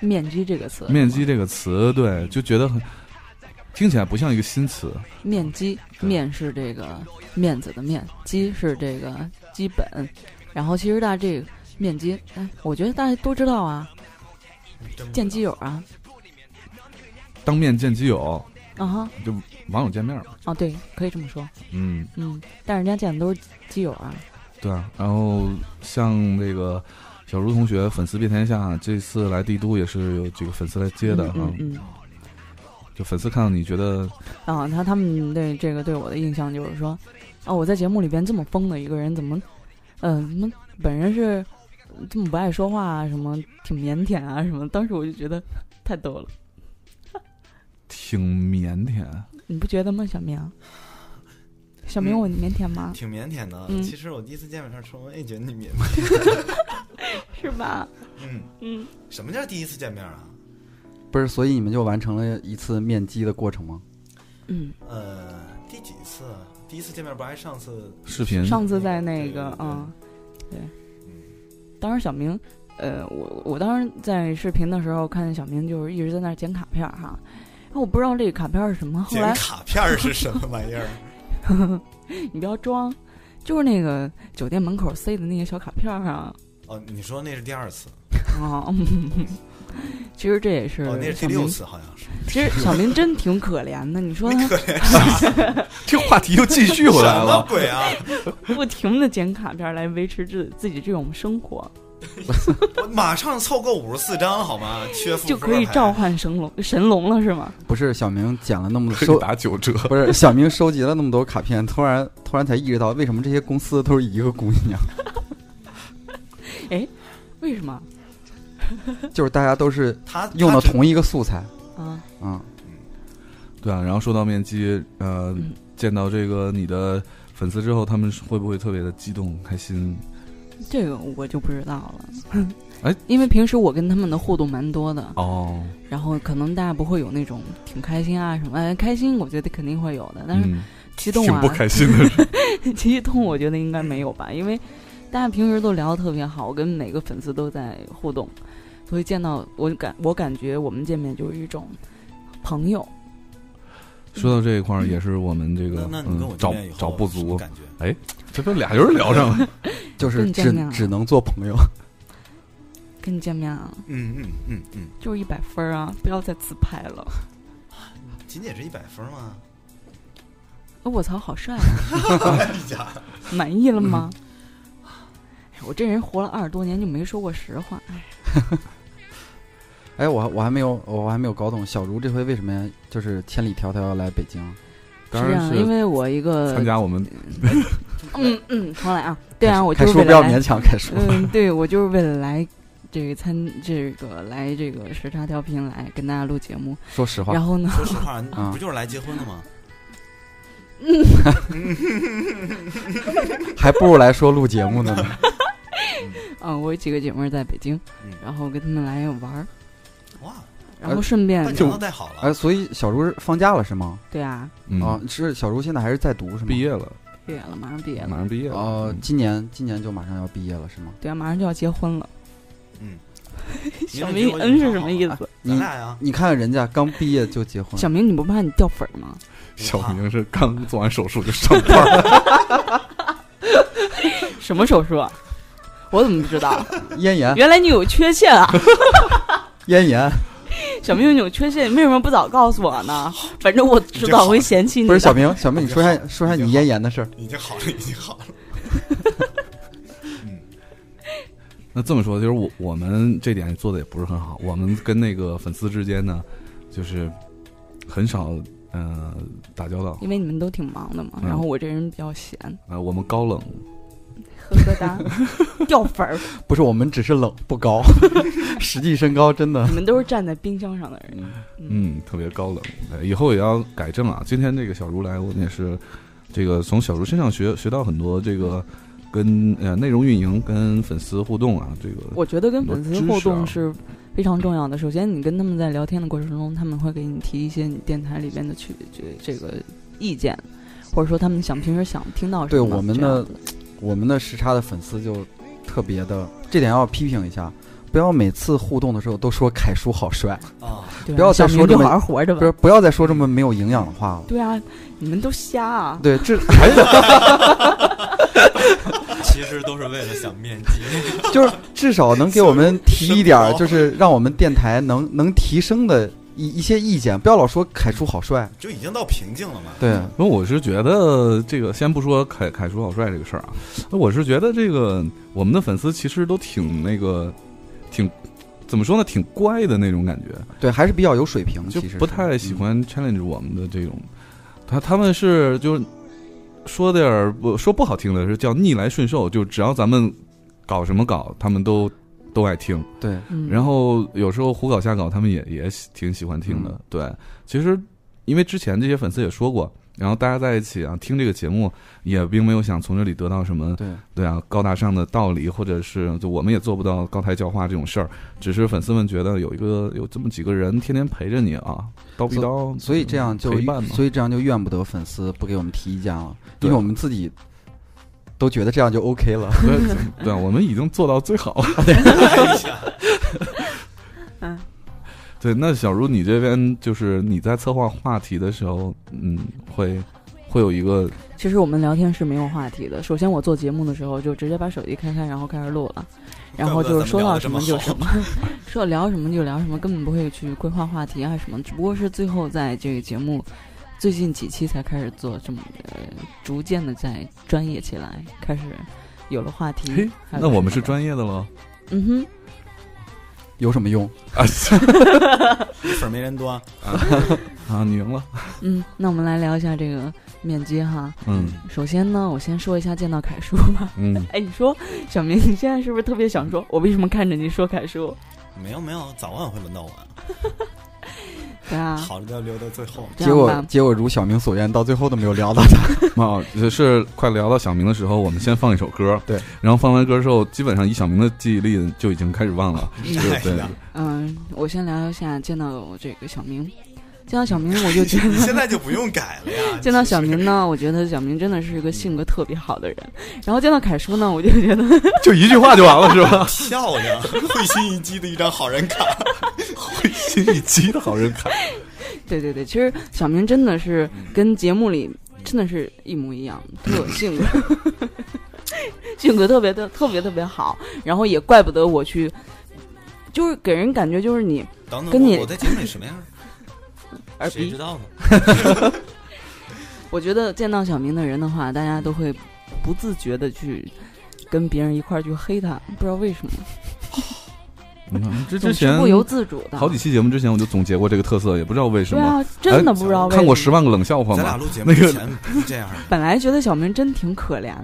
[SPEAKER 3] 面基这个词，
[SPEAKER 1] “面基”这个词，对，就觉得很听起来不像一个新词，
[SPEAKER 3] 面基，
[SPEAKER 1] 对
[SPEAKER 3] 面是这个面子的面，基是这个基本，然后其实大家这个面基，哎，我觉得大家都知道啊，见基友啊，
[SPEAKER 1] 当面见基友，
[SPEAKER 3] 啊哈，
[SPEAKER 1] 就网友见面嘛，
[SPEAKER 3] 哦对，可以这么说，
[SPEAKER 1] 嗯，
[SPEAKER 3] 嗯，但人家见的都是基友啊，
[SPEAKER 1] 对啊。然后像这个小茹同学，粉丝遍天下，这次来帝都也是有这个粉丝来接的啊，啊
[SPEAKER 3] 嗯嗯嗯，
[SPEAKER 1] 就粉丝看到你觉得
[SPEAKER 3] 啊，他他们对这个对我的印象就是说，啊，我在节目里边这么疯的一个人，怎么，嗯、怎么本人是这么不爱说话啊，什么挺腼腆啊，什么，当时我就觉得太逗了，
[SPEAKER 1] 挺腼腆，
[SPEAKER 3] 你不觉得吗，小明？小明，
[SPEAKER 2] 嗯
[SPEAKER 3] 我腼腆吗？
[SPEAKER 2] 挺腼腆的。
[SPEAKER 3] 嗯
[SPEAKER 2] 其实我第一次见面的时候，我也觉得你腼腆。
[SPEAKER 3] 是吧？
[SPEAKER 2] 嗯，
[SPEAKER 3] 嗯，
[SPEAKER 2] 什么叫第一次见面啊？
[SPEAKER 5] 不是，所以你们就完成了一次面基的过程吗？
[SPEAKER 3] 嗯，
[SPEAKER 2] 呃，第几次啊？第一次见面不还上次？
[SPEAKER 1] 视频
[SPEAKER 3] 上次在那
[SPEAKER 2] 对
[SPEAKER 3] 个
[SPEAKER 2] 嗯对，对
[SPEAKER 3] 嗯，对，
[SPEAKER 2] 嗯，
[SPEAKER 3] 当时小明，呃，我我当时在视频的时候看见小明就是一直在那儿剪卡片儿哈，然后我不知道这个卡片儿是什么，后
[SPEAKER 2] 剪
[SPEAKER 3] 来
[SPEAKER 2] 卡片儿是什么玩意儿？
[SPEAKER 3] 你不要装，就是那个酒店门口塞的那些小卡片儿 啊。
[SPEAKER 2] 哦，你说那是第二次，
[SPEAKER 3] 啊，嗯 其实这也是
[SPEAKER 2] 哦，那是第
[SPEAKER 3] 小
[SPEAKER 2] 六
[SPEAKER 3] 明，
[SPEAKER 2] 次，好像是。
[SPEAKER 3] 其实小明真挺可怜的。你说他
[SPEAKER 1] 这话题又继续回来
[SPEAKER 2] 什么
[SPEAKER 1] 了，
[SPEAKER 2] 鬼啊！
[SPEAKER 3] 不停的剪卡片儿来维持自自己这种生活，
[SPEAKER 2] 我马上凑够五十四张好吗？缺副
[SPEAKER 3] 就可以
[SPEAKER 2] 扑克牌
[SPEAKER 3] 召唤神龙神龙了是吗？
[SPEAKER 5] 不是，小明捡了 那么多
[SPEAKER 1] 可以
[SPEAKER 5] 收，
[SPEAKER 1] 打九折。
[SPEAKER 5] 不是小明收集了那么多卡片，突然突然才意识到，为什么这些公司都是一个姑娘，
[SPEAKER 3] 为什么
[SPEAKER 5] 就是大家都是
[SPEAKER 2] 他
[SPEAKER 5] 用
[SPEAKER 2] 他
[SPEAKER 5] 了
[SPEAKER 2] 只
[SPEAKER 5] 同一个素材。
[SPEAKER 3] 啊？
[SPEAKER 5] 嗯，
[SPEAKER 1] 对啊，然后说到面基，呃，
[SPEAKER 3] 嗯
[SPEAKER 1] 见到这个你的粉丝之后，他们是会不会特别的激动、开心？
[SPEAKER 3] 这个我就不知道了。
[SPEAKER 1] 哎，
[SPEAKER 3] 因为平时我跟他们的互动蛮多的，
[SPEAKER 1] 哦，
[SPEAKER 3] 然后可能大家不会有那种挺开心啊什么，哎，开心我觉得肯定会有的，但是
[SPEAKER 1] 嗯，
[SPEAKER 3] 激动
[SPEAKER 1] 挺
[SPEAKER 3] 啊，
[SPEAKER 1] 不开心的。
[SPEAKER 3] 激动，我觉得应该没有吧，因为大家平时都聊得特别好，我跟每个粉丝都在互动，所以见到我感我感觉我们见面就是一种朋友。
[SPEAKER 1] 说到这一块儿，也是我们这
[SPEAKER 2] 那
[SPEAKER 1] 个
[SPEAKER 2] 那你跟我
[SPEAKER 1] 嗯
[SPEAKER 2] 见
[SPEAKER 1] 找
[SPEAKER 2] 面以后
[SPEAKER 1] 找不
[SPEAKER 2] 什么
[SPEAKER 1] 足，
[SPEAKER 2] 感觉
[SPEAKER 1] 这不俩人聊上了，
[SPEAKER 5] 就是
[SPEAKER 3] 更
[SPEAKER 5] 只
[SPEAKER 3] 见面了
[SPEAKER 5] 只能做朋友。
[SPEAKER 3] 跟你见面啊，
[SPEAKER 2] 嗯嗯嗯嗯，
[SPEAKER 3] 就是一百分儿啊，不要再自拍了。
[SPEAKER 2] 仅仅是一百分吗？
[SPEAKER 3] 哦我操，好帅 啊！满意了吗？
[SPEAKER 1] 嗯
[SPEAKER 3] 哎我这人活了二十多年就没说过实话，哎，
[SPEAKER 5] 哎，我我还没有我还没有搞懂小茹这回为什么就是千里迢迢要来北京？
[SPEAKER 3] 是
[SPEAKER 1] 当
[SPEAKER 3] 这
[SPEAKER 1] 然
[SPEAKER 3] 样，因
[SPEAKER 1] 是
[SPEAKER 3] 为呃我一个
[SPEAKER 1] 参加我们
[SPEAKER 3] 嗯嗯，重来啊，对啊，我
[SPEAKER 5] 凯
[SPEAKER 3] 就是
[SPEAKER 5] 叔
[SPEAKER 3] 为
[SPEAKER 5] 不要
[SPEAKER 3] 了来
[SPEAKER 5] 勉，强凯叔。
[SPEAKER 3] 嗯，对我就是为了来这个参这个来这个时差调频来跟大家录节目，
[SPEAKER 5] 说实话，
[SPEAKER 3] 然后呢，
[SPEAKER 2] 说实话，你
[SPEAKER 5] 啊
[SPEAKER 2] 不就是来结婚的吗？
[SPEAKER 5] 还不如来说录节目呢。
[SPEAKER 3] 嗯，我有几个姐妹儿在北京
[SPEAKER 2] 嗯，
[SPEAKER 3] 然后跟她们来玩儿，
[SPEAKER 2] 哇，
[SPEAKER 1] 呃
[SPEAKER 3] 然后顺便
[SPEAKER 2] 那娘都带好
[SPEAKER 5] 哎，
[SPEAKER 2] 了，
[SPEAKER 5] 所以小茹是放假了是吗？
[SPEAKER 3] 对啊，
[SPEAKER 1] 嗯
[SPEAKER 5] 啊，是小茹现在还是在读是吗？
[SPEAKER 1] 毕业了，
[SPEAKER 3] 毕业了，马上毕业
[SPEAKER 1] 马
[SPEAKER 3] 了，
[SPEAKER 1] 上毕业了。
[SPEAKER 5] 哦、
[SPEAKER 1] 嗯
[SPEAKER 5] 今年今年就马上要毕业了是吗？
[SPEAKER 3] 对啊，马上就要结婚了。
[SPEAKER 2] 嗯，
[SPEAKER 3] 小明嗯是什么意思？
[SPEAKER 2] 咱
[SPEAKER 5] 你
[SPEAKER 2] 俩呀，
[SPEAKER 5] 你看人家刚毕业就结婚，
[SPEAKER 3] 小明，你不怕你掉粉儿吗？
[SPEAKER 1] 嗯小
[SPEAKER 2] 我怕
[SPEAKER 1] 明是刚做完手术就上班儿 了，
[SPEAKER 3] 什么手术啊？我怎么不知 道？
[SPEAKER 5] 咽炎
[SPEAKER 3] 原来你有缺陷啊！
[SPEAKER 5] 咽炎
[SPEAKER 3] 小明，你有缺陷，你为什么不早告诉我呢？反正我迟早会嫌
[SPEAKER 1] 嗯
[SPEAKER 3] 弃你
[SPEAKER 5] 不
[SPEAKER 3] 的。
[SPEAKER 5] 是小明， 小明你说一下说一下你咽炎的事儿。
[SPEAKER 2] 已经好了，已经好了。
[SPEAKER 1] 那这么说，就是我我们这点做的也不是很好，我们跟那个粉丝之间呢，就是很少呃打交道，
[SPEAKER 3] 因为你们都挺忙的嘛，
[SPEAKER 1] 嗯
[SPEAKER 3] 然后我这人比较闲，
[SPEAKER 1] 呃，我们高冷，
[SPEAKER 3] 呵呵哒， 掉粉儿。
[SPEAKER 5] 不是我们只是冷不高， 实际身高真的
[SPEAKER 3] 你们都是站在冰箱上的人。
[SPEAKER 1] 嗯，特别高冷，呃以后也要改正啊。今天这个小茹来，我也是这个从小茹身上学学到很多这个跟呃内容运营、跟粉丝互动啊，这个
[SPEAKER 3] 我觉得跟
[SPEAKER 1] 很多
[SPEAKER 3] 粉丝
[SPEAKER 1] 知识
[SPEAKER 3] 互动
[SPEAKER 1] 啊
[SPEAKER 3] 是非常重要的。首先，你跟他们在聊天的过程中，他们会给你提一些你电台里边的去这这个意见，或者说他们想平时想听到什
[SPEAKER 5] 对
[SPEAKER 3] 么。
[SPEAKER 5] 我们
[SPEAKER 3] 这样
[SPEAKER 5] 的我们的时差的粉丝就特别的，这点要批评一下，不要每次互动的时候都说凯叔好帅，
[SPEAKER 2] 啊，
[SPEAKER 3] 对啊
[SPEAKER 5] 不要再
[SPEAKER 3] 小
[SPEAKER 5] 说
[SPEAKER 3] 明
[SPEAKER 5] 这
[SPEAKER 3] 就
[SPEAKER 5] 么
[SPEAKER 3] 好好活着
[SPEAKER 5] 不是
[SPEAKER 3] 吧。
[SPEAKER 5] 不要再说这么没有营养的话了。
[SPEAKER 3] 对啊，你们都瞎啊！
[SPEAKER 5] 对，这
[SPEAKER 4] 其实都是为了想面基。
[SPEAKER 5] 就是至少能给我们提一 点儿，就是让我们电台能能提升的一一些意见，不要老说凯叔好帅。 嗯
[SPEAKER 2] 就已经到瓶颈了嘛。
[SPEAKER 5] 对，
[SPEAKER 1] 那我是觉得这个，先不说凯凯叔好帅这个事儿啊，我是觉得这个我们的粉丝其实都挺那个，挺怎么说呢，挺乖的那种感觉，
[SPEAKER 5] 对，还是比较有水平，
[SPEAKER 1] 就
[SPEAKER 5] 嗯其实是
[SPEAKER 1] 不太喜。欢 challenge 我们的这种。他他们是就是说点儿不说不好听的是叫逆来顺受，就只要咱们搞什么搞，他们都都爱听。
[SPEAKER 5] 嗯对，
[SPEAKER 3] 嗯，
[SPEAKER 1] 然后有时候胡搞瞎搞，他们也也喜挺喜欢听的。
[SPEAKER 5] 嗯
[SPEAKER 1] 对，其实因为之前这些粉丝也说过，然后大家在一起啊听这个节目，也并没有想从这里得到什么
[SPEAKER 5] 对，
[SPEAKER 1] 对啊高大上的道理，或者是就我们也做不到高台教化这种事儿，只是粉丝们觉得有一个有这么几个人天天陪着你啊，叨逼叨，
[SPEAKER 5] 所以这样就
[SPEAKER 1] 嗯陪伴嘛。
[SPEAKER 5] 所以这样就怨不得粉丝不给我们提意见了，因
[SPEAKER 1] 对
[SPEAKER 5] 为我们自己都觉得这样就 OK 了。
[SPEAKER 1] 对 对啊，我们已经做到最好了。
[SPEAKER 3] 嗯，
[SPEAKER 1] 对，那小茹，你这边就是你在策划话题的时候，嗯，会会有一个
[SPEAKER 3] 其实我们聊天是没有话题的。首先，我做节目的时候就直接把手机开开，然后开始录了，然后就是说到什么就 什么， 说聊什么就聊什么，根本不会去规划话题啊什么。只不过是最后在这个节目最近几期才开始做这么呃，逐渐的在专业起来，开始有了话
[SPEAKER 5] 嗯
[SPEAKER 3] 题
[SPEAKER 1] 嘿。
[SPEAKER 3] 还有
[SPEAKER 1] 那我们
[SPEAKER 3] 什
[SPEAKER 1] 是
[SPEAKER 3] 么的
[SPEAKER 1] 专业的 喽
[SPEAKER 3] 嗯哼，
[SPEAKER 5] 有什么用？
[SPEAKER 1] 啊
[SPEAKER 2] 你粉儿没人多，
[SPEAKER 1] 啊！你赢了，
[SPEAKER 3] 嗯，那我们来聊一下这个面基哈。
[SPEAKER 1] 嗯
[SPEAKER 3] 首先呢，我先说一下见到凯叔吧。
[SPEAKER 1] 嗯，
[SPEAKER 3] 哎，你说小明，你现在是不是特别想说，我为什么看着你说凯叔？
[SPEAKER 2] 没有没有，早晚会轮到我，
[SPEAKER 3] 啊对啊，
[SPEAKER 2] 好的要留到最 后。
[SPEAKER 3] 这
[SPEAKER 5] 结
[SPEAKER 3] 样
[SPEAKER 5] 果
[SPEAKER 3] 吧，
[SPEAKER 5] 结果如小明所愿，到最后都没有聊到他。
[SPEAKER 1] 哦，是快聊到小明的时候，我们先放一首歌，
[SPEAKER 5] 对，
[SPEAKER 1] 然后放完歌之后，基本上以小明的记忆力就已经开始忘 了，对
[SPEAKER 2] 哎
[SPEAKER 1] 对
[SPEAKER 2] 呀，
[SPEAKER 3] 嗯，我先聊一下见到我这个小明，见到小明我就 觉
[SPEAKER 2] 你现
[SPEAKER 3] 得。
[SPEAKER 2] 在就不用改了呀。
[SPEAKER 3] 见到小明呢，我觉得小明真的是一个性格特别好的人。然后见到凯叔呢，我就觉得
[SPEAKER 1] 就一句话就完了是 吧？
[SPEAKER 2] 漂亮，会心一击的一张好人卡。
[SPEAKER 1] 新一期的好人卡，
[SPEAKER 3] 对对对，其实小明真的是跟节目里真的是一模一样，特性格， 性格特别的特别特别好，然后也怪不得我去就是给人感觉就是你
[SPEAKER 2] 等等，
[SPEAKER 3] 跟你
[SPEAKER 2] 我我在节目里什么样？
[SPEAKER 3] 耳
[SPEAKER 4] 谁知
[SPEAKER 3] 鼻。
[SPEAKER 4] 道呢？
[SPEAKER 3] 我觉得见到小明的人的话，大家都会不自觉的去跟别人一块儿去黑他，不知道为什么，
[SPEAKER 1] 你看嗯之
[SPEAKER 3] 总
[SPEAKER 1] 之
[SPEAKER 3] 是
[SPEAKER 1] 前
[SPEAKER 3] 不由自主的。
[SPEAKER 1] 好几期节目之前我就总结过这个特色，也不知道为什
[SPEAKER 3] 对
[SPEAKER 1] 么。
[SPEAKER 3] 啊，真的不知道为什么。
[SPEAKER 1] 看过十万个冷笑话
[SPEAKER 2] 咱俩
[SPEAKER 1] 吗？
[SPEAKER 2] 录节目之前不是这样的，
[SPEAKER 3] 本来觉得小明真挺可怜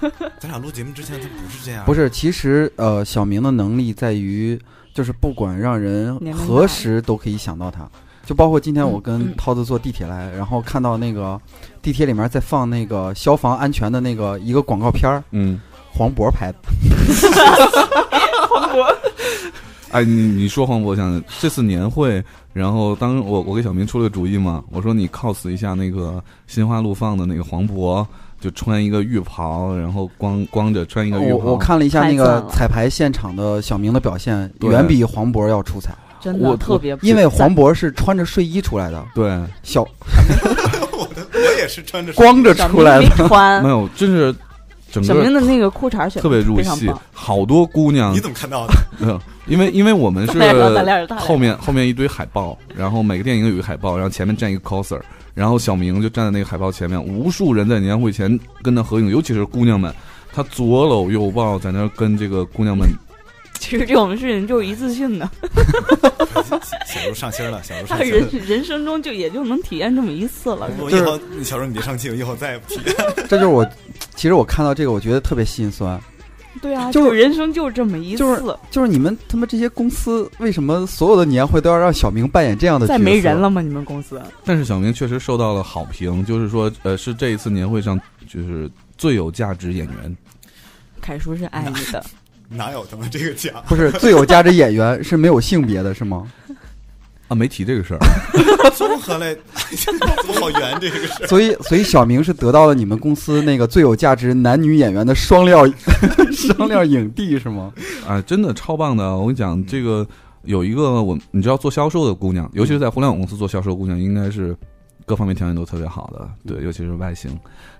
[SPEAKER 3] 的，
[SPEAKER 2] 咱俩录节目之前他不是
[SPEAKER 1] 嗯
[SPEAKER 2] 这样的，
[SPEAKER 5] 不是，其实呃，小明的能力在于，就是不管让人
[SPEAKER 3] 年龄大
[SPEAKER 5] 何时都可以想到他，就包括今天我
[SPEAKER 3] 嗯
[SPEAKER 5] 跟
[SPEAKER 3] 嗯
[SPEAKER 5] 涛子坐地铁来，然后看到那个地铁里面在放那个消防安全的那个一个广告片儿，
[SPEAKER 1] 嗯，
[SPEAKER 5] 黄渤拍的，
[SPEAKER 1] 哎，你你说黄渤，我想这次年会，然后当我我给小明出了个主意嘛，我说你 cos 一下那个心花怒放的那个黄渤，就穿一个浴袍，然后光光着穿一个浴
[SPEAKER 5] 我
[SPEAKER 1] 袍，
[SPEAKER 5] 我看了一下
[SPEAKER 3] 太
[SPEAKER 5] 那个
[SPEAKER 3] 赞了
[SPEAKER 5] 彩排现场的小明的表现，
[SPEAKER 1] 对
[SPEAKER 5] 远比黄渤要出彩，
[SPEAKER 3] 真
[SPEAKER 1] 我
[SPEAKER 3] 的特别
[SPEAKER 5] 因为黄渤是穿着睡衣出来的，
[SPEAKER 1] 对，
[SPEAKER 5] 小
[SPEAKER 2] 我也是穿着
[SPEAKER 5] 光着
[SPEAKER 3] 小明
[SPEAKER 5] 出来
[SPEAKER 3] 没
[SPEAKER 5] 的。
[SPEAKER 1] 没
[SPEAKER 3] 穿，
[SPEAKER 1] 有，真是整
[SPEAKER 3] 嗯小明
[SPEAKER 1] 个
[SPEAKER 3] 的那个裤衩选得
[SPEAKER 1] 特别入
[SPEAKER 3] 非常
[SPEAKER 1] 戏
[SPEAKER 3] 棒，
[SPEAKER 1] 好多姑娘
[SPEAKER 2] 你，怎么看到的？
[SPEAKER 1] 嗯因为因为我们是
[SPEAKER 3] 咱俩咱俩 是大脸
[SPEAKER 1] 后面后面一堆海报，然后每个电影有一个海报，然后前面站一个 coser，然后小明就站在那个海报前面，无数人在年会前跟他合影，尤其是姑娘们，他左搂右抱，在那儿跟这个姑娘们，
[SPEAKER 3] 其实这种事情就是一次性的，
[SPEAKER 2] 小茹上心了，小茹
[SPEAKER 3] 他
[SPEAKER 2] 上心
[SPEAKER 3] 人
[SPEAKER 2] 了。
[SPEAKER 3] 人生中就也就能体验这么一次了。
[SPEAKER 2] 我
[SPEAKER 5] 就
[SPEAKER 2] 以
[SPEAKER 5] 是
[SPEAKER 2] 后小茹你别生气，我以后再也不提。
[SPEAKER 5] 这就是我，其实我看到这个，我觉得特别心酸。
[SPEAKER 3] 对啊，
[SPEAKER 5] 就是
[SPEAKER 3] 就人生就这么一
[SPEAKER 5] 就是
[SPEAKER 3] 次，
[SPEAKER 5] 就是你们他妈这些公司，为什么所有的年会都要让小明扮演这样的角
[SPEAKER 3] 再
[SPEAKER 5] 色？
[SPEAKER 3] 没人了吗？你们公司？
[SPEAKER 1] 但是小明确实受到了好评，就是说，呃，是这一次年会上就是最有价值演员，
[SPEAKER 3] 凯叔是爱你的，
[SPEAKER 2] 哪有他妈这个奖？
[SPEAKER 5] 不是最有价值演员是没有性别的，是吗？
[SPEAKER 1] 啊，没提这个事儿，
[SPEAKER 2] 综合 类，我好圆这个事儿。
[SPEAKER 5] 所以，所以小明是得到了你们公司那个最有价值男女演员的双料 双料影帝，是吗？
[SPEAKER 1] 啊，真的超棒的！我跟你讲，这个有一个我，你知道做销售的姑娘，尤其是在互联网公司做销售的姑娘，应该是各方面条件都特别好的，对，尤其是外形。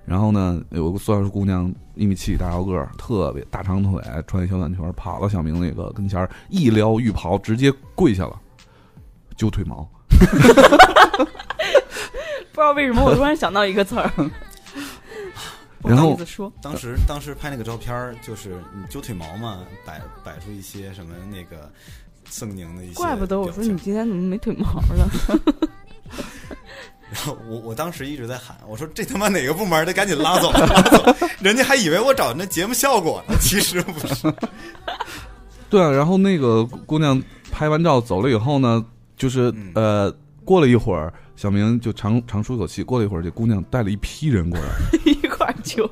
[SPEAKER 1] 然后呢，有个做销售姑娘，一米七几大高个儿，特别大长腿，穿一小短裙儿，跑到小明那个跟前儿，一撩浴袍，直接跪下了，揪腿毛。
[SPEAKER 3] 不知道为什么我突然想到一个词儿，
[SPEAKER 1] 然后
[SPEAKER 3] 不好意思说
[SPEAKER 2] 当时当时拍那个照片儿，就是你揪腿毛嘛，摆摆出一些什么那个狰狞的一些。
[SPEAKER 3] 怪不得我说你。今天怎么没腿毛了？
[SPEAKER 2] 然后我我当时一直在喊，我说这他妈哪个部门的，赶紧拉走，拉走！人家还以为我找那节目效果呢，其实不是。
[SPEAKER 1] 对啊，然后那个姑娘拍完照走了以后呢，就是
[SPEAKER 2] 嗯
[SPEAKER 1] 呃，过了一会儿，小明就长长舒口气，过了一会儿，这姑娘带了一批人过来。
[SPEAKER 3] 一块儿揪，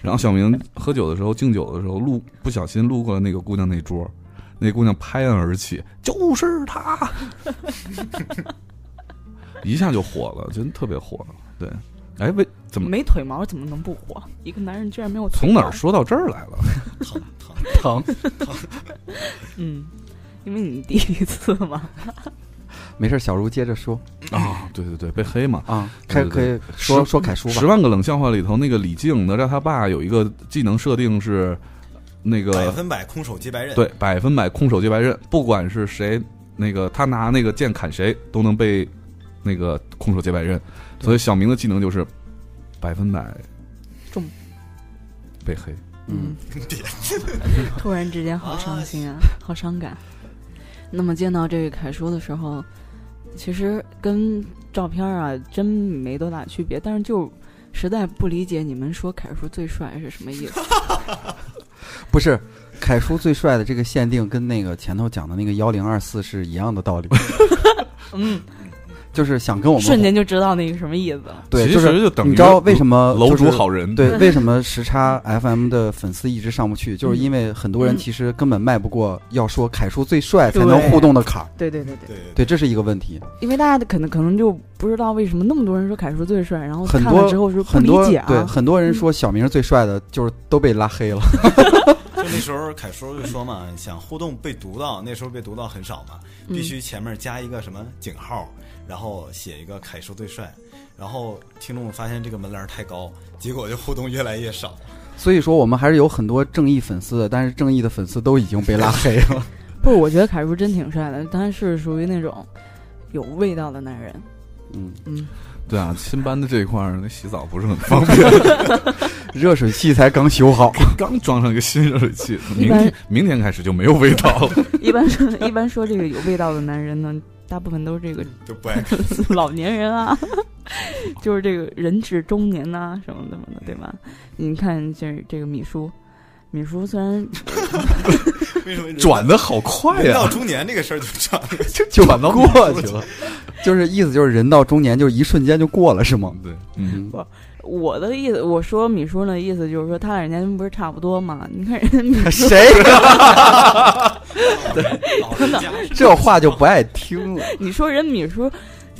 [SPEAKER 1] 然后小明喝酒的时候，敬酒的时候，路不小心路过了那个姑娘那桌，那姑娘拍案而起，就是她， 一下就火了，真特别火。对，哎，为怎么
[SPEAKER 3] 没腿毛怎么能不火？一个男人居然没有腿
[SPEAKER 1] 从
[SPEAKER 3] 毛
[SPEAKER 1] 哪儿？说到这儿来了？
[SPEAKER 2] 疼疼，
[SPEAKER 5] 疼，
[SPEAKER 3] 嗯，因为你第一次嘛，
[SPEAKER 5] 没事，小茹接着说
[SPEAKER 1] 啊、对对对，被黑嘛。
[SPEAKER 5] 啊，
[SPEAKER 1] 对
[SPEAKER 5] 开
[SPEAKER 1] 对
[SPEAKER 5] 可以说说凯叔
[SPEAKER 1] 十
[SPEAKER 5] 吧。
[SPEAKER 1] 万个冷笑话里头，那个李靖哪吒他爸有一个技能设定是，那
[SPEAKER 2] 百
[SPEAKER 1] 个
[SPEAKER 2] 分百空手接白刃。
[SPEAKER 1] 对百分百空手接白刃，不管是谁，那个他拿那个剑砍谁都能被那个空手接白刃，所以小明的技能就是百分百
[SPEAKER 3] 中
[SPEAKER 1] 被黑。
[SPEAKER 5] 嗯，
[SPEAKER 3] 突然之间好伤心啊，好伤感。那么见到这个凯叔的时候，其实跟照片啊真没多大区别，但是就实在不理解你们说凯叔最帅是什么意思。
[SPEAKER 5] 不是，凯叔最帅的这个限定跟那个前头讲的那个幺零二四是一样的道理，
[SPEAKER 3] 嗯，
[SPEAKER 5] 就是想跟我们
[SPEAKER 3] 瞬间就知道那个什么意思了。
[SPEAKER 5] 对，
[SPEAKER 1] 其
[SPEAKER 5] 就
[SPEAKER 1] 实
[SPEAKER 5] 是
[SPEAKER 1] 就等于
[SPEAKER 5] 你知道为什么
[SPEAKER 1] 楼
[SPEAKER 5] 就是
[SPEAKER 1] 主好人，
[SPEAKER 3] 嗯
[SPEAKER 5] 对，为什么时差 FM 的粉丝一直上不去？就是因为很多
[SPEAKER 3] 嗯
[SPEAKER 5] 人其实根本迈不过要说凯叔最帅才能互动的坎儿。
[SPEAKER 3] 对对对对，
[SPEAKER 2] 对对对，
[SPEAKER 5] 对，这是一个问题。
[SPEAKER 3] 因为大家可能可能就不知道为什么那么多人说凯叔最帅，然后
[SPEAKER 5] 很
[SPEAKER 3] 看
[SPEAKER 5] 多
[SPEAKER 3] 了之后是不
[SPEAKER 5] 很
[SPEAKER 3] 理
[SPEAKER 5] 多
[SPEAKER 3] 解啊。
[SPEAKER 5] 对很多人说小明是最帅的，就是都被 拉黑了。
[SPEAKER 2] 就那时候凯叔就说嘛， 想互动被读到，那时候被读到很少嘛，
[SPEAKER 5] 嗯
[SPEAKER 2] 必须前面加一个什么井号，然后写一个凯叔最帅，然后听众发现这个门槛太高，结果就互动越来越少。
[SPEAKER 5] 所以说我们还是有很多正义粉丝的，但是正义的粉丝都已经被拉黑了。
[SPEAKER 3] 不是，我觉得凯叔真挺帅的，他是属于那种有味道的男人。
[SPEAKER 5] 嗯，
[SPEAKER 3] 嗯，
[SPEAKER 1] 对啊，新搬的这一块儿，那洗澡不是很方便，
[SPEAKER 5] 热水器才刚修好，
[SPEAKER 1] 刚装上一个新热水 器，明
[SPEAKER 3] 一般
[SPEAKER 1] 天明天开始就没有味道 了。
[SPEAKER 3] 一般 说一般说这个有味道的男人呢，大部分都是这个
[SPEAKER 2] 就不爱看。
[SPEAKER 3] 老年人啊， 就是这个人至中年呐、什么什么的，对吧？你看这这个米叔，米叔虽然
[SPEAKER 2] 为什么人
[SPEAKER 1] 转的好快
[SPEAKER 2] 人
[SPEAKER 5] 啊
[SPEAKER 1] 呀、
[SPEAKER 2] 到中年这个事儿就这 样？
[SPEAKER 5] 就就把它过去了。就是意思就是人到中年，就是一瞬间就过了，是吗？
[SPEAKER 1] 对，嗯，
[SPEAKER 5] 嗯，
[SPEAKER 3] 我的意思，我说米叔呢，意思就是说他俩人家不是差不多嘛？你看人家米叔，
[SPEAKER 5] 谁
[SPEAKER 4] 老人家
[SPEAKER 5] 这话就不爱听了。
[SPEAKER 3] 你说人米叔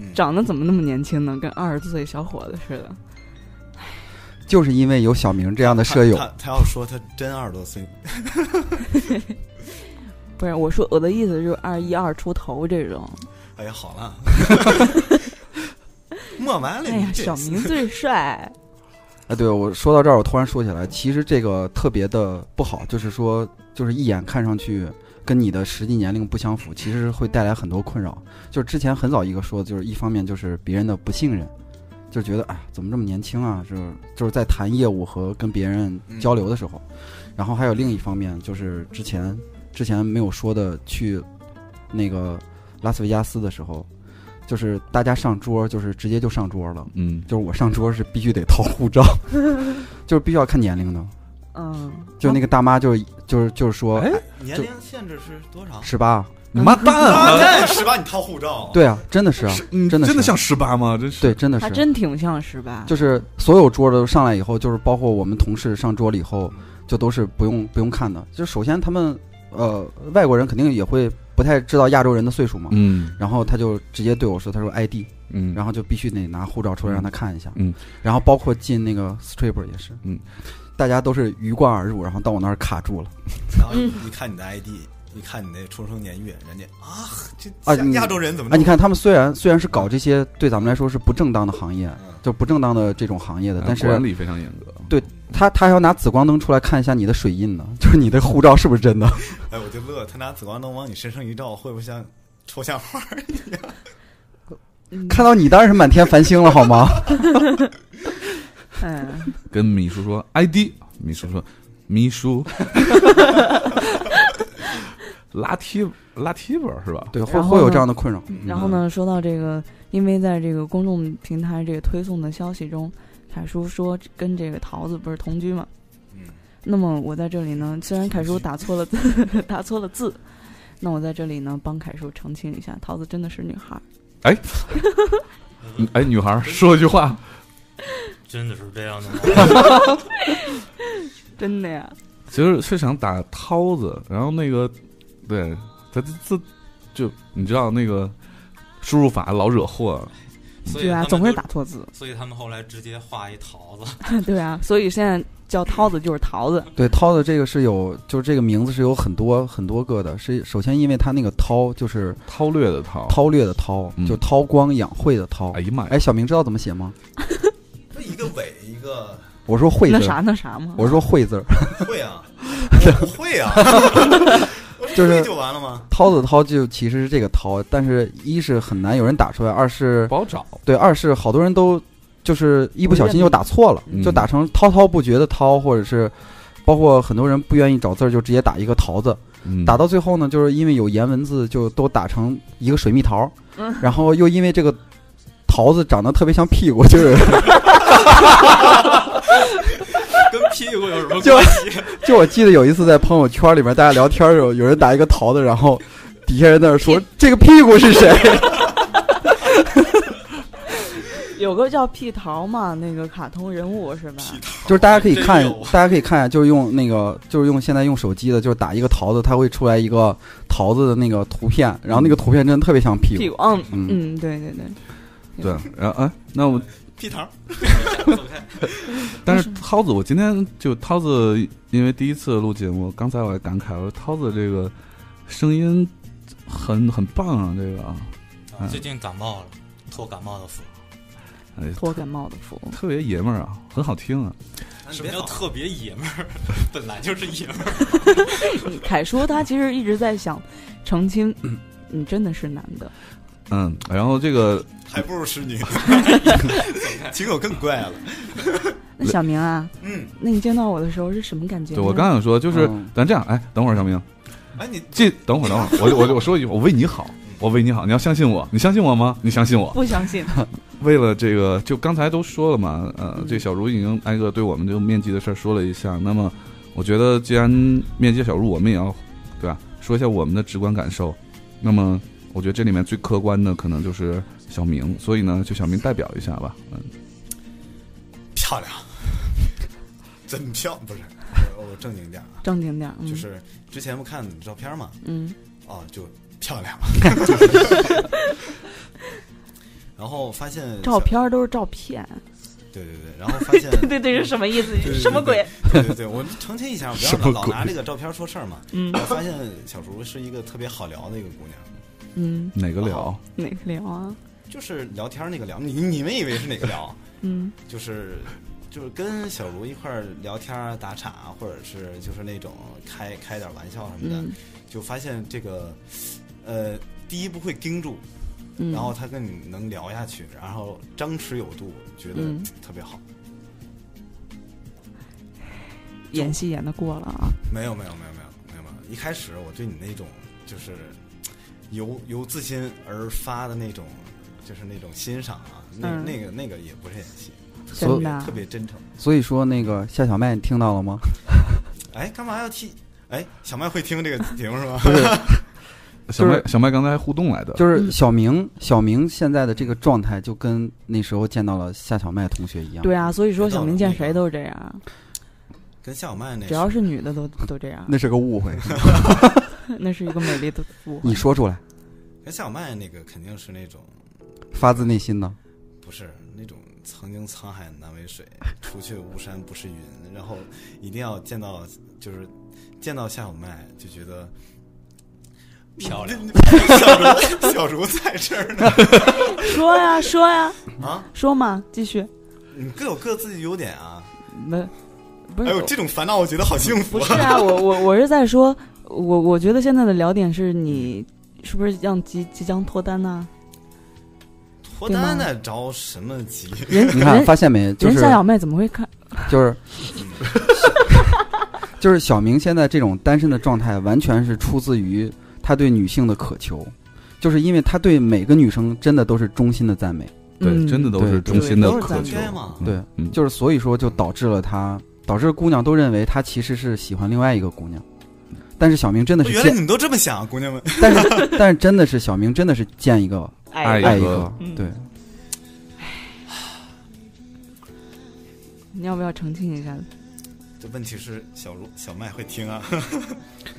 [SPEAKER 2] 嗯
[SPEAKER 3] 长得怎么那么年轻呢？跟二十岁小伙子似的。
[SPEAKER 5] 就是因为有小明这样的舍友
[SPEAKER 2] 他，他他要说他真二十多岁，
[SPEAKER 3] 不是，我说我的意思就是二一二出头这种。
[SPEAKER 2] 哎呀，好 了，没完了，
[SPEAKER 3] 哎呀
[SPEAKER 2] 你，这
[SPEAKER 3] 小明最 帅，
[SPEAKER 5] 哎，对我说到这儿，我突然说起来，其实这个特别的不好，就是说，就是一眼看上去跟你的实际年龄不相符，其实会带来很多困扰。就是之前很早一个说的，就是一方面就是别人的不信任，就觉得哎怎么这么年轻啊，就是就是在谈业务和跟别人交流的时候，然后还有另一方面就是之前之前没有说的去那个拉斯维加斯的时候，就是大家上桌就是直接就上桌了。
[SPEAKER 1] 嗯，
[SPEAKER 5] 就是我上桌是必须得掏护照，就是必须要看年龄的。
[SPEAKER 3] 嗯，
[SPEAKER 5] 就那个大妈就是就是就是说
[SPEAKER 1] 哎哦
[SPEAKER 2] 年龄限制是多少？
[SPEAKER 5] 十八，
[SPEAKER 1] 你妈蛋
[SPEAKER 2] 啊，
[SPEAKER 1] 啊！
[SPEAKER 2] 那十八你掏护照，
[SPEAKER 5] 对啊，真的是啊，
[SPEAKER 1] 嗯
[SPEAKER 5] 真的是
[SPEAKER 1] 真的像十八吗？真是啊
[SPEAKER 5] 对，真的
[SPEAKER 3] 他
[SPEAKER 5] 是，啊
[SPEAKER 3] 真挺像十八，
[SPEAKER 5] 就是所有桌都上来以后，就是包括我们同事上桌了以后，
[SPEAKER 1] 嗯
[SPEAKER 5] 就都是不用不用看的。就首先他们呃外国人肯定也会不太知道亚洲人的岁数嘛，
[SPEAKER 1] 嗯
[SPEAKER 5] 然后他就直接对我说，他说 ID，
[SPEAKER 1] 嗯，
[SPEAKER 5] 然后就必须得拿护照出来让他看一下，
[SPEAKER 1] 嗯，
[SPEAKER 5] 然后包括进那个 stripper 也是，
[SPEAKER 1] 嗯，
[SPEAKER 5] 大家都是鱼贯而入，然后到我那儿卡住了。
[SPEAKER 2] 然后一看你的 ID，一看你的出生年月，人家啊，这
[SPEAKER 5] 啊
[SPEAKER 2] 亚
[SPEAKER 5] 你
[SPEAKER 2] 亚洲人怎么
[SPEAKER 5] 啊，
[SPEAKER 2] 那
[SPEAKER 5] 你
[SPEAKER 2] 么
[SPEAKER 5] 看他们虽然虽然是搞这些对咱们来说是不正当的行业
[SPEAKER 2] 嗯，
[SPEAKER 5] 就不正当的这种行业的，但
[SPEAKER 1] 管
[SPEAKER 5] 是
[SPEAKER 1] 理非常严格。
[SPEAKER 5] 他他还要拿紫光灯出来看一下你的水印呢，就是你的护照是不是真的？
[SPEAKER 2] 哎，我就乐，他拿紫光灯往你身上一照，会不会像抽象画？
[SPEAKER 3] 嗯
[SPEAKER 5] 看到你当然是满天繁星了，好吗？
[SPEAKER 3] 嗯，
[SPEAKER 1] 跟秘书说 ID，秘书说秘书，拉提拉提本是吧？
[SPEAKER 5] 对，会
[SPEAKER 3] 然后
[SPEAKER 5] 会有
[SPEAKER 3] 呢嗯
[SPEAKER 5] 这样的困扰。
[SPEAKER 2] 嗯
[SPEAKER 3] 然后呢，说到这个，因为在这个公众平台这个推送的消息中，凯叔说跟这个桃子不是同居嘛？
[SPEAKER 2] 嗯，
[SPEAKER 3] 那么我在这里呢，虽然凯叔打错了字， 打错了字，那我在这里呢帮凯叔澄清一下，桃子真的是女孩儿。
[SPEAKER 1] 嗯哎，女孩儿说一句话，
[SPEAKER 4] 真的是这样的吗？
[SPEAKER 3] 真的呀，
[SPEAKER 1] 其实是想打涛子，然后那个对他这就你知道那个输入法老惹祸，
[SPEAKER 4] 所以
[SPEAKER 3] 对
[SPEAKER 4] 他
[SPEAKER 3] 啊，
[SPEAKER 4] 们
[SPEAKER 3] 总会
[SPEAKER 4] 都
[SPEAKER 3] 打，错字，
[SPEAKER 4] 所以他们后来直接画一桃子，
[SPEAKER 3] 对啊，所以现在叫桃子就是桃子，
[SPEAKER 5] 对，涛的这个是有，就是这个名字是有很多很多个的。是首先因为他那个涛就是
[SPEAKER 1] 韬略的韬。
[SPEAKER 5] 韬略的韬，
[SPEAKER 1] 嗯
[SPEAKER 5] 就韬光养晦的韬
[SPEAKER 1] 哎。呀妈呀！
[SPEAKER 5] 哎，小明知道怎么写吗？
[SPEAKER 2] 那一个尾一个
[SPEAKER 5] 我说晦
[SPEAKER 3] 那
[SPEAKER 5] 字
[SPEAKER 3] 啥
[SPEAKER 5] 儿，
[SPEAKER 3] 那啥嘛，
[SPEAKER 5] 我说晦字儿，
[SPEAKER 2] 会 啊，我不会啊，我说
[SPEAKER 5] 就是
[SPEAKER 2] 会就完了吗？
[SPEAKER 5] 涛子涛就其实是这个涛，但是一是很难有人打出来，二是
[SPEAKER 1] 不好找，
[SPEAKER 5] 对，二是好多人都就是一不小心就打错了，
[SPEAKER 1] 嗯
[SPEAKER 5] 就打成滔滔不绝的滔，或者是包括很多人不愿意找字儿，就直接打一个桃子，
[SPEAKER 1] 嗯
[SPEAKER 5] 打到最后呢，就是因为有颜文字，就都打成一个水蜜桃
[SPEAKER 3] 嗯，
[SPEAKER 5] 然后又因为这个桃子长得特别像屁股，就是
[SPEAKER 4] 跟屁股有什么
[SPEAKER 5] 就
[SPEAKER 4] 关 系？
[SPEAKER 5] 就我记得有一次在朋友圈里面大家聊天的时候，有人打一个桃子，然后底下人在那儿说这个屁股是谁？
[SPEAKER 3] 有个叫屁桃嘛，那个卡通人物是吧？
[SPEAKER 5] 就是大家可以看
[SPEAKER 4] 真有，
[SPEAKER 5] 大家可以看，就是用那个，就是用现在用手机的，就是打一个桃子，它会出来一个桃子的那个图片，然后那个图片真的特别像屁股。
[SPEAKER 3] 屁股，嗯
[SPEAKER 5] 嗯
[SPEAKER 3] 嗯，对对对，
[SPEAKER 1] 对，然后哎，那我
[SPEAKER 2] 屁桃，
[SPEAKER 4] 走开
[SPEAKER 1] 但是涛子，我今天就涛子，因为第一次录节目，刚才我还感慨，我说涛子这个声音很很棒啊，这个啊，
[SPEAKER 4] 啊最近感冒了，托感冒的福。
[SPEAKER 1] 哎，
[SPEAKER 3] 托感冒的福，
[SPEAKER 1] 特别爷们儿啊，很好听啊。
[SPEAKER 4] 什么叫特别爷们儿？本来就是爷们儿。
[SPEAKER 2] 嗯
[SPEAKER 3] 凯叔他其实一直在想，澄清，你真的是男的。
[SPEAKER 1] 嗯，然后这个
[SPEAKER 2] 还不如是 女的，结果更怪了。
[SPEAKER 3] 那小明啊，
[SPEAKER 2] 嗯，
[SPEAKER 3] 那你见到我的时候是什么感觉呢？
[SPEAKER 1] 对我刚想说，就是
[SPEAKER 5] 嗯
[SPEAKER 1] 咱这样，哎，等会儿小明，
[SPEAKER 2] 哎，你
[SPEAKER 1] 这等会儿等会儿，我我我说一句，我为你好，我为你好，你要相信我，你相信我吗？你相信我。
[SPEAKER 3] 不相 信，
[SPEAKER 1] 为了这个，就刚才都说了嘛，呃，
[SPEAKER 3] 嗯
[SPEAKER 1] 这小茹已经挨个对我们这个面积的事儿说了一下。那么，我觉得既然面积小茹，我们也要对吧，说一下我们的直观感受。那么，我觉得这里面最客观的可能就是小明，所以呢，就小明代表一下吧。嗯，
[SPEAKER 2] 漂亮，真漂不是？我我正经点儿啊，
[SPEAKER 3] 正经点儿，嗯、
[SPEAKER 2] 就是之前不看你照片嘛，
[SPEAKER 3] 嗯
[SPEAKER 2] 哦，就漂亮。 然后发现
[SPEAKER 3] 照，片儿都是照片，
[SPEAKER 2] 对对对，然后发现
[SPEAKER 3] 对对，是什么意思
[SPEAKER 2] 对？对
[SPEAKER 3] 什么鬼？
[SPEAKER 2] 对对对，我澄清一下，我不
[SPEAKER 1] 什
[SPEAKER 2] 要
[SPEAKER 1] 么
[SPEAKER 2] 老老
[SPEAKER 1] 鬼
[SPEAKER 2] 拿这个照片说事儿嘛。
[SPEAKER 3] 嗯
[SPEAKER 2] 我发现小茹是一个特别好聊的一个姑娘，
[SPEAKER 3] 嗯，
[SPEAKER 1] 哪个聊？
[SPEAKER 3] 哪个聊啊？
[SPEAKER 2] 就是聊天儿那个聊，你你们以为是哪个聊？
[SPEAKER 3] 嗯
[SPEAKER 2] 就是就是跟小茹一块儿聊天儿打岔，或者是就是那种开开点玩笑什么的，
[SPEAKER 3] 嗯
[SPEAKER 2] 就发现这个呃，第一不会盯住，
[SPEAKER 3] 嗯，
[SPEAKER 2] 然后他跟你能聊下去，然后张弛有度，觉得
[SPEAKER 3] 嗯
[SPEAKER 2] 特别好。
[SPEAKER 3] 演戏演的过了啊，
[SPEAKER 2] 没有没有没有没有没有没有，一开始我对你那种就是由由自心而发的那种，就是那种欣赏啊，那、
[SPEAKER 3] 嗯
[SPEAKER 2] 那个那个也不是演戏，
[SPEAKER 5] 所
[SPEAKER 3] 真
[SPEAKER 5] 以
[SPEAKER 3] 的啊
[SPEAKER 2] 特别真诚。
[SPEAKER 5] 所以说那个夏小麦，你听到了吗？
[SPEAKER 2] 哎，干嘛要替？哎，小麦会听这个节目是 吗？
[SPEAKER 5] 不是，
[SPEAKER 1] 小麦小麦刚才还互动来的，
[SPEAKER 5] 就是小明，小明现在的这个状态就跟那时候见到了夏小麦同学一样。
[SPEAKER 3] 对，啊，所以说
[SPEAKER 2] 知道
[SPEAKER 3] 小
[SPEAKER 2] 了
[SPEAKER 3] 明见
[SPEAKER 2] 那个
[SPEAKER 3] 谁都是这样，
[SPEAKER 2] 跟夏小麦那
[SPEAKER 3] 只要是女的都都 这样，
[SPEAKER 5] 那是个误会，
[SPEAKER 3] 那是一个美丽的误 会
[SPEAKER 5] 你。说出来，
[SPEAKER 2] 跟夏小麦那个肯定是那种
[SPEAKER 5] 发自内心的。
[SPEAKER 2] 不是
[SPEAKER 4] 嗯
[SPEAKER 2] 那种曾经沧海难为水， 除却巫山不是云。然后一定要见到，就是见到夏小麦就觉得嗯
[SPEAKER 4] 漂亮。
[SPEAKER 2] 小茹，小茹在这儿 呢
[SPEAKER 3] 说呀说呀，
[SPEAKER 2] 啊！
[SPEAKER 3] 说嘛，继续。
[SPEAKER 2] 你各有各自的优点啊。
[SPEAKER 3] 没，不
[SPEAKER 2] 哎
[SPEAKER 3] 是
[SPEAKER 2] 呦，这种烦恼我觉得好幸福
[SPEAKER 3] 不
[SPEAKER 2] 啊！
[SPEAKER 3] 是啊，我我我是在说，我我觉得现在的聊点是你是不是让即即将脱单呢、
[SPEAKER 2] 脱单呢，着什么急？
[SPEAKER 3] 人
[SPEAKER 5] 你看，
[SPEAKER 3] 人
[SPEAKER 5] 发现没？就
[SPEAKER 3] 人
[SPEAKER 5] 是
[SPEAKER 3] 夏小妹怎么会看？
[SPEAKER 5] 就是 就是小明现在这种单身的状态，完全是出自于他对女性的渴求，就是因为他对每个女生真的都是衷心的赞美，
[SPEAKER 1] 对，
[SPEAKER 3] 嗯
[SPEAKER 1] 真的都是
[SPEAKER 5] 对
[SPEAKER 1] 衷心的
[SPEAKER 2] 都是
[SPEAKER 1] 渴
[SPEAKER 2] 咱
[SPEAKER 1] 求
[SPEAKER 2] 该。嘛。
[SPEAKER 1] 嗯
[SPEAKER 5] 对，
[SPEAKER 1] 嗯，
[SPEAKER 5] 就是所以说就导致了他，导致姑娘都认为他其实是喜欢另外一个姑娘。但是小明真的是
[SPEAKER 2] 原来
[SPEAKER 5] 见
[SPEAKER 2] 你，们都这么想，啊姑娘 们。
[SPEAKER 5] 但是但是真的是小明真的是见一个
[SPEAKER 1] 爱
[SPEAKER 5] 爱一
[SPEAKER 1] 一
[SPEAKER 5] 个
[SPEAKER 1] 个，
[SPEAKER 3] 嗯
[SPEAKER 5] 对，
[SPEAKER 3] 你要不要澄清一下？
[SPEAKER 2] 这问题是小茹、小麦会听啊。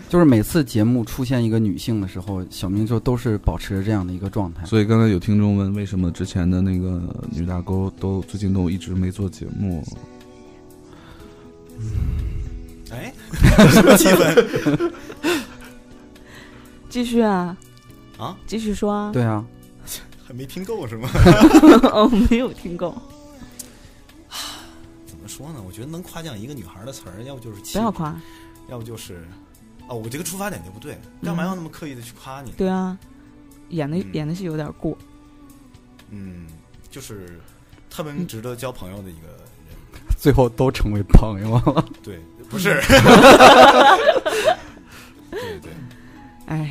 [SPEAKER 5] 就是每次节目出现一个女性的时候，小明就都是保持着这样的一个状态。
[SPEAKER 1] 所以刚才有听众问，为什么之前的那个女大沟都最近都一直没做节目？
[SPEAKER 2] 哎， 什么气氛
[SPEAKER 3] 继续啊，
[SPEAKER 2] 啊？
[SPEAKER 3] 继续说啊。
[SPEAKER 5] 对啊，
[SPEAKER 2] 还没听够是吗？
[SPEAKER 3] 哦，没有听够，
[SPEAKER 2] 怎么说呢？我觉得能夸奖一个女孩的词儿，要不就是气
[SPEAKER 3] 不要夸。
[SPEAKER 2] 要不就是，哦，我这个出发点就不对，干嘛要那么刻意的去夸你？，
[SPEAKER 3] 嗯对啊，演的
[SPEAKER 2] 嗯
[SPEAKER 3] 演的是有点过。
[SPEAKER 2] 嗯，就是他们
[SPEAKER 3] 嗯
[SPEAKER 2] 值得交朋友的一个人，
[SPEAKER 5] 最后都成为朋友了。
[SPEAKER 2] 对，
[SPEAKER 3] 嗯
[SPEAKER 2] 不 是，对对，
[SPEAKER 3] 哎呀，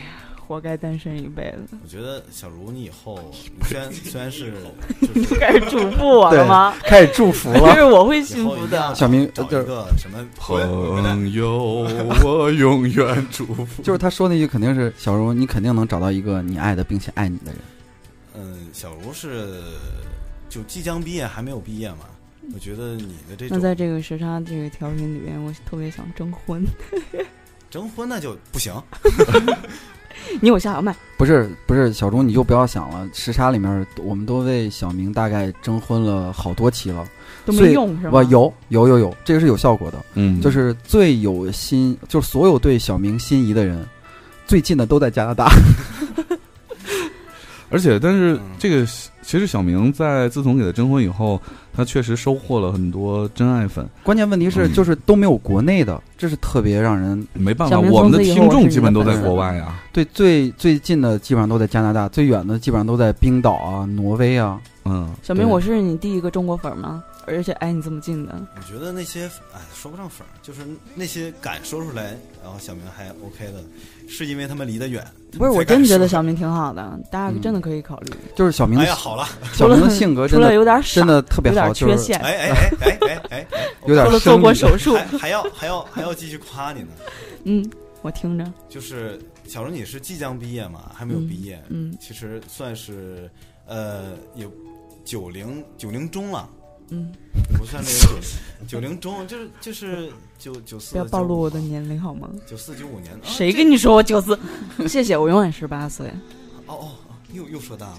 [SPEAKER 3] 活该单身一辈子。
[SPEAKER 2] 我觉得小茹你以后虽 然虽然是就是
[SPEAKER 3] 开始嘱咐我了吗？
[SPEAKER 5] 开始祝福
[SPEAKER 3] 这
[SPEAKER 5] 了。
[SPEAKER 3] 是我会
[SPEAKER 2] 以
[SPEAKER 3] 幸
[SPEAKER 2] 后
[SPEAKER 3] 福
[SPEAKER 2] 一定要
[SPEAKER 3] 的。
[SPEAKER 5] 小明
[SPEAKER 2] 找一
[SPEAKER 5] 就是
[SPEAKER 2] 个什么
[SPEAKER 1] 朋
[SPEAKER 2] 回来
[SPEAKER 1] 友，我永远祝福。
[SPEAKER 5] 就是他说那句肯定是小茹，你肯定能找到一个你爱的并且爱你的人。
[SPEAKER 2] 嗯，小茹是就即将毕业还没有毕业嘛，我觉得你的这
[SPEAKER 3] 那在
[SPEAKER 2] 种
[SPEAKER 3] 这个时差这个调频里面，我特别想征婚。
[SPEAKER 2] 征婚那就不行，
[SPEAKER 3] 你有夏小麦，
[SPEAKER 5] 不是不是，小茹你就不要想了。时差里面，我们都为小明大概征婚了好多期了，
[SPEAKER 3] 都
[SPEAKER 5] 所
[SPEAKER 3] 没
[SPEAKER 5] 以
[SPEAKER 3] 用是吗？
[SPEAKER 5] 哇，有有有有，这个是有效果的，
[SPEAKER 1] 嗯，
[SPEAKER 5] 就是最有心，就是所有对小明心仪的人，最近的都在加拿大。
[SPEAKER 1] 而且，但是
[SPEAKER 2] 嗯
[SPEAKER 1] 这个其实小明在自从给他征婚以后，他确实收获了很多真爱粉。
[SPEAKER 5] 关键问题是
[SPEAKER 1] 嗯
[SPEAKER 5] 就是都没有国内的，这是特别让人
[SPEAKER 1] 没办法，
[SPEAKER 3] 小明
[SPEAKER 1] 我们的
[SPEAKER 3] 从此以
[SPEAKER 1] 听
[SPEAKER 3] 后我是
[SPEAKER 1] 众
[SPEAKER 3] 你
[SPEAKER 1] 基本
[SPEAKER 3] 的
[SPEAKER 1] 都
[SPEAKER 3] 粉
[SPEAKER 1] 在
[SPEAKER 3] 丝
[SPEAKER 1] 国外啊呀。
[SPEAKER 5] 对最最近的基本上都在加拿大，最远的基本上都在冰岛啊、挪威啊。
[SPEAKER 1] 嗯，
[SPEAKER 3] 小明，
[SPEAKER 5] 对嗯
[SPEAKER 3] 我是你第一个中国粉儿吗？而且挨你这么近的，
[SPEAKER 2] 我觉得那些哎，说不上粉儿，就是那些敢说出来，然后小明还 OK 的，是因为他们离得远。
[SPEAKER 3] 不是，
[SPEAKER 2] 才
[SPEAKER 3] 我
[SPEAKER 2] 敢
[SPEAKER 3] 真觉
[SPEAKER 2] 说
[SPEAKER 3] 得小明挺好的，大家真的可以考虑。
[SPEAKER 5] 就是小明
[SPEAKER 2] 哎
[SPEAKER 5] 的、
[SPEAKER 2] 呀，好 了，
[SPEAKER 5] 小明的性格
[SPEAKER 3] 除
[SPEAKER 5] 真
[SPEAKER 3] 了
[SPEAKER 5] 的
[SPEAKER 3] 有点傻
[SPEAKER 5] 真，的特别
[SPEAKER 3] 有
[SPEAKER 5] 好，
[SPEAKER 3] 点
[SPEAKER 5] 就
[SPEAKER 3] 缺
[SPEAKER 5] 是
[SPEAKER 3] 陷，
[SPEAKER 2] 哎哎哎哎哎哎，
[SPEAKER 5] 有点
[SPEAKER 3] 除了做
[SPEAKER 5] 生
[SPEAKER 3] 过
[SPEAKER 5] 理
[SPEAKER 3] 手术
[SPEAKER 2] 还，还要还要还要继续夸你呢。
[SPEAKER 3] 嗯，我听着，
[SPEAKER 2] 就是小荣，你是即将毕业嘛？还没有毕业，
[SPEAKER 3] 嗯
[SPEAKER 2] 其实算是呃有九零九零中了，
[SPEAKER 3] 嗯，
[SPEAKER 2] 也不算那个九九 零中，就是就是九九四，
[SPEAKER 3] 不要暴露我的年龄好吗？
[SPEAKER 2] 九四九五年，啊
[SPEAKER 3] 谁跟你说我九四？ 谢谢，我永远十八岁。
[SPEAKER 2] 哦哦，哦又又说大了，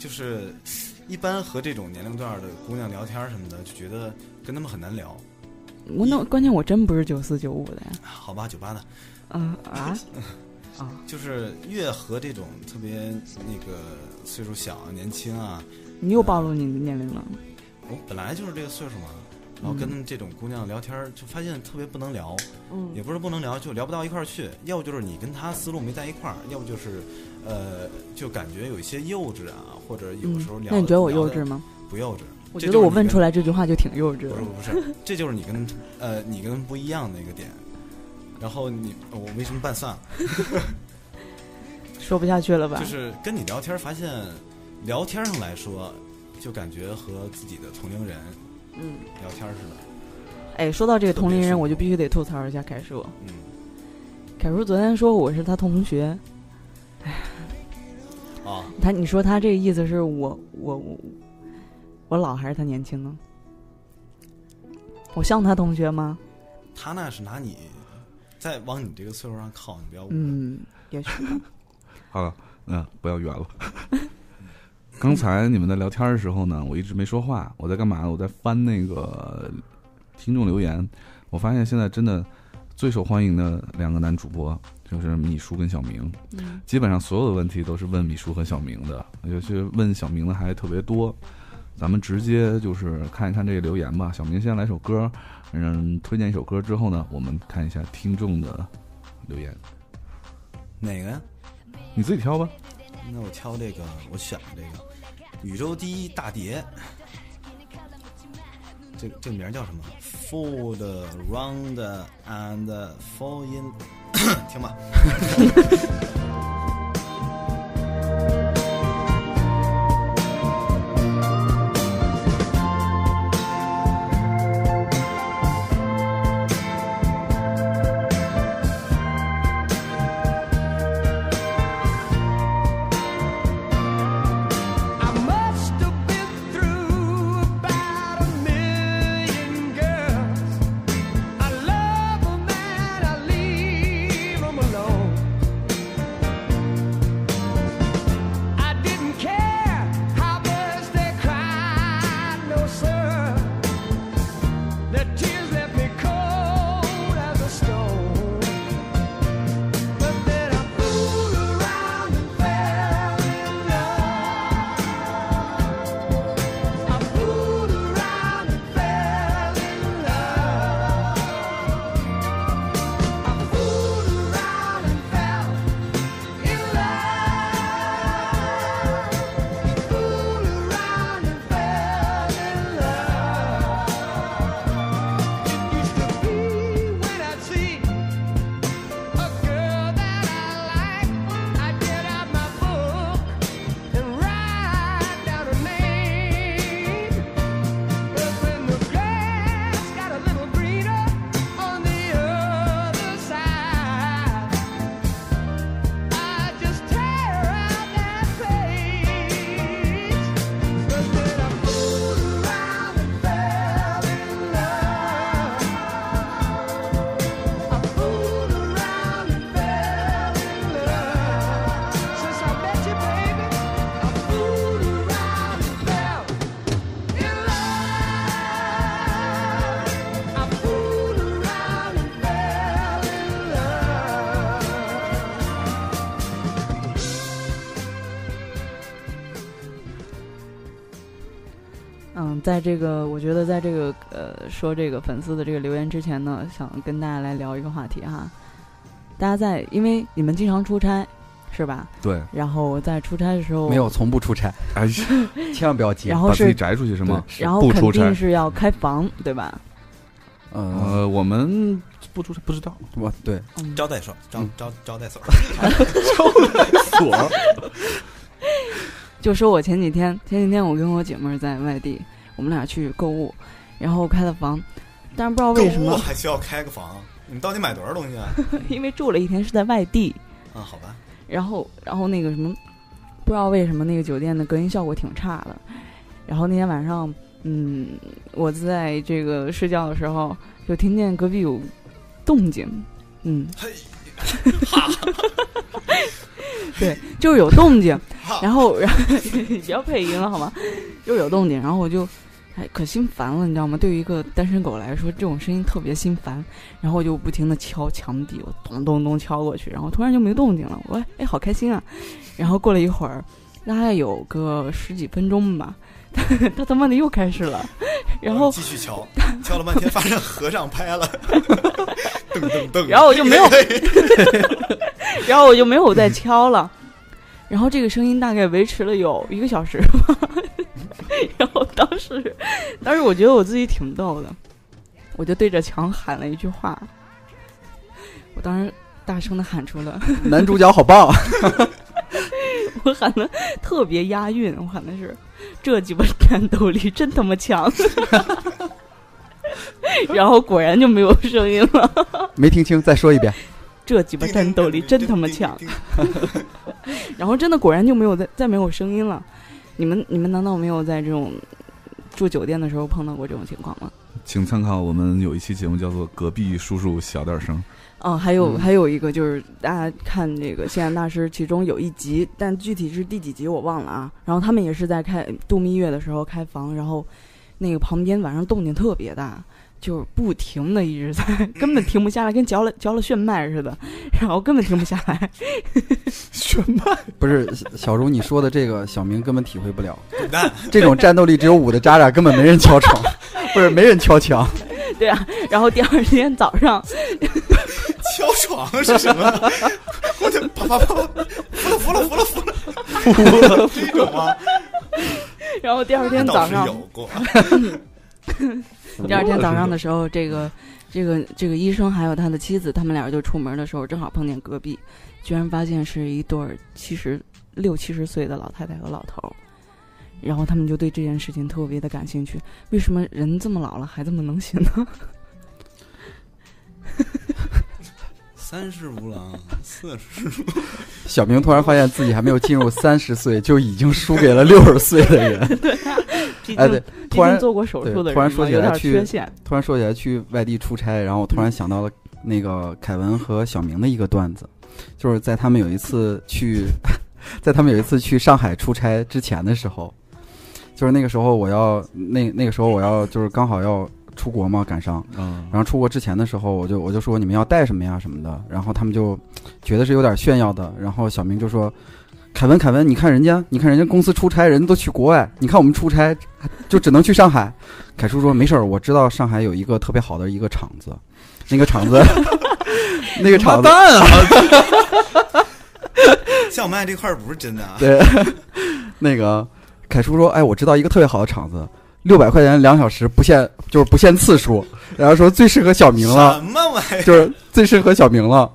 [SPEAKER 2] 就是一般和这种年龄段的姑娘聊天什么的，就觉得跟她们很难聊。
[SPEAKER 3] 我那关键我真不是九四九五的呀。
[SPEAKER 2] 好吧，九八的，
[SPEAKER 3] 嗯啊啊！
[SPEAKER 2] 就是越和这种特别那个岁数小啊、年轻啊，
[SPEAKER 3] 你又暴露你的年龄了。
[SPEAKER 2] 我本来就是这个岁数嘛，然后跟这种姑娘聊天儿，就发现特别不能聊，
[SPEAKER 3] 嗯
[SPEAKER 2] 也不是不能聊，就聊不到一块儿去。要不就是你跟她思路没在一块儿，要不就是，呃，就感觉有一些幼稚啊，或者有时候聊。
[SPEAKER 3] 嗯那你觉得我幼稚
[SPEAKER 2] 吗？
[SPEAKER 3] 吗？
[SPEAKER 2] 不幼稚，
[SPEAKER 3] 我
[SPEAKER 2] 这
[SPEAKER 3] 觉
[SPEAKER 2] 就是
[SPEAKER 3] 得我
[SPEAKER 2] 你
[SPEAKER 3] 问
[SPEAKER 2] 跟
[SPEAKER 3] 出来这句话就挺幼稚
[SPEAKER 2] 不
[SPEAKER 3] 的
[SPEAKER 2] 是。不是，这就是你跟呃你跟不一样的一个点。然后你我为什么拌蒜？
[SPEAKER 3] 说不下去了吧
[SPEAKER 2] 就？是跟你聊天儿发现，聊天上来说，就感觉和自己的同龄人
[SPEAKER 3] 嗯，
[SPEAKER 2] 聊天儿似的。
[SPEAKER 3] 哎，说到这个同龄
[SPEAKER 2] 特别
[SPEAKER 3] 人，
[SPEAKER 2] 是
[SPEAKER 3] 我就必须得吐槽一下凯叔。
[SPEAKER 2] 嗯，
[SPEAKER 3] 凯叔昨天说我是他同学，
[SPEAKER 2] 啊，
[SPEAKER 3] 他你说他这个意思是我我我我老还是他年轻呢？啊我像他同学吗？
[SPEAKER 2] 他那是拿你再往你这个岁数上靠，你不要误会。
[SPEAKER 3] 嗯，也许吧。
[SPEAKER 1] 好了，嗯，不要圆了。 刚才你们在聊天的时候呢，我一直没说话，我在干嘛呢？我在翻那个听众留言，我发现现在真的最受欢迎的两个男主播就是米叔跟小明，
[SPEAKER 3] 嗯
[SPEAKER 1] 基本上所有的问题都是问米叔和小明的，尤其是问小明的还特别多。咱们直接就是看一看这个留言吧。小明先来首歌，嗯，推荐一首歌之后呢，我们看一下听众的留言，
[SPEAKER 2] 哪个呀？
[SPEAKER 1] 你自己挑吧。
[SPEAKER 2] 那我挑这个，我选的这个宇宙第一大碟。这这个名儿叫什么？Fold round and fall in，听 吧。
[SPEAKER 7] I must have been through about a million girls. I love 'em and I leave 'em alone.
[SPEAKER 3] 嗯，在这个我觉得在这个呃说这个粉丝的这个留言之前呢，想跟大家来聊一个话题哈。大家在因为你们经常出差是吧？
[SPEAKER 1] 对，
[SPEAKER 3] 然后在出差的时候
[SPEAKER 5] 没有，从不 出差，
[SPEAKER 1] 哎呀，
[SPEAKER 5] 千万不要急
[SPEAKER 3] 然。后
[SPEAKER 1] 把自己
[SPEAKER 3] 是
[SPEAKER 1] 摘出去是吗？
[SPEAKER 3] 然后
[SPEAKER 1] 不
[SPEAKER 3] 肯
[SPEAKER 1] 出差
[SPEAKER 3] 定是要开房对吧？
[SPEAKER 5] 呃，
[SPEAKER 1] 呃，我们不出差不知 道，
[SPEAKER 5] 我对，
[SPEAKER 3] 嗯，
[SPEAKER 4] 招待所，招
[SPEAKER 5] 嗯
[SPEAKER 4] 招招待所，
[SPEAKER 1] 锁
[SPEAKER 3] 就说我前几天，前几天我跟我姐妹儿在外地，我们俩去购物，然后开的房，但是不知道
[SPEAKER 2] 购
[SPEAKER 3] 为什
[SPEAKER 2] 物
[SPEAKER 3] 么，
[SPEAKER 2] 还需要开个房？你们到底买多少东西 啊？
[SPEAKER 3] 因为住了一天是在外地，
[SPEAKER 2] 啊，好吧，
[SPEAKER 3] 然后然后那个什么，不知道为什么那个酒店的隔音效果挺差的。然后那天晚上，嗯，我在这个睡觉的时候，就听见隔壁有动静，嗯，
[SPEAKER 2] 嘿，
[SPEAKER 3] 对，就是有动静
[SPEAKER 2] 哈，
[SPEAKER 3] 然后然 后你不要配音了好吗？就是有动静，然后我就。哎，可心烦了，你知道吗？对于一个单身狗来说，这种声音特别心烦。然后我就不停的敲墙壁，我咚咚咚敲过去，然后突然就没动静了。我哎，好开心啊！然后过了一会儿，大概有个十几分钟吧， 他他他妈的又开始了。然后
[SPEAKER 2] 继续敲， 敲了半天，发现和尚拍 了，噔噔 噔，
[SPEAKER 3] 然后我就没有， 然后我就没有再敲了。然后这个声音大概维持了有一个小时吧。 然后当时，当时我觉得我自己挺逗的，我就对着墙喊了一句话。我当时大声的喊出了，
[SPEAKER 5] 男主角好棒，啊
[SPEAKER 3] 我喊的特别押韵，我喊的是这鸡巴战斗力真他妈强。然后果然就没有声音了，
[SPEAKER 5] 没听清，再说一遍。
[SPEAKER 3] 这鸡巴战斗力真他妈强。然后真的果然就没有再再没有声音了。你们你们难道没有在这种住酒店的时候碰到过这种情况吗？
[SPEAKER 1] 请参考我们有一期节目叫做《隔壁叔叔小点声》，
[SPEAKER 3] 哦，还有、
[SPEAKER 5] 嗯
[SPEAKER 3] 还有一个就是大家看这个《现代大师》，其中有一集，但具体是第几集我忘了啊。然后他们也是在开度蜜月的时候开房，然后那个旁边晚上动静特别大，就是不停的一直在，根本停不下来，跟嚼了嚼了炫迈似的，然后根本停不下来。
[SPEAKER 1] 炫迈
[SPEAKER 5] 不是小小茹，你说的这个小明根本体会不了，
[SPEAKER 2] 滚蛋！
[SPEAKER 5] 这种战斗力只有五的渣渣根本没人敲 床，不是没人敲墙。
[SPEAKER 3] 对啊，然后第二天早上，
[SPEAKER 2] 敲床是什么？ 我得啪啪啪啪，服了服了服了服了， 这种吗？
[SPEAKER 3] 然后第二天早
[SPEAKER 2] 倒是
[SPEAKER 3] 上
[SPEAKER 2] 有过，
[SPEAKER 3] 第二天早上的时候，这个这个这个医生还有他的妻子，他们俩就出门的时候，正好碰见隔壁，居然发现是一对儿七十六七十岁的老太太和老头儿，然后他们就对这件事情特别的感兴趣。为什么人这么老了还这么能行 呢？
[SPEAKER 2] 三十如狼，四十
[SPEAKER 5] 小明突然发现自己还没有进入三十岁，就已经输给了六十岁 的人。
[SPEAKER 3] 啊毕竟、
[SPEAKER 5] 哎，对，
[SPEAKER 3] 毕
[SPEAKER 5] 突然
[SPEAKER 3] 竟做过手术的人嘛
[SPEAKER 5] 对突然说起来
[SPEAKER 3] 有点
[SPEAKER 5] 去
[SPEAKER 3] 缺陷。嗯
[SPEAKER 5] 突然说起来去外地出差，然后我突然想到了那个凯文和小明的一个段子，就是在他们有一次去， 在他们有一次去上海出差之前的时候，就是那个时候我要那那个时候我要就是刚好要出国嘛，赶上。
[SPEAKER 1] 啊，
[SPEAKER 5] 然后出国之前的时候，我就我就说你们要带什么呀什么的，然后他们就觉得是有点炫耀的，然后小明就说：“凯文，凯文，你看人家，你看人家公司出差，人家都去国外，你看我们出差就只能去上海。”凯叔说：“没事儿，我知道上海有一个特别好的一个厂子，那个厂子， 那个厂子，
[SPEAKER 2] 像我们爱这块儿不是真的啊。
[SPEAKER 5] 对，那个凯叔说：‘哎，我知道一个特别好的厂子，六百块钱两小时，不限就是不限次数。’然后说最适合小明了。”
[SPEAKER 2] 什么玩 意儿？
[SPEAKER 5] 就是最适合小明了。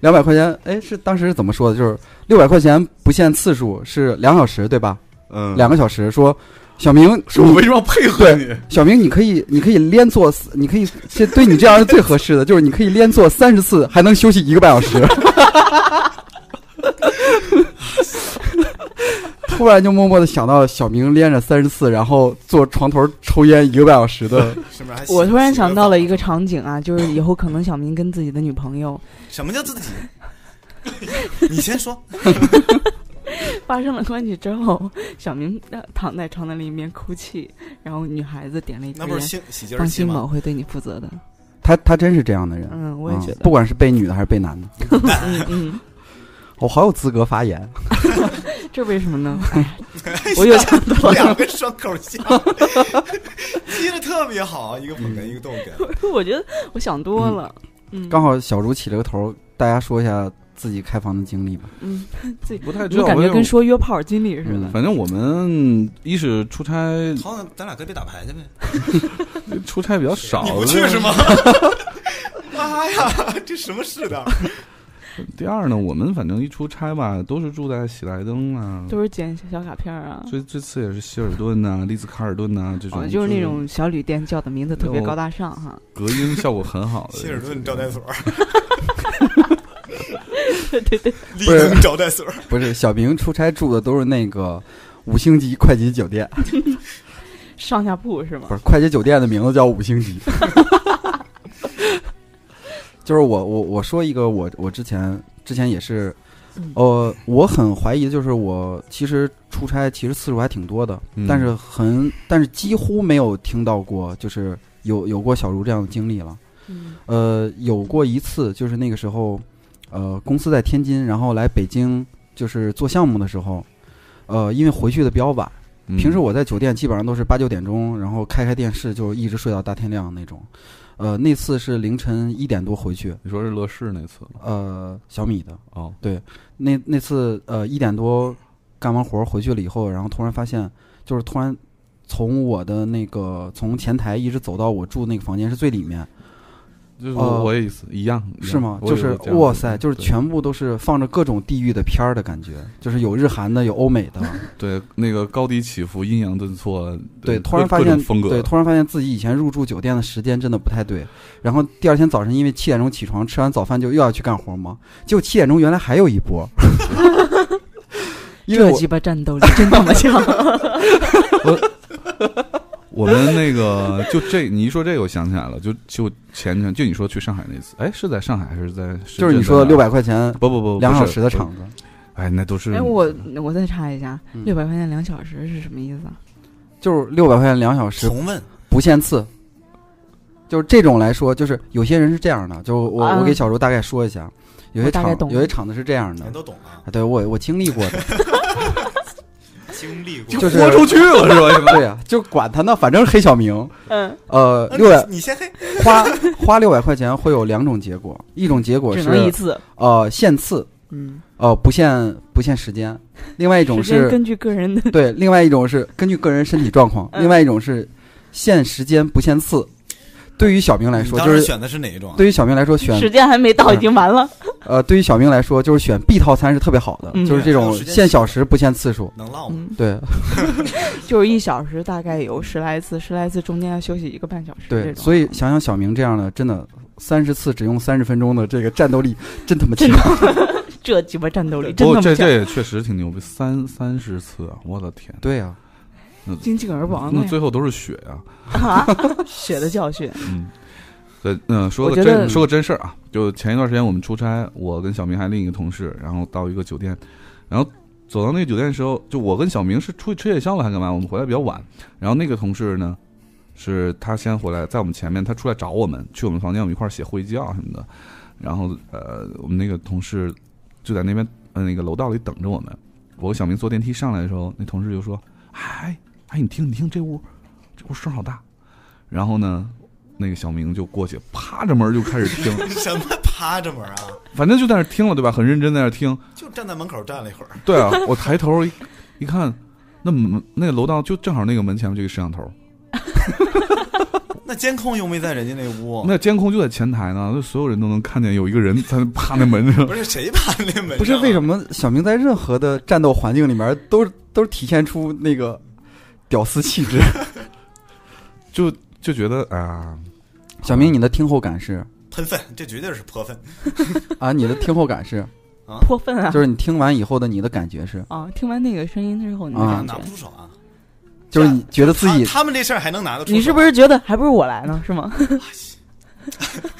[SPEAKER 5] 两百块钱，哎，是当时是怎么说的？就是六百块钱不限次数，是两小时，对吧？
[SPEAKER 1] 嗯，
[SPEAKER 5] 两个小时。说小明，
[SPEAKER 1] 说我为什么要配合你？
[SPEAKER 5] 小明，你可以，你可以连做四，你可以，这对你这样是最合适的， 就是你可以连做三十次，还能休息一个半小时。 突然就默默的想到小明连着三十次，然后坐床头抽烟一个半小时的，
[SPEAKER 2] 是不是还洗
[SPEAKER 3] 我突然想到了一个
[SPEAKER 2] 洗
[SPEAKER 3] 场景啊，就是以后可能小明跟自己的女朋友
[SPEAKER 2] 澡什么叫自己？你先说，
[SPEAKER 3] 发生了关系之后，小明呃躺在床单里面哭泣，然后女孩子点了一
[SPEAKER 2] 那
[SPEAKER 3] 根
[SPEAKER 2] 不是
[SPEAKER 3] 烟。
[SPEAKER 2] 性喜劲儿
[SPEAKER 3] 哎放
[SPEAKER 2] 气
[SPEAKER 3] 心吧，
[SPEAKER 2] 吗？
[SPEAKER 3] 我会对你负责的。
[SPEAKER 5] 他他真是这样的人。
[SPEAKER 3] 嗯，我也觉
[SPEAKER 5] 嗯
[SPEAKER 3] 得。
[SPEAKER 5] 不管是被女的还是被男的，
[SPEAKER 3] 嗯，
[SPEAKER 5] 我好有资格发言。
[SPEAKER 3] 这为什么呢？哎呀， 我又想到了
[SPEAKER 2] 两个双口相，接的特别好，一个捧
[SPEAKER 3] 嗯
[SPEAKER 2] 哏，一个逗哏。
[SPEAKER 3] 我觉得我想多了。嗯，
[SPEAKER 5] 刚好小茹起了个头，大家说一下自己开房的经历吧。
[SPEAKER 3] 嗯，自己
[SPEAKER 1] 不太知
[SPEAKER 3] 就
[SPEAKER 1] 道。
[SPEAKER 3] 感
[SPEAKER 1] 我
[SPEAKER 3] 觉
[SPEAKER 1] 有
[SPEAKER 3] 跟说约炮经历
[SPEAKER 5] 嗯
[SPEAKER 3] 似的。
[SPEAKER 1] 反正我们一是出差，
[SPEAKER 2] 好像咱俩可以打牌去呗，
[SPEAKER 1] 出差比较少。
[SPEAKER 2] 你不去是 吗？妈呀，这什么世道？啊
[SPEAKER 1] 第二呢，我们反正一出差吧，都是住在喜来登啊，
[SPEAKER 3] 都是捡小卡片啊，
[SPEAKER 1] 最最次也是希尔顿呐、丽兹卡尔顿呐、这种，
[SPEAKER 3] 啊就是那种小旅店叫的名字特别高大上哈。
[SPEAKER 1] 隔音效果很好的。
[SPEAKER 2] 希尔顿招待所，
[SPEAKER 3] 对对 对，
[SPEAKER 2] 立登招待所，
[SPEAKER 5] 不是，小明出差住的都是那个五星级快捷酒店，
[SPEAKER 3] 嗯上下铺是吗
[SPEAKER 5] 不？是快捷酒店的名字叫五星级。 就是我我我说一个我我之前之前也是，
[SPEAKER 3] 嗯
[SPEAKER 5] 呃，我很怀疑，就是我其实出差其实次数还挺多的，
[SPEAKER 1] 嗯
[SPEAKER 5] 但是很但是几乎没有听到过，就是有有过小茹这样的经历了。
[SPEAKER 3] 嗯
[SPEAKER 5] 呃，有过一次，就是那个时候，呃，公司在天津，然后来北京就是做项目的时候，呃，因为回去的比较晚，
[SPEAKER 1] 嗯
[SPEAKER 5] 平时我在酒店基本上都是八九点钟，然后开开电视就一直睡到大天亮那种。呃，那次是凌晨一点多回去，
[SPEAKER 1] 你说是乐视那次吗
[SPEAKER 5] 呃，小米的
[SPEAKER 1] 哦，
[SPEAKER 5] 那那次，呃，一点多干完活儿回去了以后，然后突然发现，就是突然从我的那个从前台一直走到我住那个房间是最里面，
[SPEAKER 1] 就是
[SPEAKER 5] 呃
[SPEAKER 1] 我我也意思一样一样
[SPEAKER 5] 是吗？
[SPEAKER 1] 我也
[SPEAKER 5] 就是
[SPEAKER 1] 这样
[SPEAKER 5] 哇塞，就是
[SPEAKER 1] 对
[SPEAKER 5] 全部都是放着各种地域的片儿的感觉，就是有日韩的，有欧美 的，
[SPEAKER 1] 对那个高低起伏、阴阳顿挫，
[SPEAKER 5] 对，
[SPEAKER 1] 各
[SPEAKER 5] 突然发
[SPEAKER 1] 各
[SPEAKER 5] 现
[SPEAKER 1] 种风格，
[SPEAKER 5] 对，突然发现自己以前入住酒店的时间真的不太对，然后第二天早晨因为七点钟起床，吃完早饭就又要去干活嘛，结果七点钟原来还有一 波，因为
[SPEAKER 3] 这
[SPEAKER 5] 我
[SPEAKER 3] 鸡巴战斗力真他妈 强！
[SPEAKER 1] 我们那个 就这，你一说这个，我想起来了，就就前天就你说去上海那次，哎，是在上海还是啊在？
[SPEAKER 5] 就是你说的六
[SPEAKER 1] 百，
[SPEAKER 5] 百块钱
[SPEAKER 1] 不不不，
[SPEAKER 5] 两
[SPEAKER 1] 不
[SPEAKER 5] 小
[SPEAKER 1] 是
[SPEAKER 5] 时的，场子，
[SPEAKER 1] 哎，那都是
[SPEAKER 3] 哎，我我再查一下，
[SPEAKER 5] 嗯
[SPEAKER 3] 六百块钱两小时是什么意思啊？
[SPEAKER 5] 就是六百块钱两小时
[SPEAKER 2] 重问，
[SPEAKER 5] 不限次。就是这种来说，就是有些人是这样的，就我我
[SPEAKER 3] 嗯
[SPEAKER 5] 给小茹大概说一下，有些
[SPEAKER 3] 我大概
[SPEAKER 5] 场
[SPEAKER 3] 懂
[SPEAKER 5] 有些场子是这样的
[SPEAKER 2] 咱，都懂啊，
[SPEAKER 3] 嗯
[SPEAKER 5] 啊对我我经历过的，
[SPEAKER 4] 经历过，
[SPEAKER 5] 就是
[SPEAKER 1] 豁出去了 是吧？现在
[SPEAKER 5] 对呀、就管他呢，反正是黑小明，
[SPEAKER 3] 嗯，
[SPEAKER 5] 呃，
[SPEAKER 2] 啊
[SPEAKER 5] 六百
[SPEAKER 2] 你你先黑，
[SPEAKER 5] 花花六百块钱会有两种结果，一种结果
[SPEAKER 3] 只能一
[SPEAKER 5] 是
[SPEAKER 3] 次。
[SPEAKER 5] 呃限次，
[SPEAKER 3] 嗯，
[SPEAKER 5] 呃不限不限时间；另外一种
[SPEAKER 3] 时间
[SPEAKER 5] 是
[SPEAKER 3] 根据个人的
[SPEAKER 5] 对，另外一种是根据个人身体状况；
[SPEAKER 3] 嗯
[SPEAKER 5] 另外一种是限时间不限次。对于小明来
[SPEAKER 2] 你
[SPEAKER 5] 说，
[SPEAKER 2] 当
[SPEAKER 5] 就
[SPEAKER 2] 时
[SPEAKER 5] 是
[SPEAKER 2] 选的是哪一种啊？
[SPEAKER 5] 对于小明来说 选
[SPEAKER 3] 时间还没到，
[SPEAKER 5] 嗯
[SPEAKER 3] 已经完了。
[SPEAKER 5] 呃对于小明来说就是选 B 套餐是特别好的，
[SPEAKER 3] 嗯
[SPEAKER 5] 就是这种
[SPEAKER 2] 还有时间
[SPEAKER 5] 限小时不限次数。
[SPEAKER 2] 能唠吗？
[SPEAKER 3] 嗯，
[SPEAKER 5] 对
[SPEAKER 3] 就是一小时大概有十来次，十来次中间要休息一个半小时。啊
[SPEAKER 5] 对，所以想想小明这样的，真的三十次只用三十分钟的这个战斗力，真他妈强！
[SPEAKER 3] 这鸡巴战斗力
[SPEAKER 1] 不
[SPEAKER 3] 真
[SPEAKER 1] 过
[SPEAKER 3] 他妈
[SPEAKER 1] 这这
[SPEAKER 3] 强，
[SPEAKER 1] 也确实挺牛逼，三三十次啊，我的天，
[SPEAKER 5] 对呀、
[SPEAKER 3] 经济而亡
[SPEAKER 1] 那
[SPEAKER 3] 了呀
[SPEAKER 1] 最后都是血啊。
[SPEAKER 3] 啊！血的教训，
[SPEAKER 1] 嗯，对，嗯、说
[SPEAKER 3] 我
[SPEAKER 1] 个
[SPEAKER 3] 觉
[SPEAKER 1] 真
[SPEAKER 3] 得
[SPEAKER 1] 说个真事儿啊，就前一段时间我们出差，我跟小明还另一个同事，然后到一个酒店，然后走到那个酒店的时候，就我跟小明是出去吃夜宵了，还干嘛？我们回来比较晚，然后那个同事呢，是他先回来，在我们前面，他出来找我们，去我们房间，我们一块儿写会议纪要什么的，然后呃，我们那个同事就在那边呃那个楼道里等着我们，我和小明坐电梯上来的时候，那同事就说：“哎哎，你听你听，这屋这屋声好大。”然后呢，那个小明就过去，趴着门儿就开始听，
[SPEAKER 3] 嗯
[SPEAKER 2] 什么趴着门啊？
[SPEAKER 1] 反正就在那儿听了，对吧？很认真在那儿听。
[SPEAKER 2] 就站在门口站了一会儿，
[SPEAKER 1] 对啊，我抬头一一看，那门那个楼道就正好那个门前面就一摄像头，
[SPEAKER 2] 那监控又没在人家那屋，
[SPEAKER 1] 那监控就在前台呢，就所有人都能看见有一个人在那趴那门上
[SPEAKER 2] 不。是谁趴那门？
[SPEAKER 5] 不是为什？么小明在任何的战斗环境里面都都体现出那个屌丝气质？
[SPEAKER 1] 就就觉得啊，
[SPEAKER 5] 小明，你的听后感是
[SPEAKER 2] 喷粪，这绝对是泼粪。
[SPEAKER 5] 啊，你的听后感是，
[SPEAKER 3] 泼粪啊！
[SPEAKER 5] 就是你听完以后的你的感觉是，
[SPEAKER 3] 啊，听完那个声音之后，你的
[SPEAKER 5] 啊
[SPEAKER 2] 拿
[SPEAKER 3] 感
[SPEAKER 2] 拿不
[SPEAKER 3] 觉，
[SPEAKER 2] 出手啊！
[SPEAKER 5] 就是你觉得自 己，
[SPEAKER 2] 他他们这事儿还能拿得出手？
[SPEAKER 3] 你是不是觉得还不如我来呢？是 吗？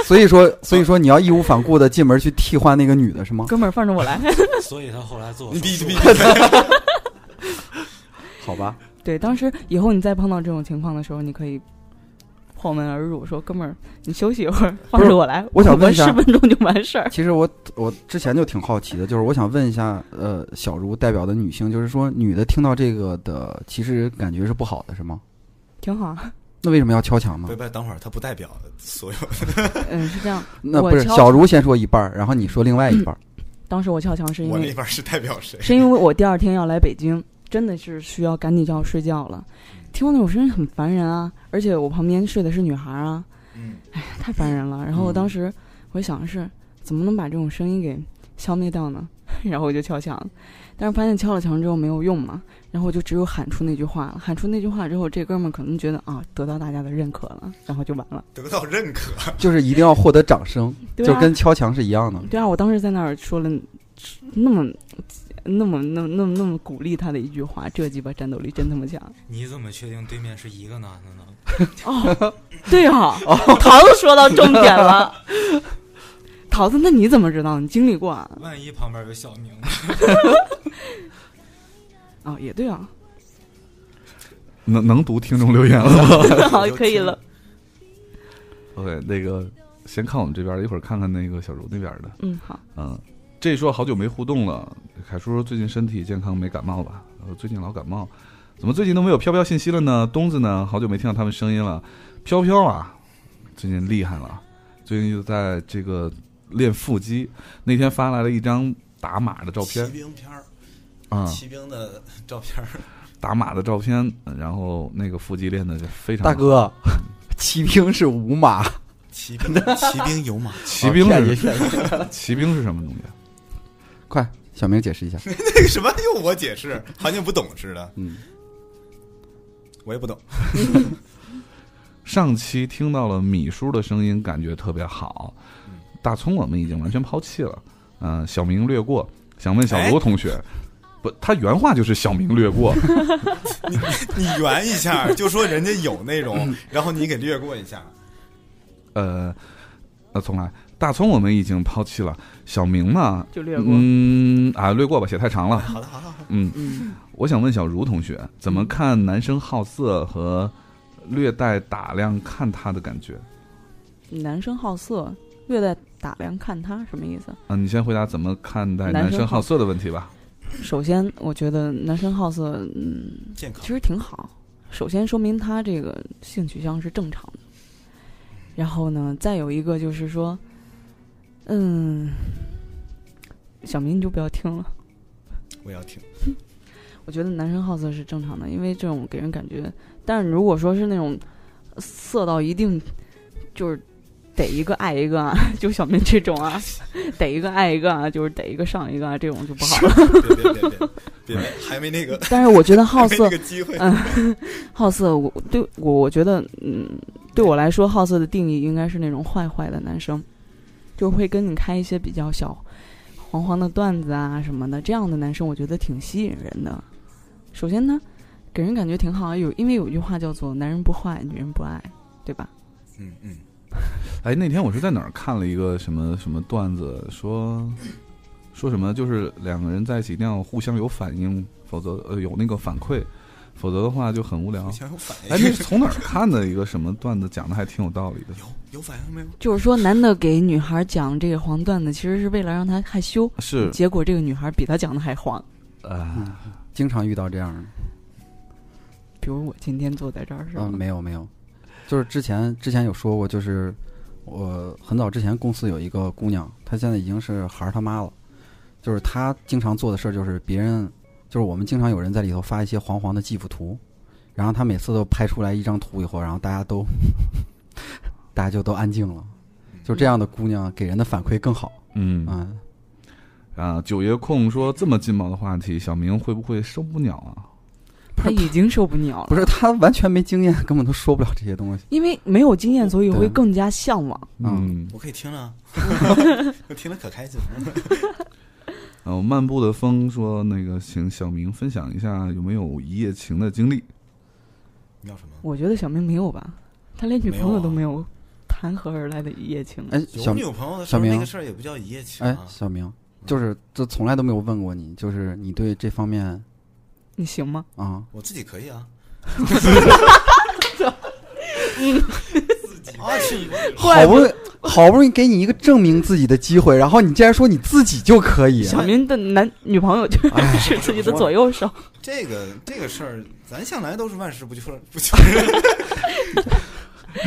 [SPEAKER 5] 所以说所以说你要义无反顾的进门去替换那个女的是吗？
[SPEAKER 3] 哥们儿，放着我来。
[SPEAKER 4] 所以他后来做
[SPEAKER 2] 你
[SPEAKER 4] 手
[SPEAKER 2] 逼
[SPEAKER 4] 术
[SPEAKER 2] 逼？
[SPEAKER 5] 好吧，
[SPEAKER 3] 对，当时以后你再碰到这种情况的时候，你可以破门而入，说：“哥们儿，你休息一会儿，放着我来，
[SPEAKER 5] 我想问一下
[SPEAKER 3] 十分钟就完事 儿。
[SPEAKER 5] 其实我我之前就挺好奇的，就是我想问一下，呃，小茹代表的女性，就是说女的听到这个的，其实感觉是不好的，是吗？”
[SPEAKER 3] 挺好，
[SPEAKER 5] 那为什么要敲墙呢
[SPEAKER 2] 不？不，等会儿，它不代表所有。
[SPEAKER 3] 嗯，是这样。
[SPEAKER 5] 那
[SPEAKER 3] 我
[SPEAKER 5] 不是
[SPEAKER 3] 敲
[SPEAKER 5] 小茹先说一半儿，然后你说另外一半儿。
[SPEAKER 3] 当时我敲墙是因
[SPEAKER 2] 我
[SPEAKER 3] 为
[SPEAKER 2] 那边是代表谁？
[SPEAKER 3] 是因为我第二天要来北京，真的是需要赶紧就要睡觉了，听到那种声音很烦人啊，而且我旁边睡的是女孩啊，
[SPEAKER 2] 嗯，
[SPEAKER 3] 太烦人了。然后我
[SPEAKER 5] 嗯
[SPEAKER 3] 当时我想的是，怎么能把这种声音给消灭掉呢？ 然后我就敲墙，但是发现敲了墙之后没有用嘛，然后我就只有喊出那句话了。喊出那句话之后，这哥们儿可能觉得啊，得到大家的认可了，然后就完了。
[SPEAKER 2] 得到认可，
[SPEAKER 5] 就是一定要获得掌声，
[SPEAKER 3] 对
[SPEAKER 5] 就
[SPEAKER 3] 啊
[SPEAKER 5] 跟敲墙是一样的。
[SPEAKER 3] 对啊，我当时在那儿说了那么那么那么那么那么鼓励他的一句话，这鸡巴战斗力真他妈 强！
[SPEAKER 4] 你怎么确定对面是一个男的呢？
[SPEAKER 3] 哦，对啊，桃子说到重点 了。桃子，那你怎么知道？你经历过啊？
[SPEAKER 4] 万一旁边有小明呢？
[SPEAKER 3] 哦，也对啊，
[SPEAKER 1] 能能读听众留言了吗
[SPEAKER 3] 好，可以了。
[SPEAKER 1] ？OK，那个先看我们这边儿，一会儿看看那个小茹那边儿的。
[SPEAKER 3] 嗯，好，
[SPEAKER 1] 嗯，这说好久没互动了。凯叔说最近身体健康，没感冒吧？呃，最近老感冒，怎么最近都没有飘飘信息了呢？东子呢？好久没听到他们声音了。飘飘啊，最近厉害了，最近就在这个练腹肌。那天发来了一张打码的照片
[SPEAKER 2] 骑兵片儿，
[SPEAKER 1] 啊、
[SPEAKER 2] 骑兵的照片儿，
[SPEAKER 1] 打码的照片，然后那个腹肌练的就非常
[SPEAKER 5] 大
[SPEAKER 1] 好。
[SPEAKER 5] 哥， 骑兵是五马，
[SPEAKER 2] 骑兵，骑兵有马，
[SPEAKER 1] 骑兵
[SPEAKER 5] 哦骗你
[SPEAKER 1] 是
[SPEAKER 5] 骗你
[SPEAKER 1] 骑兵是什么东西？啊
[SPEAKER 5] 快，小明解释一下。
[SPEAKER 2] 那个什么用我解释？好像不懂似的，
[SPEAKER 5] 嗯，
[SPEAKER 2] 我也不懂。
[SPEAKER 1] 上期听到了米叔的声音，感觉特别好。大葱我们已经完全抛弃了，嗯、小明略过。想问小罗同学，不，他原话就是小明略过。
[SPEAKER 2] 你圆一下，就说人家有内容，然后你给略过一下。
[SPEAKER 1] 呃，呃，重来。大葱我们已经抛弃了，小明呢？
[SPEAKER 3] 就略过。
[SPEAKER 1] 嗯啊，略过吧，写太长了。
[SPEAKER 2] 好的，好的，好的。
[SPEAKER 1] 嗯，
[SPEAKER 3] 嗯，
[SPEAKER 1] 我想问小茹同学，怎么看男生好色和略带打量看他的感觉？
[SPEAKER 3] 男生好色，略带打量看他什么意思？
[SPEAKER 1] 啊，你先回答怎么看待
[SPEAKER 3] 男
[SPEAKER 1] 男
[SPEAKER 3] 生
[SPEAKER 1] 生好色的问题吧。
[SPEAKER 3] 首先，我觉得男生好色，嗯，
[SPEAKER 2] 健康
[SPEAKER 3] 其，实挺好。首先说明他这个性取向是正常的，然后呢，再有一个就是说，嗯，小明你就不要听了。
[SPEAKER 2] 我要听。
[SPEAKER 3] 我觉得男生好色是正常的，因为这种给人感觉。但是如果说是那种色到一定，就是逮一个爱一个啊， 就小明这种啊， 逮一个爱一个啊，就是逮一个上一个啊，这种就不好了。
[SPEAKER 2] 别别别别别，还没那个，
[SPEAKER 3] 但是我觉得好
[SPEAKER 2] 还没
[SPEAKER 3] 色
[SPEAKER 2] 那个机会。
[SPEAKER 3] 好色，我对我我觉得，嗯，对我来说，好色的定义应该是那种坏坏的男生，就会跟你开一些比较小黄黄的段子啊什么的，这样的男生我觉得挺吸引人的。首先呢，给人感觉挺好，啊有因为有一句话叫做“男人不坏，女人不爱”，对吧？
[SPEAKER 2] 嗯嗯，
[SPEAKER 1] 哎，那天我是在哪儿看了一个什么什么段子，说说什么就是两个人在一起一定要互相有反应，否则呃有那个反馈，否则的话就很无聊
[SPEAKER 2] 互。相有反
[SPEAKER 1] 哎，那
[SPEAKER 2] 应，
[SPEAKER 1] 是从哪儿看的一个什么段子，讲的还挺有道理的。
[SPEAKER 2] 有有反应没有？
[SPEAKER 3] 就是说，男的给女孩讲这个黄段子，其实是为了让她害羞，
[SPEAKER 1] 是
[SPEAKER 3] 结果这个女孩比他讲的还黄。
[SPEAKER 1] 啊，
[SPEAKER 5] 经常遇到这样的。
[SPEAKER 3] 比如我今天坐在这儿是吧？
[SPEAKER 5] 嗯，没有没有，就是之前之前有说过，就是我很早之前公司有一个姑娘，她现在已经是孩儿他妈了，就是她经常做的事儿就是别人，就是我们经常有人在里头发一些黄黄的 GIF 图，然后她每次都拍出来一张图以后，然后大家都 大家就都安静了，就这样的姑娘给人的反馈更好，
[SPEAKER 1] 嗯
[SPEAKER 5] 嗯，
[SPEAKER 1] 啊，九爷控说这么劲爆的话题，小明会不会受不了啊？
[SPEAKER 3] 他已经受不了了，
[SPEAKER 5] 不是她完全没经验，根本都说不了这些东西，
[SPEAKER 3] 因为没有经验，所以会
[SPEAKER 5] 对
[SPEAKER 3] 更加向往。
[SPEAKER 1] 嗯，
[SPEAKER 2] 我可以 听了，啊我听了可开心了。
[SPEAKER 1] 然后漫步的风说那个，请小明分享一下有没有一夜情的经 历。
[SPEAKER 2] 你要什么？
[SPEAKER 3] 我觉得小明没有吧，他连女朋友都没
[SPEAKER 2] 没啊
[SPEAKER 3] 有谈何而来的一夜情。
[SPEAKER 5] 哎，
[SPEAKER 2] 有
[SPEAKER 5] 小
[SPEAKER 2] 女朋友的时
[SPEAKER 5] 小
[SPEAKER 2] 候，
[SPEAKER 5] 明
[SPEAKER 2] 那个事儿也不叫一夜情
[SPEAKER 5] 哎
[SPEAKER 2] 啊，。
[SPEAKER 5] 小明，就是这从来都没有问过你，就是你对这方面
[SPEAKER 3] 你行吗？
[SPEAKER 5] 啊、
[SPEAKER 2] 我自己可以啊。啊去，
[SPEAKER 5] 好不容易好不容易给你一个证明自己的机会，然后你竟然说你自己就可以，
[SPEAKER 3] 小明的男女朋友居
[SPEAKER 5] 哎
[SPEAKER 3] 然是自己的左右手，
[SPEAKER 2] 这个这个事儿，咱向来都是万事不求不求人。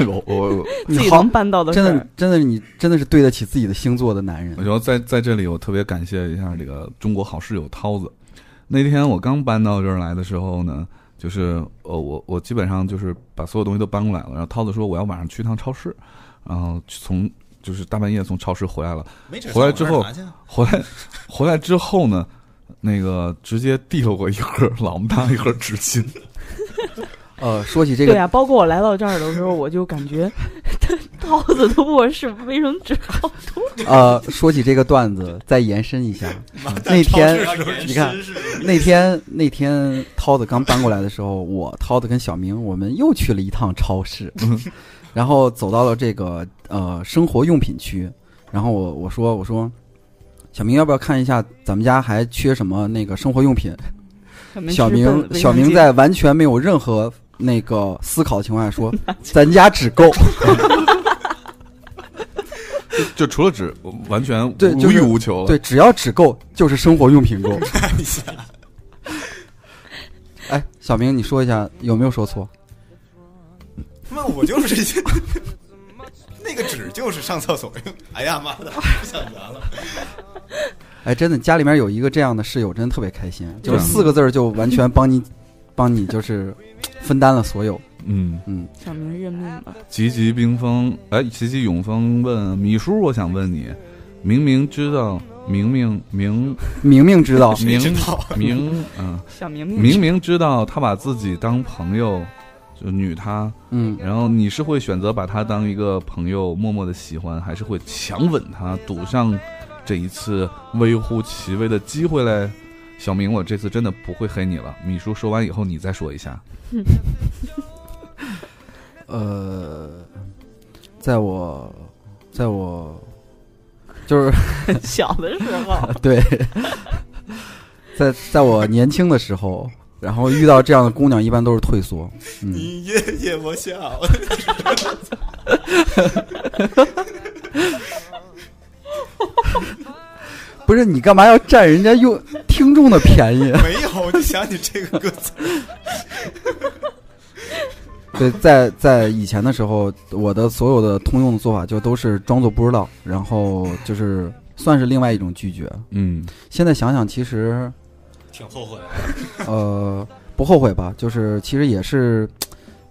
[SPEAKER 1] 我我我，
[SPEAKER 3] 自
[SPEAKER 5] 你
[SPEAKER 3] 己
[SPEAKER 5] 好
[SPEAKER 3] 能，办到的事
[SPEAKER 5] 真
[SPEAKER 3] 儿
[SPEAKER 5] 的真的是你真的是对得起自己的星座的男人
[SPEAKER 1] 我。觉得在在这里，我特别感谢一下这个中国好室友涛子。那天我刚搬到这儿来的时候呢，就是呃我我基本上就是把所有东西都搬过来了，然后涛子说我要晚上去趟超市，然后从就是大半夜从超市回来了，
[SPEAKER 2] 没事儿
[SPEAKER 1] 回来之后
[SPEAKER 2] 上我这儿拿去啊
[SPEAKER 1] 回来回来之后呢，那个直接递了我一盒老么大一盒纸巾，
[SPEAKER 5] 呃，说起这
[SPEAKER 3] 对
[SPEAKER 5] 个，
[SPEAKER 3] 呀、包括我来到这儿的时候，我就感觉套子都不是卫生纸好多。
[SPEAKER 5] 呃，说起这个段子，再延伸一下，啊那天你看那天那天涛子刚搬过来的时候，我涛子跟小明我们又去了一趟超市，然后走到了这个呃生活用品区，然后我我说我说小明要不要看一下咱们家还缺什么那个生活用品？小明小明在完全没有任何那个思考的情况下说，咱家只够。
[SPEAKER 1] 就除了纸，我完全
[SPEAKER 5] 对就
[SPEAKER 1] 无
[SPEAKER 5] 是
[SPEAKER 1] 欲无求了。
[SPEAKER 5] 对，只要只够就是生活用品够。哎，小明，你说一下有没有说错？
[SPEAKER 2] 他妈我就是一些 那个纸就是上厕所用。哎呀妈的，不想圆 了。
[SPEAKER 5] 哎，真的，家里面有一个这样的室友，真的特别开心，就是
[SPEAKER 1] 对
[SPEAKER 5] 四个字儿就完全帮你， 帮你就是分担了所有。
[SPEAKER 1] 嗯，
[SPEAKER 5] 嗯，
[SPEAKER 3] 小明认命吧，
[SPEAKER 1] 急急冰封，哎，急急永风问米叔，我想问你，明明知道，明明明
[SPEAKER 5] 明明 知道，
[SPEAKER 1] 明
[SPEAKER 2] 知道
[SPEAKER 1] 明，嗯，
[SPEAKER 3] 小明
[SPEAKER 1] 明明知道他把自己当朋友，就女他，
[SPEAKER 5] 嗯，
[SPEAKER 1] 然后你是会选择把他当一个朋友默默的喜欢，还是会强吻他，赌上这一次微乎其微的机会嘞？小明，我这次真的不会黑你了。米叔说完以后，你再说一下。
[SPEAKER 5] 呃，在我，在我，就是
[SPEAKER 3] 小的时候
[SPEAKER 5] 对，在在我年轻的时候，然后遇到这样的姑娘，一般都是退缩。嗯，
[SPEAKER 2] 你夜夜我想，
[SPEAKER 5] 不是你干嘛要占人家用听众的便宜？
[SPEAKER 2] 没有，我就想起这个歌词。
[SPEAKER 5] 对，在在以前的时候，我的所有的通用的做法就都是装作不知道，然后就是算是另外一种拒绝。
[SPEAKER 1] 嗯，
[SPEAKER 5] 现在想想，其实
[SPEAKER 4] 挺后悔的。
[SPEAKER 5] 呃不后悔吧，就是其实也是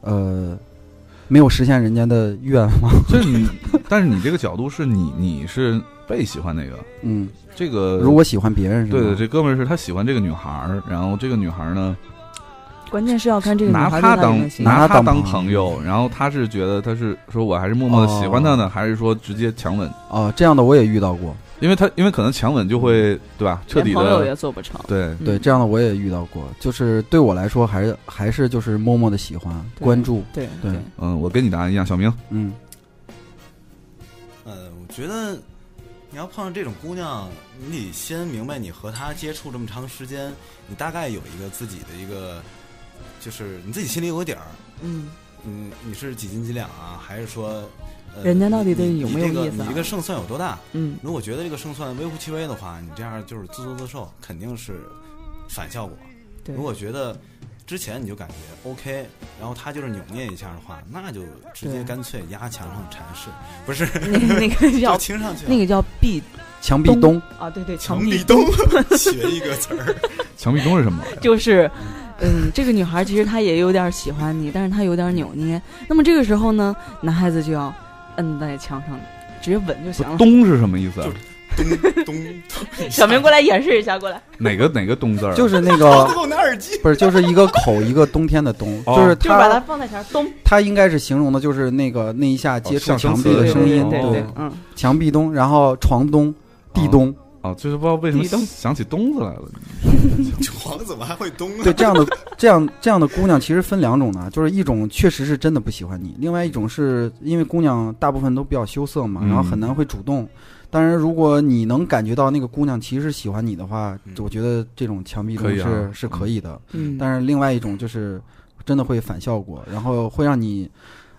[SPEAKER 5] 呃没有实现人家的愿 望。
[SPEAKER 1] 这你，但是你这个角度是你你是被喜欢那个，
[SPEAKER 5] 嗯，
[SPEAKER 1] 这个
[SPEAKER 5] 如果喜欢别人是吧？
[SPEAKER 1] 对对，这哥们儿是他喜欢这个女孩儿，然后这个女孩儿呢
[SPEAKER 3] 关键是要看这个女
[SPEAKER 1] 拿
[SPEAKER 3] 孩
[SPEAKER 1] 他
[SPEAKER 3] 对有
[SPEAKER 1] 当
[SPEAKER 3] 没有喜欢。
[SPEAKER 1] 拿
[SPEAKER 5] 他当
[SPEAKER 1] 当
[SPEAKER 5] 朋
[SPEAKER 1] 朋友，然后他是觉得他是说我还是默默的喜欢他呢，还是说直接强吻？
[SPEAKER 5] 哦、这样的我也遇到过，
[SPEAKER 1] 因为他因为可能强吻就会对吧，彻底
[SPEAKER 3] 连朋友
[SPEAKER 1] 的
[SPEAKER 3] 也做不成。嗯
[SPEAKER 1] 对
[SPEAKER 5] 对，这样的我也遇到过，就是对我来说还是还是就是默默的喜欢
[SPEAKER 3] 对
[SPEAKER 5] 关注，
[SPEAKER 3] 对
[SPEAKER 5] 对
[SPEAKER 1] 嗯，我跟你答案一样，小明，
[SPEAKER 5] 嗯，
[SPEAKER 2] 嗯，我觉得你要碰上这种姑娘，你得先明白你和她接触这么长时间，你大概有一个自己的一个，就是你自己心里有个底儿。
[SPEAKER 3] 嗯，
[SPEAKER 2] 嗯，你是几斤几两啊？还是说，呃、
[SPEAKER 3] 人家到底对
[SPEAKER 2] 你
[SPEAKER 3] 你有没有
[SPEAKER 2] 你这个
[SPEAKER 3] 意思啊
[SPEAKER 2] 你这个胜算有多大？
[SPEAKER 3] 嗯，
[SPEAKER 2] 如果觉得这个胜算微乎其微的话，你这样就是自作自受，肯定是反效果。
[SPEAKER 3] 对
[SPEAKER 2] 如。果觉得之前你就感觉 OK，然后他就是扭捏一下的话，那就直接
[SPEAKER 3] 对
[SPEAKER 2] 干脆压墙上禅式，不是
[SPEAKER 3] 那那个
[SPEAKER 2] 就
[SPEAKER 3] 叫
[SPEAKER 2] 亲上去了。
[SPEAKER 3] 那个叫壁
[SPEAKER 5] 墙壁咚，
[SPEAKER 3] 啊，对对，墙
[SPEAKER 2] 墙
[SPEAKER 3] 壁
[SPEAKER 2] 壁咚， 学一个词儿，
[SPEAKER 1] 墙壁咚是什么？
[SPEAKER 3] 就是，嗯，这个女孩其实她也有点喜欢你，但是她有点扭捏。那么这个时候呢，男孩子就要摁在墙上，直接吻就行了。
[SPEAKER 1] 咚是什么意思？啊
[SPEAKER 2] 咚咚。
[SPEAKER 3] 小明过来演示一下，过来，
[SPEAKER 1] 哪个哪个咚字儿？啊
[SPEAKER 5] 就是 那个
[SPEAKER 2] 我那耳机，
[SPEAKER 5] 不是就是一个口一个冬天的冬，
[SPEAKER 1] 哦
[SPEAKER 5] 就是
[SPEAKER 3] 就是把它
[SPEAKER 5] 它
[SPEAKER 3] 放在墙上，咚，
[SPEAKER 5] 它应该是形容的就是那个那一下接触
[SPEAKER 1] 哦象声
[SPEAKER 5] 墙
[SPEAKER 1] 词
[SPEAKER 5] 壁的
[SPEAKER 3] 对
[SPEAKER 5] 声
[SPEAKER 3] 对
[SPEAKER 5] 音，
[SPEAKER 3] 对
[SPEAKER 1] 哦
[SPEAKER 3] 对，嗯，
[SPEAKER 5] 墙壁咚，然后床咚、地咚，
[SPEAKER 1] 哦，就是不知道为什么
[SPEAKER 3] 壁咚
[SPEAKER 1] 想起咚字来了。
[SPEAKER 2] 床怎么还会啊咚呢？
[SPEAKER 5] 对这样的这样这样的姑娘其实分两种呢，就是一种确实是真的不喜欢你，另外一种是因为姑娘大部分都比较羞涩嘛，
[SPEAKER 1] 嗯
[SPEAKER 5] 然后很难会主动。当然，如果你能感觉到那个姑娘其实是喜欢你的话
[SPEAKER 2] 嗯，
[SPEAKER 5] 我觉得这种墙壁咚
[SPEAKER 1] 可以
[SPEAKER 5] 是、
[SPEAKER 1] 啊
[SPEAKER 5] 是可以的。
[SPEAKER 3] 嗯，
[SPEAKER 5] 但是另外一种就是真的会反效果，然后会让你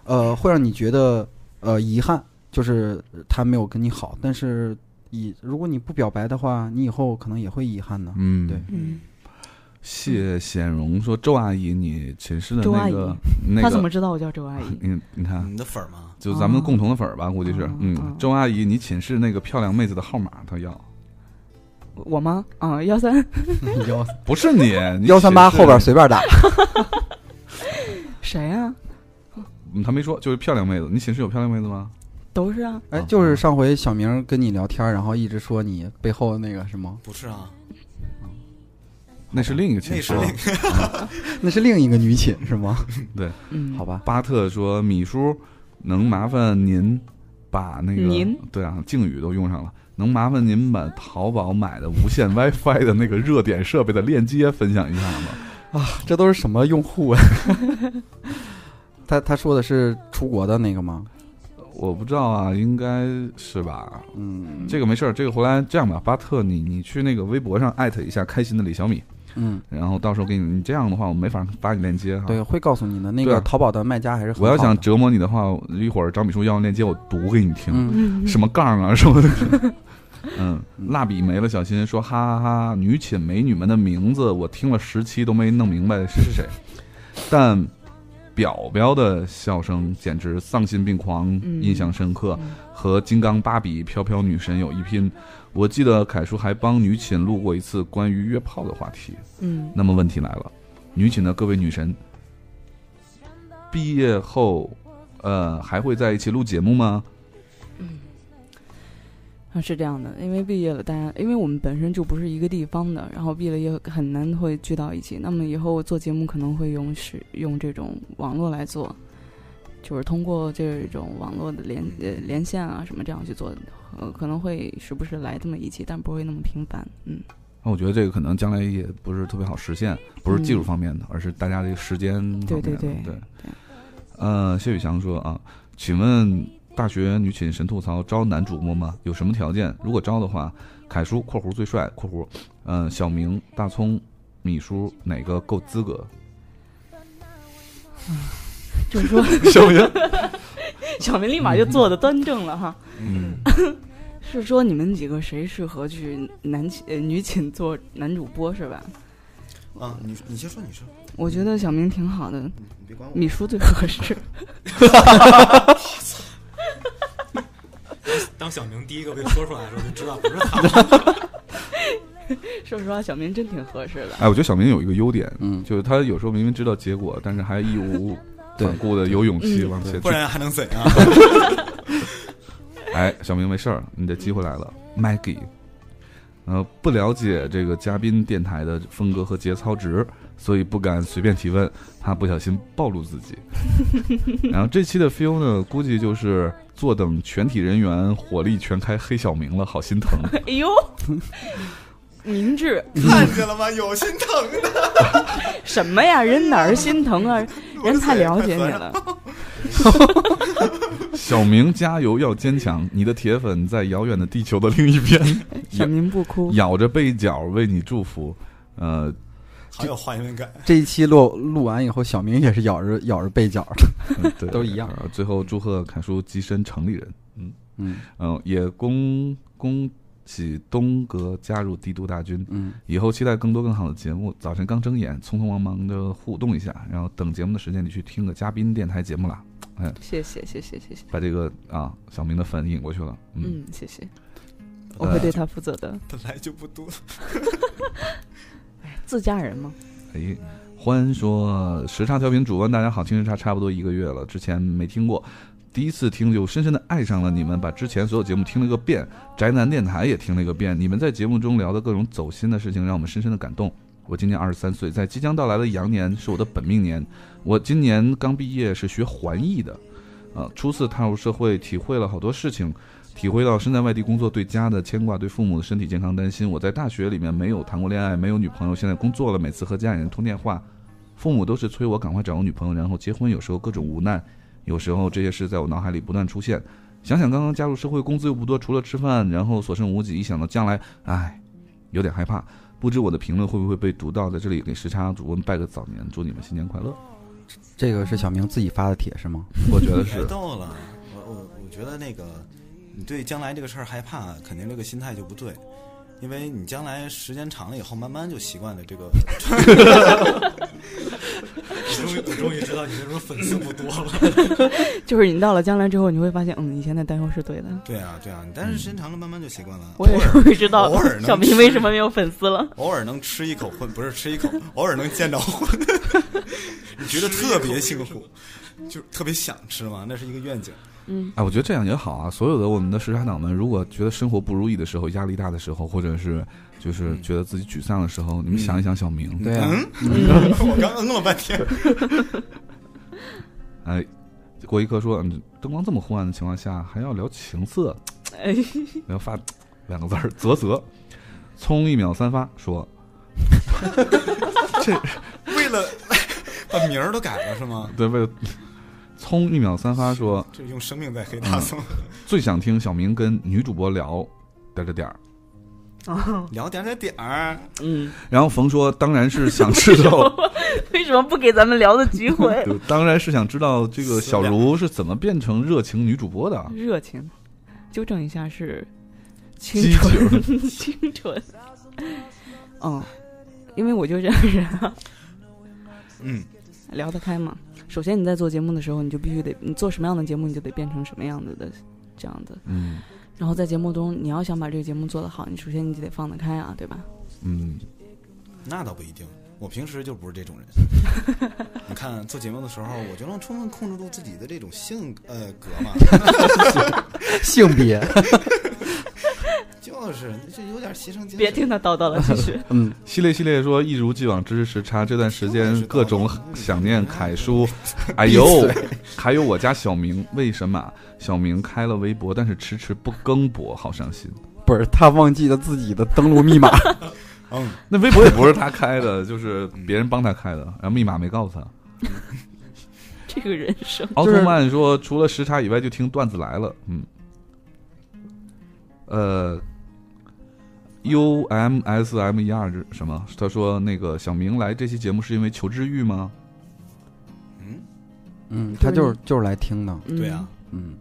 [SPEAKER 5] 呃，会让你觉得呃遗憾，就是他没有跟你好。但是以如果你不表白的话，你以后可能也会遗憾的。
[SPEAKER 1] 嗯，
[SPEAKER 5] 对
[SPEAKER 3] 嗯，
[SPEAKER 1] 谢显荣说：“周阿姨，你寝室的
[SPEAKER 3] 周
[SPEAKER 1] 那
[SPEAKER 3] 阿姨
[SPEAKER 1] 个那
[SPEAKER 3] 他怎
[SPEAKER 1] 个
[SPEAKER 3] 么，知道我叫周阿姨？
[SPEAKER 1] 你你看，啊
[SPEAKER 2] 你的粉儿吗？
[SPEAKER 1] 就咱们
[SPEAKER 3] 哦
[SPEAKER 1] 共同的粉儿吧，估计是
[SPEAKER 3] 哦。哦
[SPEAKER 1] 嗯，周阿姨，你寝室那个漂亮妹子的号码，她要
[SPEAKER 3] 我吗？啊，幺三
[SPEAKER 5] 幺
[SPEAKER 1] 不是你
[SPEAKER 5] 幺三八后边，
[SPEAKER 1] 你
[SPEAKER 5] 随便打。
[SPEAKER 3] 谁啊？
[SPEAKER 1] 寝室嗯她没说，就是漂亮妹子。你寝室有漂亮妹子吗？
[SPEAKER 3] 都是啊，
[SPEAKER 5] 哎，就是上回小明跟你聊天，然后一直说你背后那个什么，
[SPEAKER 2] 不是啊，
[SPEAKER 1] 那是另一个寝
[SPEAKER 2] 那
[SPEAKER 1] 室
[SPEAKER 2] 是
[SPEAKER 1] 啊。
[SPEAKER 2] 那个
[SPEAKER 5] 那是另一个女寝是吗？
[SPEAKER 3] 嗯，
[SPEAKER 5] 好，吧，
[SPEAKER 1] 巴特说：“米叔，能麻烦您把那个
[SPEAKER 3] 您
[SPEAKER 1] 对啊，敬语都用上了。”能麻烦您把淘宝买的无线 WiFi 的那个热点设备的链接分享一下吗？
[SPEAKER 5] 这都是什么用户啊？ 他他说的是出国的那个吗？
[SPEAKER 1] 我不知道啊，应该是吧。
[SPEAKER 5] 嗯
[SPEAKER 1] 这个没事儿，这个回来这样吧，巴特你，你去那个微博上艾特一下开心的李小米，
[SPEAKER 5] 嗯，
[SPEAKER 1] 然后到时候给你，你这样的话我没法发你链接哈。
[SPEAKER 5] 对，，会告诉你的。那
[SPEAKER 1] 对啊
[SPEAKER 5] 个淘宝的卖家还是很
[SPEAKER 1] 我要
[SPEAKER 5] 好
[SPEAKER 1] 想
[SPEAKER 5] 的
[SPEAKER 1] 折磨你的话，一会儿找米叔要链接，我读给你听，
[SPEAKER 5] 嗯，
[SPEAKER 3] 嗯，
[SPEAKER 1] 什么杠啊什么的。 嗯，蜡笔没了，小新说哈哈哈，女寝美女们的名字我听了十期都没弄明白谁是谁，但表表的笑声简直丧心病狂，
[SPEAKER 3] 嗯
[SPEAKER 1] 印象深刻。
[SPEAKER 3] 嗯
[SPEAKER 1] 和金刚芭比、飘飘女神有一拼。我记得凯叔还帮女寝录过一次关于约炮的话题。
[SPEAKER 3] 嗯，
[SPEAKER 1] 那么问题来了，女寝的各位女神，毕业后，呃，还会在一起录节目吗？
[SPEAKER 3] 啊，是这样的，因为毕业了，大家因为我们本身就不是一个地方的，然后毕了业很难会聚到一起。那么以后做节目可能会用使用这种网络来做，就是通过这种网络的连呃连线啊什么这样去做，呃，可能会时不时来这么一期，但不会那么频繁。嗯，
[SPEAKER 1] 那我觉得这个可能将来也不是特别好实现，不是技术方面的，而是大家这个时间方面的。
[SPEAKER 3] 对对
[SPEAKER 1] 对
[SPEAKER 3] 对对
[SPEAKER 1] 呃，谢宇翔说啊，请问大学女寝神吐槽招男主播吗？有什么条件？如果招的话，凯叔（括弧最帅）（括弧）嗯、小明、大葱、米叔哪个够资格？
[SPEAKER 3] 就是说
[SPEAKER 1] 小明，
[SPEAKER 3] 小明立马就坐的端正了哈。
[SPEAKER 1] 嗯，
[SPEAKER 3] 是说你们几个谁适合去男寝、呃、女寝做男主播是吧？
[SPEAKER 2] 啊，你你先说，你说，
[SPEAKER 3] 我觉得小明挺好的，
[SPEAKER 2] 你你别管我。
[SPEAKER 3] 米叔最合适。
[SPEAKER 4] 当小明第一个被说出来的时候，就知道不是他。
[SPEAKER 3] 说实话，小明真挺合适的。
[SPEAKER 1] 哎，我觉得小明有一个优点，
[SPEAKER 5] 嗯
[SPEAKER 1] 就是他有时候明明知道结果，但是还义无
[SPEAKER 5] 对
[SPEAKER 1] 反顾的有勇气
[SPEAKER 3] 嗯
[SPEAKER 1] 往前
[SPEAKER 2] 不
[SPEAKER 1] 去。
[SPEAKER 2] 然还能怎 样？
[SPEAKER 1] 哎，小明没事儿，你的机会来了，Maggie。呃，不了解这个嘉宾电台的风格和节操值，所以不敢随便提问，怕不小心暴露自己。然后这期的 feel 呢，估计就是坐等全体人员火力全开黑小明了，好心疼。
[SPEAKER 3] 哎呦，明智
[SPEAKER 2] 看见了吗？有心疼的。
[SPEAKER 3] 什么 呀？人哪儿心疼啊？人太了解你了。
[SPEAKER 1] 小明加油，要坚强，你的铁粉在遥远的地球的另一边，
[SPEAKER 3] 小明不哭，
[SPEAKER 1] 咬着被角为你祝福。呃，
[SPEAKER 2] 好有画面感。
[SPEAKER 5] 这一期录录完以后，小明也是咬着咬着被角的。
[SPEAKER 1] 嗯对，
[SPEAKER 5] 都一样
[SPEAKER 1] 呃最后祝贺凯叔跻身城里人。
[SPEAKER 5] 嗯
[SPEAKER 1] 嗯，也恭恭喜东哥加入帝都大军，
[SPEAKER 5] 嗯，
[SPEAKER 1] 以后期待更多更好的节目。早晨刚睁眼，匆匆忙忙的互动一下，然后等节目的时间里去听个嘉宾电台节目啦，
[SPEAKER 3] 谢谢谢谢谢谢，
[SPEAKER 1] 把这个啊小明的粉引过去了。嗯，
[SPEAKER 3] 嗯，谢谢，
[SPEAKER 2] 呃
[SPEAKER 3] 我会对他负责的。
[SPEAKER 2] 本来就 不多。
[SPEAKER 3] 自家人嘛，
[SPEAKER 1] 哎，欢说时差调频主播，大家好，听时差差不多一个月了，之前没听过。第一次听就深深的爱上了你们，把之前所有节目听了个遍，宅男电台也听了个遍。你们在节目中聊的各种走心的事情，让我们深深的感动。我今年二十三岁，在即将到来的羊年是我的本命年。我今年刚毕业，是学环艺的，啊，初次踏入社会，体会了好多事情，体会到身在外地工作对家的牵挂，对父母的身体健康担心。我在大学里面没有谈过恋爱，没有女朋友，现在工作了，每次和家里人通电话，父母都是催我赶快找个女朋友，然后结婚。有时候各种无奈，有时候这些事在我脑海里不断出现。想想刚刚加入社会，工资又不多，除了吃饭，然后所剩无几。一想到将来，唉，有点害怕。不知我的评论会不会被读到？在这里给时差主播们拜个早年，祝你们新年快乐。
[SPEAKER 5] 这个是小明自己发的帖是吗？
[SPEAKER 1] 我觉得
[SPEAKER 2] 太
[SPEAKER 1] 是，
[SPEAKER 2] 逗了，我我我觉得那个你对将来这个事儿害怕，肯定这个心态就不对，因为你将来时间长了以后，慢慢就习惯了这个。
[SPEAKER 4] 我 终于我终于知道你为什么粉丝不多了。
[SPEAKER 3] 就是你到了将来之后，你会发现，嗯，以前的担忧是对的。
[SPEAKER 2] 对啊，对啊，但是时间长了，慢慢就习惯了。
[SPEAKER 3] 我也终于知道
[SPEAKER 2] 偶尔能
[SPEAKER 3] 小明为什么没有粉丝了。
[SPEAKER 2] 偶尔能吃一口荤，不是吃一口，偶尔能见着荤， 你觉得特别幸福，就特别想吃吗？那是一个愿景。
[SPEAKER 3] 嗯，
[SPEAKER 1] 哎，我觉得这样也好啊。所有的我们的时差党们，如果觉得生活不如意的时候、压力大的时候，或者是就是觉得自己沮丧的时候，你们想一想小明，
[SPEAKER 5] 对啊，
[SPEAKER 2] 我刚嗯了半天。
[SPEAKER 1] 哎，郭一科说，嗯，灯光这么昏暗的情况下，还要聊情色，
[SPEAKER 3] 哎，
[SPEAKER 1] 聊发两个字儿，啧啧。葱一秒三发说，
[SPEAKER 2] 为了 把名儿都改了是吗？
[SPEAKER 1] 对，为了葱一秒三发说，
[SPEAKER 2] 这用生命在黑大宋、
[SPEAKER 1] 最想听小明跟女主播聊点点点儿。
[SPEAKER 3] 哦，
[SPEAKER 2] 聊点点点儿，
[SPEAKER 3] 嗯，
[SPEAKER 1] 然后冯说，当然是想知道，
[SPEAKER 3] 为什么不给咱们聊的机会？
[SPEAKER 1] 对当然是想知道这个小茹是怎么变成热情女主播的。啊
[SPEAKER 3] 热情，纠正一下是清
[SPEAKER 1] 激
[SPEAKER 3] 纯， 清纯。嗯，因为我就这样人啊，
[SPEAKER 2] 嗯，
[SPEAKER 3] 聊得开嘛。首先你在做节目的时候，你就必须得，你做什么样的节目，你就得变成什么样子的这样子。
[SPEAKER 1] 嗯
[SPEAKER 3] 然后在节目中，你要想把这个节目做得好，你首先你就得放得开啊，对吧？
[SPEAKER 1] 嗯，
[SPEAKER 2] 那倒不一定。我平时就不是这种人。 你看做节目的时候，我就能充分控制住自己的这种性呃格嘛，
[SPEAKER 5] 性别，
[SPEAKER 2] 就是这有点牺牲精神。
[SPEAKER 3] 别听他叨叨了，继 续。
[SPEAKER 5] 嗯，
[SPEAKER 1] 系列系列说一如既往支持时差，这段时间各种想念凯叔，哎呦，还有我家小明，为什么小明开了微博，但是迟迟不更博，好伤心。
[SPEAKER 5] 不是他忘记了自己的登录密码，
[SPEAKER 2] 嗯，
[SPEAKER 1] 那微博也不是他开的，就是别人帮他开的，然后密码没告诉他。
[SPEAKER 3] 这个人生，
[SPEAKER 1] 奥
[SPEAKER 5] 就是
[SPEAKER 1] 特曼说，除了时差以外，就听段子来了。嗯，呃，U M S M E R 是什么？他说那个小明来这期节目是因为求知欲吗？
[SPEAKER 2] 嗯，
[SPEAKER 5] 嗯，他就是就是来听的，
[SPEAKER 3] 嗯
[SPEAKER 2] 对啊，，
[SPEAKER 5] 嗯，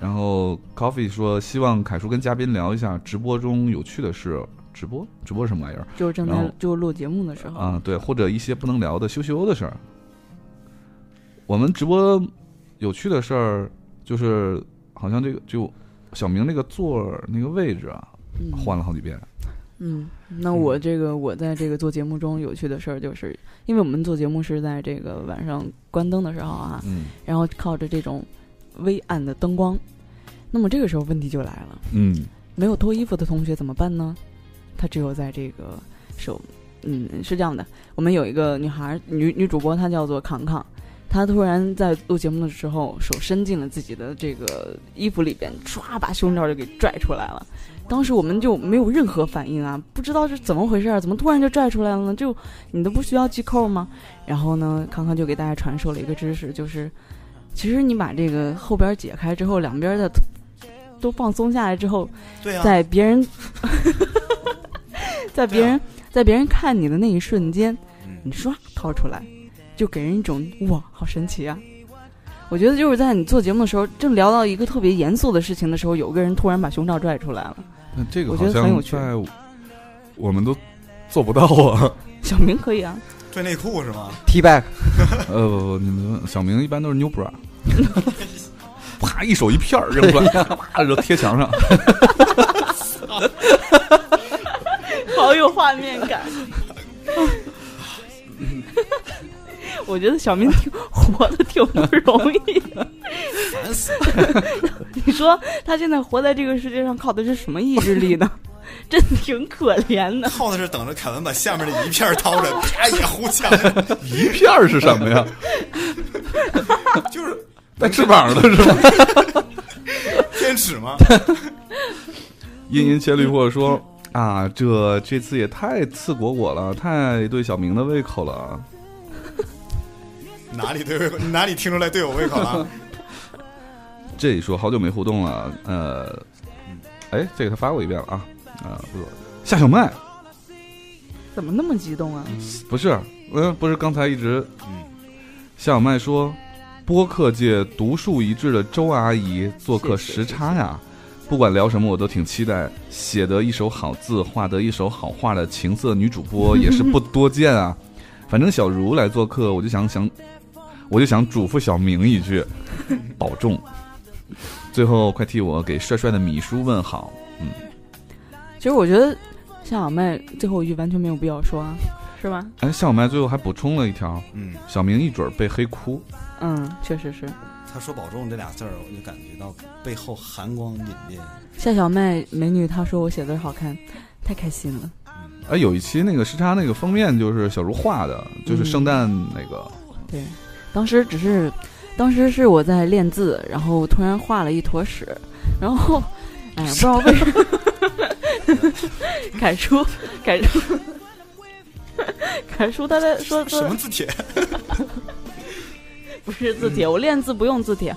[SPEAKER 1] 然后 Coffee 说，希望凯叔跟嘉宾聊一下直播中有趣的事。直播直播是什么玩意儿
[SPEAKER 3] 就是正
[SPEAKER 1] 然后
[SPEAKER 3] 在就是录节目的时候，
[SPEAKER 1] 啊？对，或者一些不能聊的羞羞的事儿。我们直播有趣的事儿，就是好像这个就小明那个座儿那个位置啊，
[SPEAKER 3] 嗯
[SPEAKER 1] 换了好几遍。
[SPEAKER 3] 嗯，那我这个我在这个做节目中有趣的事儿，就是因为我们做节目是在这个晚上关灯的时候啊，
[SPEAKER 1] 嗯
[SPEAKER 3] 然后靠着这种微暗的灯光，那么这个时候问题就来了，
[SPEAKER 1] 嗯
[SPEAKER 3] 没有脱衣服的同学怎么办呢？他只有在这个手，嗯，是这样的，我们有一个女孩儿女女主播，她叫做康康。她突然在录节目的时候，手伸进了自己的这个衣服里边，唰把胸罩就给拽出来了。当时我们就没有任何反应啊，不知道是怎么回事儿，怎么突然就拽出来了呢？就你都不需要系扣吗？然后呢，康康就给大家传授了一个知识，就是其实你把这个后边解开之后，两边的都放松下来之后，
[SPEAKER 2] 对啊，
[SPEAKER 3] 在别人，在别人，在别人看你的那一瞬间，你
[SPEAKER 2] 嗯，
[SPEAKER 3] 唰掏出来，就给人一种哇，好神奇啊！我觉得就是在你做节目的时候，正聊到一个特别严肃的事情的时候，有个人突然把胸罩拽出来了。
[SPEAKER 1] 那这个
[SPEAKER 3] 我
[SPEAKER 1] 好
[SPEAKER 3] 觉得很
[SPEAKER 1] 像
[SPEAKER 3] 有趣
[SPEAKER 1] 在我们都做不到啊。
[SPEAKER 3] 小明可以啊，
[SPEAKER 2] 拽内裤是吗？
[SPEAKER 5] t back，
[SPEAKER 1] 呃，不不，你们小明一般都是 new bra，啪一手一片儿扔出来，啪就贴墙上。
[SPEAKER 3] 好有画面感。 我觉得小明挺活的挺不容易的。
[SPEAKER 2] 烦死！
[SPEAKER 3] 你说他现在活在这个世界上，靠的是什么意志力呢？ 真挺可怜的。
[SPEAKER 2] 耗的是等着凯文把下面的一片儿掏着，啪也糊墙，
[SPEAKER 1] 一片儿是什么呀？
[SPEAKER 2] 就是
[SPEAKER 1] 带翅膀的是吗？
[SPEAKER 2] 天使吗？
[SPEAKER 1] 殷殷千绿或者说啊，这这次也太刺果果了，太对小明的胃口了。啊
[SPEAKER 2] 哪里对我哪里听出来对我胃口了？
[SPEAKER 1] 这里说好久没互动了，呃，哎，这个他发过一遍了啊，啊、不错。夏小麦
[SPEAKER 3] 怎么那么激动啊？
[SPEAKER 1] 呃不是，嗯、不是刚才一直
[SPEAKER 2] 嗯，
[SPEAKER 1] 夏小麦说，播客界独树一帜的周阿姨做客时差呀，不管聊什么我都挺期待。写得一手好字，画得一手好画的情色女主播也是不多见啊。反正小茹来做客，我就想想，我就想嘱咐小明一句，保重。最后快替我给帅帅的米叔问好。嗯
[SPEAKER 3] 其实我觉得夏小妹最后一句完全没有必要说，啊，是吧？
[SPEAKER 1] 哎，夏小麦最后还补充了一条，
[SPEAKER 2] 嗯，
[SPEAKER 1] 小明一准儿被黑哭。
[SPEAKER 3] 嗯，确实是。
[SPEAKER 2] 他说“保重”这俩字儿，我就感觉到背后寒光凛冽。
[SPEAKER 3] 夏小妹美女，她说我写字儿好看，太开心了。
[SPEAKER 1] 哎，有一期那个时差那个封面就是小茹画的，就是圣诞那个。
[SPEAKER 3] 对，当时只是，当时是我在练字，然后突然画了一坨屎，然后，哎呀，不知道为什么， 凯叔，凯叔，凯叔他在说
[SPEAKER 2] 什
[SPEAKER 3] 说
[SPEAKER 2] 么字帖？
[SPEAKER 3] 不是字
[SPEAKER 2] 嗯
[SPEAKER 3] 帖，我练字不用字帖。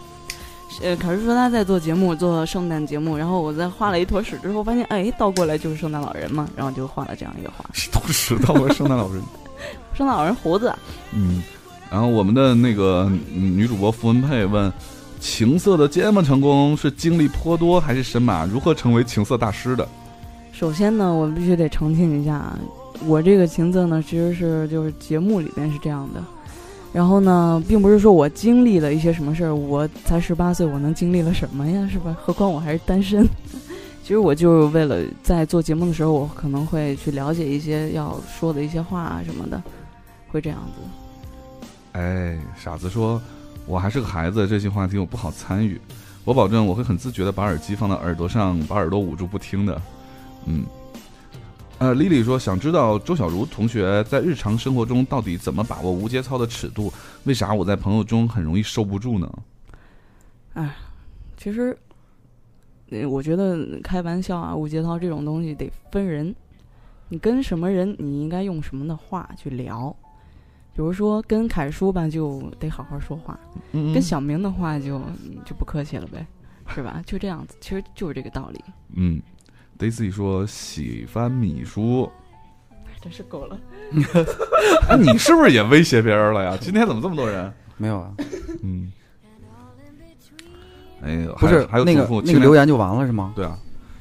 [SPEAKER 3] 呃，凯叔说他在做节目，做圣诞节目，然后我在画了一坨屎之后，发现哎，倒过来就是圣诞老人嘛，然后就画了这样一个画，
[SPEAKER 1] 都是到了圣诞老人。
[SPEAKER 3] 圣诞老人胡子， 啊
[SPEAKER 1] 嗯，然后我们的那个嗯女主播符文佩问：情色的芥末成功是经历颇多还是神马？如何成为情色大师的？
[SPEAKER 3] 首先呢，我必须得澄清一下，啊，我这个情色呢，其实是就是节目里边是这样的。然后呢，并不是说我经历了一些什么事儿，我才十八岁，我能经历了什么呀？是吧？何况我还是单身。 其实我就是为了在做节目的时候，我可能会去了解一些要说的一些话啊什么的，会这样子。
[SPEAKER 1] 哎，傻子说，我还是个孩子，这些话题我不好参与。我保证我会很自觉的把耳机放到耳朵上，把耳朵捂住不听的。嗯，呃，丽丽说想知道周小茹同学在日常生活中到底怎么把握无节操的尺度？为啥我在朋友中很容易受不住呢？
[SPEAKER 3] 其实，呃我觉得开玩笑啊、无节操这种东西得分人，你跟什么人，你应该用什么的话去聊。比如说跟凯叔吧，就得好好说话；
[SPEAKER 1] 嗯
[SPEAKER 3] 跟小明的话就就不客气了呗，是吧？就这样子，其实就是这个道理。
[SPEAKER 1] 嗯，Daisy 说喜欢米 叔，
[SPEAKER 3] 真是够了，
[SPEAKER 1] 哎，你是不是也威胁别人了呀？今天怎么这么多人？
[SPEAKER 5] 没有啊，
[SPEAKER 1] 嗯，哎呦，
[SPEAKER 5] 不是
[SPEAKER 1] 还有还
[SPEAKER 5] 那
[SPEAKER 1] 有
[SPEAKER 5] 个
[SPEAKER 1] 嘱咐
[SPEAKER 5] 那
[SPEAKER 1] 清
[SPEAKER 5] 个
[SPEAKER 1] 凉
[SPEAKER 5] 留言就完了是吗？
[SPEAKER 1] 对啊，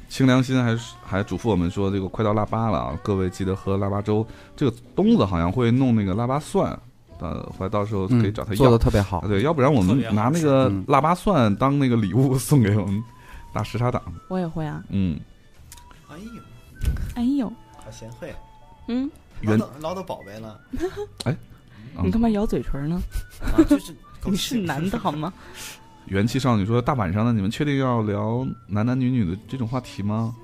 [SPEAKER 1] 清凉心还是还嘱咐我们说，这个快到腊八了啊，各位记得喝腊八粥。这个东子好像会弄那个腊八蒜，呃，回来到时候可以
[SPEAKER 5] 嗯
[SPEAKER 1] 找他，
[SPEAKER 5] 做
[SPEAKER 1] 要。
[SPEAKER 5] 的特别好
[SPEAKER 1] 啊，。对，要不然我
[SPEAKER 4] 特
[SPEAKER 1] 们
[SPEAKER 4] 别好
[SPEAKER 1] 拿那个
[SPEAKER 5] 嗯
[SPEAKER 1] 腊八蒜当那个礼物送给我们大时差党。
[SPEAKER 3] 我也会啊。
[SPEAKER 1] 嗯，
[SPEAKER 2] 哎呦，
[SPEAKER 3] 哎呦，
[SPEAKER 2] 好贤惠，啊
[SPEAKER 3] 嗯，
[SPEAKER 2] 捞
[SPEAKER 1] 原
[SPEAKER 2] 到捞到宝贝 了
[SPEAKER 1] 嗯
[SPEAKER 3] 你干嘛咬嘴唇呢？
[SPEAKER 2] 啊！就是
[SPEAKER 3] 你是男的好 吗？
[SPEAKER 1] 元气少女说，大晚上的你们确定要聊男男女女的这种话题吗？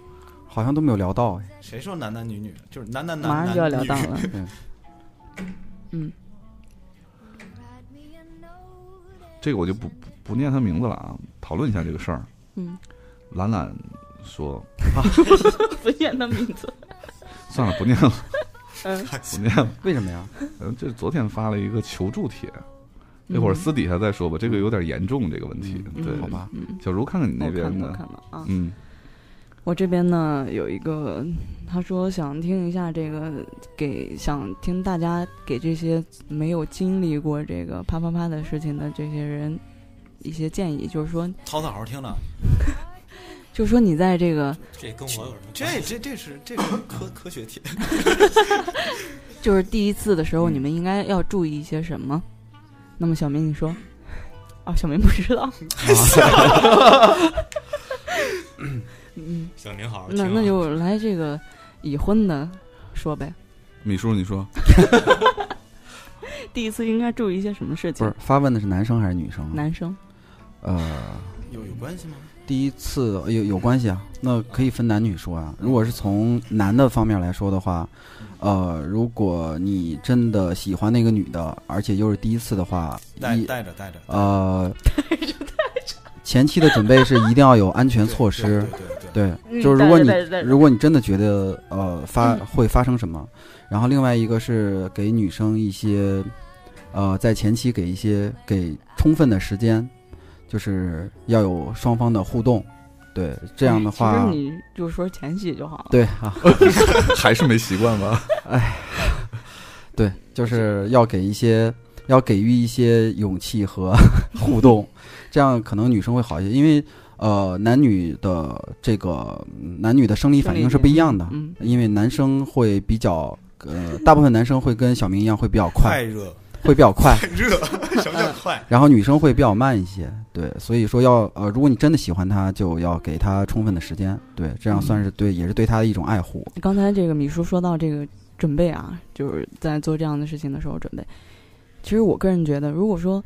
[SPEAKER 5] 好像都没有聊到哎。
[SPEAKER 2] 谁说男男女女？就是男男男，
[SPEAKER 3] 马上就要聊到
[SPEAKER 2] 男女
[SPEAKER 3] 了。
[SPEAKER 1] 这个我就不不不念他名字了啊，讨论一下这个事儿。
[SPEAKER 3] 嗯，
[SPEAKER 1] 懒懒说，
[SPEAKER 3] 不念他名字。
[SPEAKER 1] 算了，不念了，
[SPEAKER 3] 嗯，
[SPEAKER 1] 不念了。
[SPEAKER 5] 为什么呀？
[SPEAKER 1] 嗯，这昨天发了一个求助帖，一会儿私底下再说吧，这个有点严重，这个问题。
[SPEAKER 5] 嗯
[SPEAKER 1] 对，
[SPEAKER 5] 好吧，
[SPEAKER 3] 嗯，
[SPEAKER 1] 小茹看看你那
[SPEAKER 3] 我看
[SPEAKER 1] 边
[SPEAKER 3] 到
[SPEAKER 1] 的，
[SPEAKER 3] 看到啊。
[SPEAKER 1] 嗯，
[SPEAKER 3] 我这边呢有一个，他说想听一下这个，给想听大家给这些没有经历过这个啪啪啪的事情的这些人一些建议，就是说，
[SPEAKER 2] 涛涛好好听了，
[SPEAKER 3] 就是说你在这个
[SPEAKER 4] 这跟我有什么？
[SPEAKER 2] 这这这是这是科科学帖，
[SPEAKER 3] 就是第一次的时
[SPEAKER 5] 嗯
[SPEAKER 3] 候，你们应该要注意一些什么？那么小明你说，哦，小明不知道， 嗯，
[SPEAKER 4] 小明好好听
[SPEAKER 3] 那
[SPEAKER 4] 啊。
[SPEAKER 3] 那就来这个已婚的说呗，
[SPEAKER 1] 米叔你 说，
[SPEAKER 3] 第一次应该注意一些什么事
[SPEAKER 5] 不
[SPEAKER 3] 情
[SPEAKER 5] 是？发问的是男生还是女生啊？
[SPEAKER 3] 男生，
[SPEAKER 5] 呃，
[SPEAKER 2] 有有关系吗？
[SPEAKER 5] 第一次有有关系啊，那可以分男女说啊。
[SPEAKER 2] 嗯
[SPEAKER 5] 如果是从男的方面来说的话，呃，如果你真的喜欢那个女的，而且又是第一次的话，
[SPEAKER 2] 带
[SPEAKER 5] 一
[SPEAKER 2] 带着带着，
[SPEAKER 5] 呃， 前期的准备是一定要有安全措施。
[SPEAKER 2] 对对对对，
[SPEAKER 5] 对，
[SPEAKER 3] 嗯
[SPEAKER 5] 就是如果你
[SPEAKER 3] 带着带着带着
[SPEAKER 5] 如果你真的觉得呃发会发生什么，然后另外一个是给女生一些呃在前期给一些给充分的时间，就是要有双方的互动，对，这样的话
[SPEAKER 3] 其实，你就说前戏就好了。
[SPEAKER 5] 对啊，
[SPEAKER 1] 还是没习惯吧？
[SPEAKER 5] 对，就是要给一些要给予一些勇气和 互动，这样可能女生会好一些，因为呃，男女的这个嗯男女的生理反应是不一样的，
[SPEAKER 3] 嗯，
[SPEAKER 5] 因为男生会比较呃，大部分男生会跟小明一样会比较
[SPEAKER 2] 快
[SPEAKER 5] 快，
[SPEAKER 2] 热，
[SPEAKER 5] 会比较快，
[SPEAKER 2] 热，什么叫快？
[SPEAKER 5] 然后女生会比较慢一些，对，所以说要呃，如果你真的喜欢他，就要给他充分的时间，对，这样算是对，也是对他的一种爱护。
[SPEAKER 3] 刚才这个米叔说到这个准备啊，就是在做这样的事情的时候准备。其实我个人觉得，如果说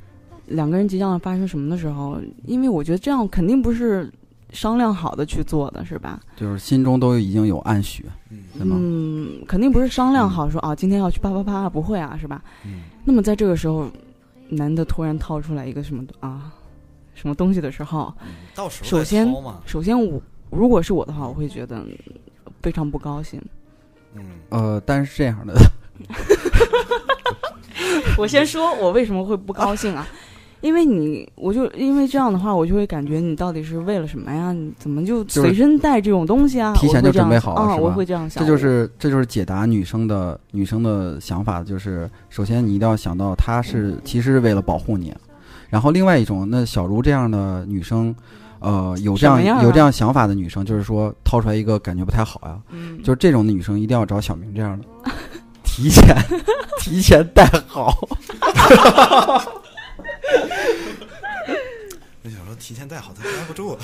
[SPEAKER 3] 两个人即将要发生什么的时候，因为我觉得这样肯定不是商量好的去做的，是吧？
[SPEAKER 5] 就是心中都已经有暗许，
[SPEAKER 2] 嗯
[SPEAKER 5] 对吗？
[SPEAKER 3] 嗯，肯定不是商量好说啊，今天要去啪啪啪，不会啊，是吧？
[SPEAKER 2] 嗯，
[SPEAKER 3] 那么在这个时候，男的突然掏出来一个什么啊，什么东西的时候，
[SPEAKER 2] 到时候
[SPEAKER 3] 首
[SPEAKER 2] 再
[SPEAKER 3] 先
[SPEAKER 2] 掏嘛，
[SPEAKER 3] 首先我如果是我的话，我会觉得非常不高兴。
[SPEAKER 2] 嗯，
[SPEAKER 5] 呃，但是这样的，
[SPEAKER 3] 我先说，我为什么会不高兴啊？ 因为你，我就因为这样的话，我就会感觉你到底是为了什么呀？你怎么就
[SPEAKER 5] 就是
[SPEAKER 3] 随身带这种东西啊？
[SPEAKER 5] 提前
[SPEAKER 3] 我会
[SPEAKER 5] 就
[SPEAKER 3] 这样
[SPEAKER 5] 准备好了
[SPEAKER 3] 啊，
[SPEAKER 5] 是吧
[SPEAKER 3] 我会这样想，
[SPEAKER 5] 这就是这就是解答女生的女生的想法，就是首先你一定要想到他是其实是为了保护你，然后另外一种，那小茹这样的女生，呃，有这样
[SPEAKER 3] 什么样啊
[SPEAKER 5] 有这样想法的女生，就是说掏出来一个感觉不太好呀、
[SPEAKER 3] 嗯
[SPEAKER 5] 就是这种的女生一定要找小明这样的，提前 提前带好。
[SPEAKER 2] 那想说提前带好，他待不住啊。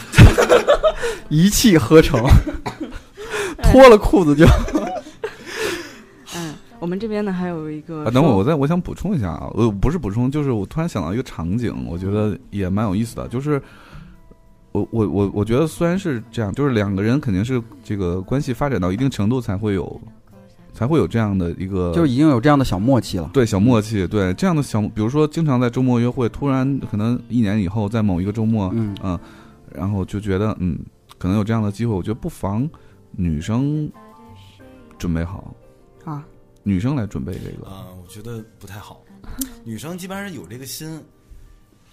[SPEAKER 5] 一气 呵成，脱了裤子就
[SPEAKER 3] 嗯，我们这边呢还有一个
[SPEAKER 1] 啊，等会儿
[SPEAKER 3] 说
[SPEAKER 1] 我再我想补充一下啊，呃，不是补充，就是我突然想到一个场景，我觉得也蛮有意思的，就是我我我我觉得虽然是这样，就是两个人肯定是这个关系发展到一定程度才会有，才会有这样的一个
[SPEAKER 5] 就已经有这样的小默契了。
[SPEAKER 1] 对小默契，对这样的小，比如说经常在周末约会，突然可能一年以后在某一个周末，
[SPEAKER 5] 嗯
[SPEAKER 1] 嗯，然后就觉得嗯，可能有这样的机会，我觉得不妨女生准备好，
[SPEAKER 3] 啊，
[SPEAKER 1] 女生来准备这个，
[SPEAKER 2] 嗯我觉得不太好。女生基本上有这个心，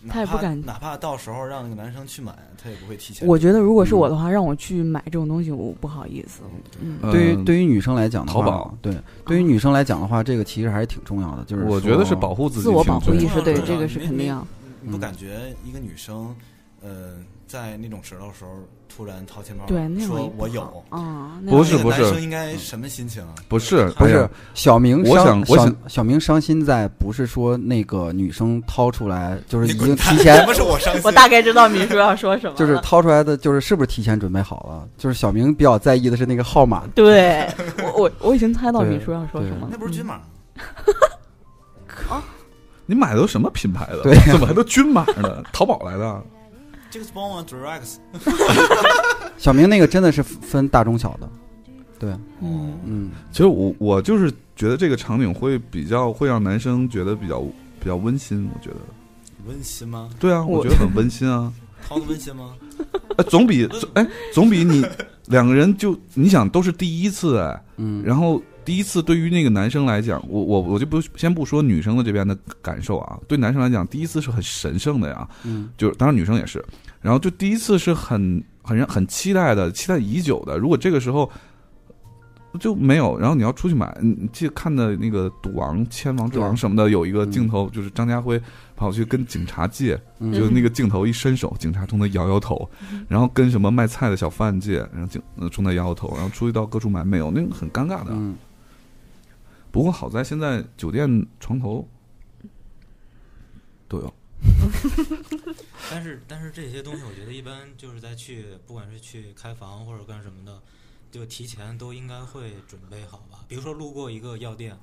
[SPEAKER 2] 哪
[SPEAKER 3] 她也不
[SPEAKER 2] 怕
[SPEAKER 3] 敢
[SPEAKER 2] 哪怕到时候让那个男生去买，她也不会提前。
[SPEAKER 3] 我觉得如果是我的话，让我去买这种东西，我不好意思。嗯，
[SPEAKER 1] 呃
[SPEAKER 5] 对于对于女生来讲的话，
[SPEAKER 1] 淘宝
[SPEAKER 5] 对对于女生来讲的话，这个其实还是挺重要的。就是
[SPEAKER 1] 我觉得是保护自己，
[SPEAKER 3] 自我保护
[SPEAKER 1] 挺
[SPEAKER 3] 意
[SPEAKER 1] 重要
[SPEAKER 3] 识，
[SPEAKER 1] 的
[SPEAKER 3] 对
[SPEAKER 2] 嗯
[SPEAKER 3] 这个是肯定要。
[SPEAKER 2] 你不感觉一个女生，呃，在那种时候时候突然掏钱包，
[SPEAKER 3] 对那种
[SPEAKER 2] 说
[SPEAKER 3] 也
[SPEAKER 2] 我
[SPEAKER 3] 好
[SPEAKER 2] 有，
[SPEAKER 3] 啊， 那
[SPEAKER 1] 不
[SPEAKER 3] 样
[SPEAKER 1] 是
[SPEAKER 2] 那
[SPEAKER 1] 不
[SPEAKER 2] 个
[SPEAKER 1] 是
[SPEAKER 2] 男生应该什么心情啊？
[SPEAKER 1] 不是
[SPEAKER 5] 不
[SPEAKER 1] 哎
[SPEAKER 5] 是
[SPEAKER 1] 呀
[SPEAKER 5] 小明
[SPEAKER 1] 我
[SPEAKER 5] 伤
[SPEAKER 1] 想我
[SPEAKER 5] 小
[SPEAKER 1] 想
[SPEAKER 5] 小明伤心在不是说那个女生掏出来，就是已
[SPEAKER 2] 你滚
[SPEAKER 5] 经
[SPEAKER 2] 蛋
[SPEAKER 5] 提前
[SPEAKER 2] 什么是我伤心？
[SPEAKER 3] 我大概知道米叔要说什么了，
[SPEAKER 5] 就是掏出来的，就是是不是提前准备好了？就是小明比较在意的是那个号码，
[SPEAKER 3] 对我我我已经猜到
[SPEAKER 5] 对
[SPEAKER 3] 米叔要说什么了，
[SPEAKER 2] 那不是
[SPEAKER 3] 嗯
[SPEAKER 2] 均码吗？
[SPEAKER 1] 你买的都什么品牌的？
[SPEAKER 5] 对呀
[SPEAKER 1] 怎么还都均码呢？淘宝来的？
[SPEAKER 2] 这个是帮我 Drex，
[SPEAKER 5] 小明那个真的是分大中小的，对，
[SPEAKER 3] 嗯
[SPEAKER 5] 嗯，
[SPEAKER 1] 其实我我就是觉得这个场景会比较会让男生觉得比较比较温馨，我觉得。
[SPEAKER 2] 温馨吗？
[SPEAKER 1] 对啊，
[SPEAKER 3] 我
[SPEAKER 1] 我觉得很温馨啊，
[SPEAKER 2] 掏的温馨吗？
[SPEAKER 1] 哎，总比总哎总比你两个人就你想都是第一次哎，
[SPEAKER 5] 嗯，
[SPEAKER 1] 然后第一次对于那个男生来讲，我我我就不先不说女生的这边的感受啊，对男生来讲，第一次是很神圣的呀，
[SPEAKER 5] 嗯，
[SPEAKER 1] 就是当然女生也是，然后就第一次是很很让很期待的，期待已久的。如果这个时候就没有，然后你要出去买，你你记得看的那个《赌王》《千王之王
[SPEAKER 5] 对》
[SPEAKER 1] 什么的，有一个
[SPEAKER 5] 嗯
[SPEAKER 1] 镜头、就是张家辉跑去跟警察借，
[SPEAKER 5] 嗯
[SPEAKER 1] 就那个镜头一伸手，警察冲他摇摇头，然后跟什么卖菜的小贩借，然后警呃冲他摇摇头，然后出去到各处买没有，那个很尴尬的。
[SPEAKER 5] 嗯，
[SPEAKER 1] 不过好在现在酒店床头都有，
[SPEAKER 4] 但是但是这些东西，我觉得一般就是在去，不管是去开房或者干什么的，就提前都应该会准备好吧。比如说路过一个药店，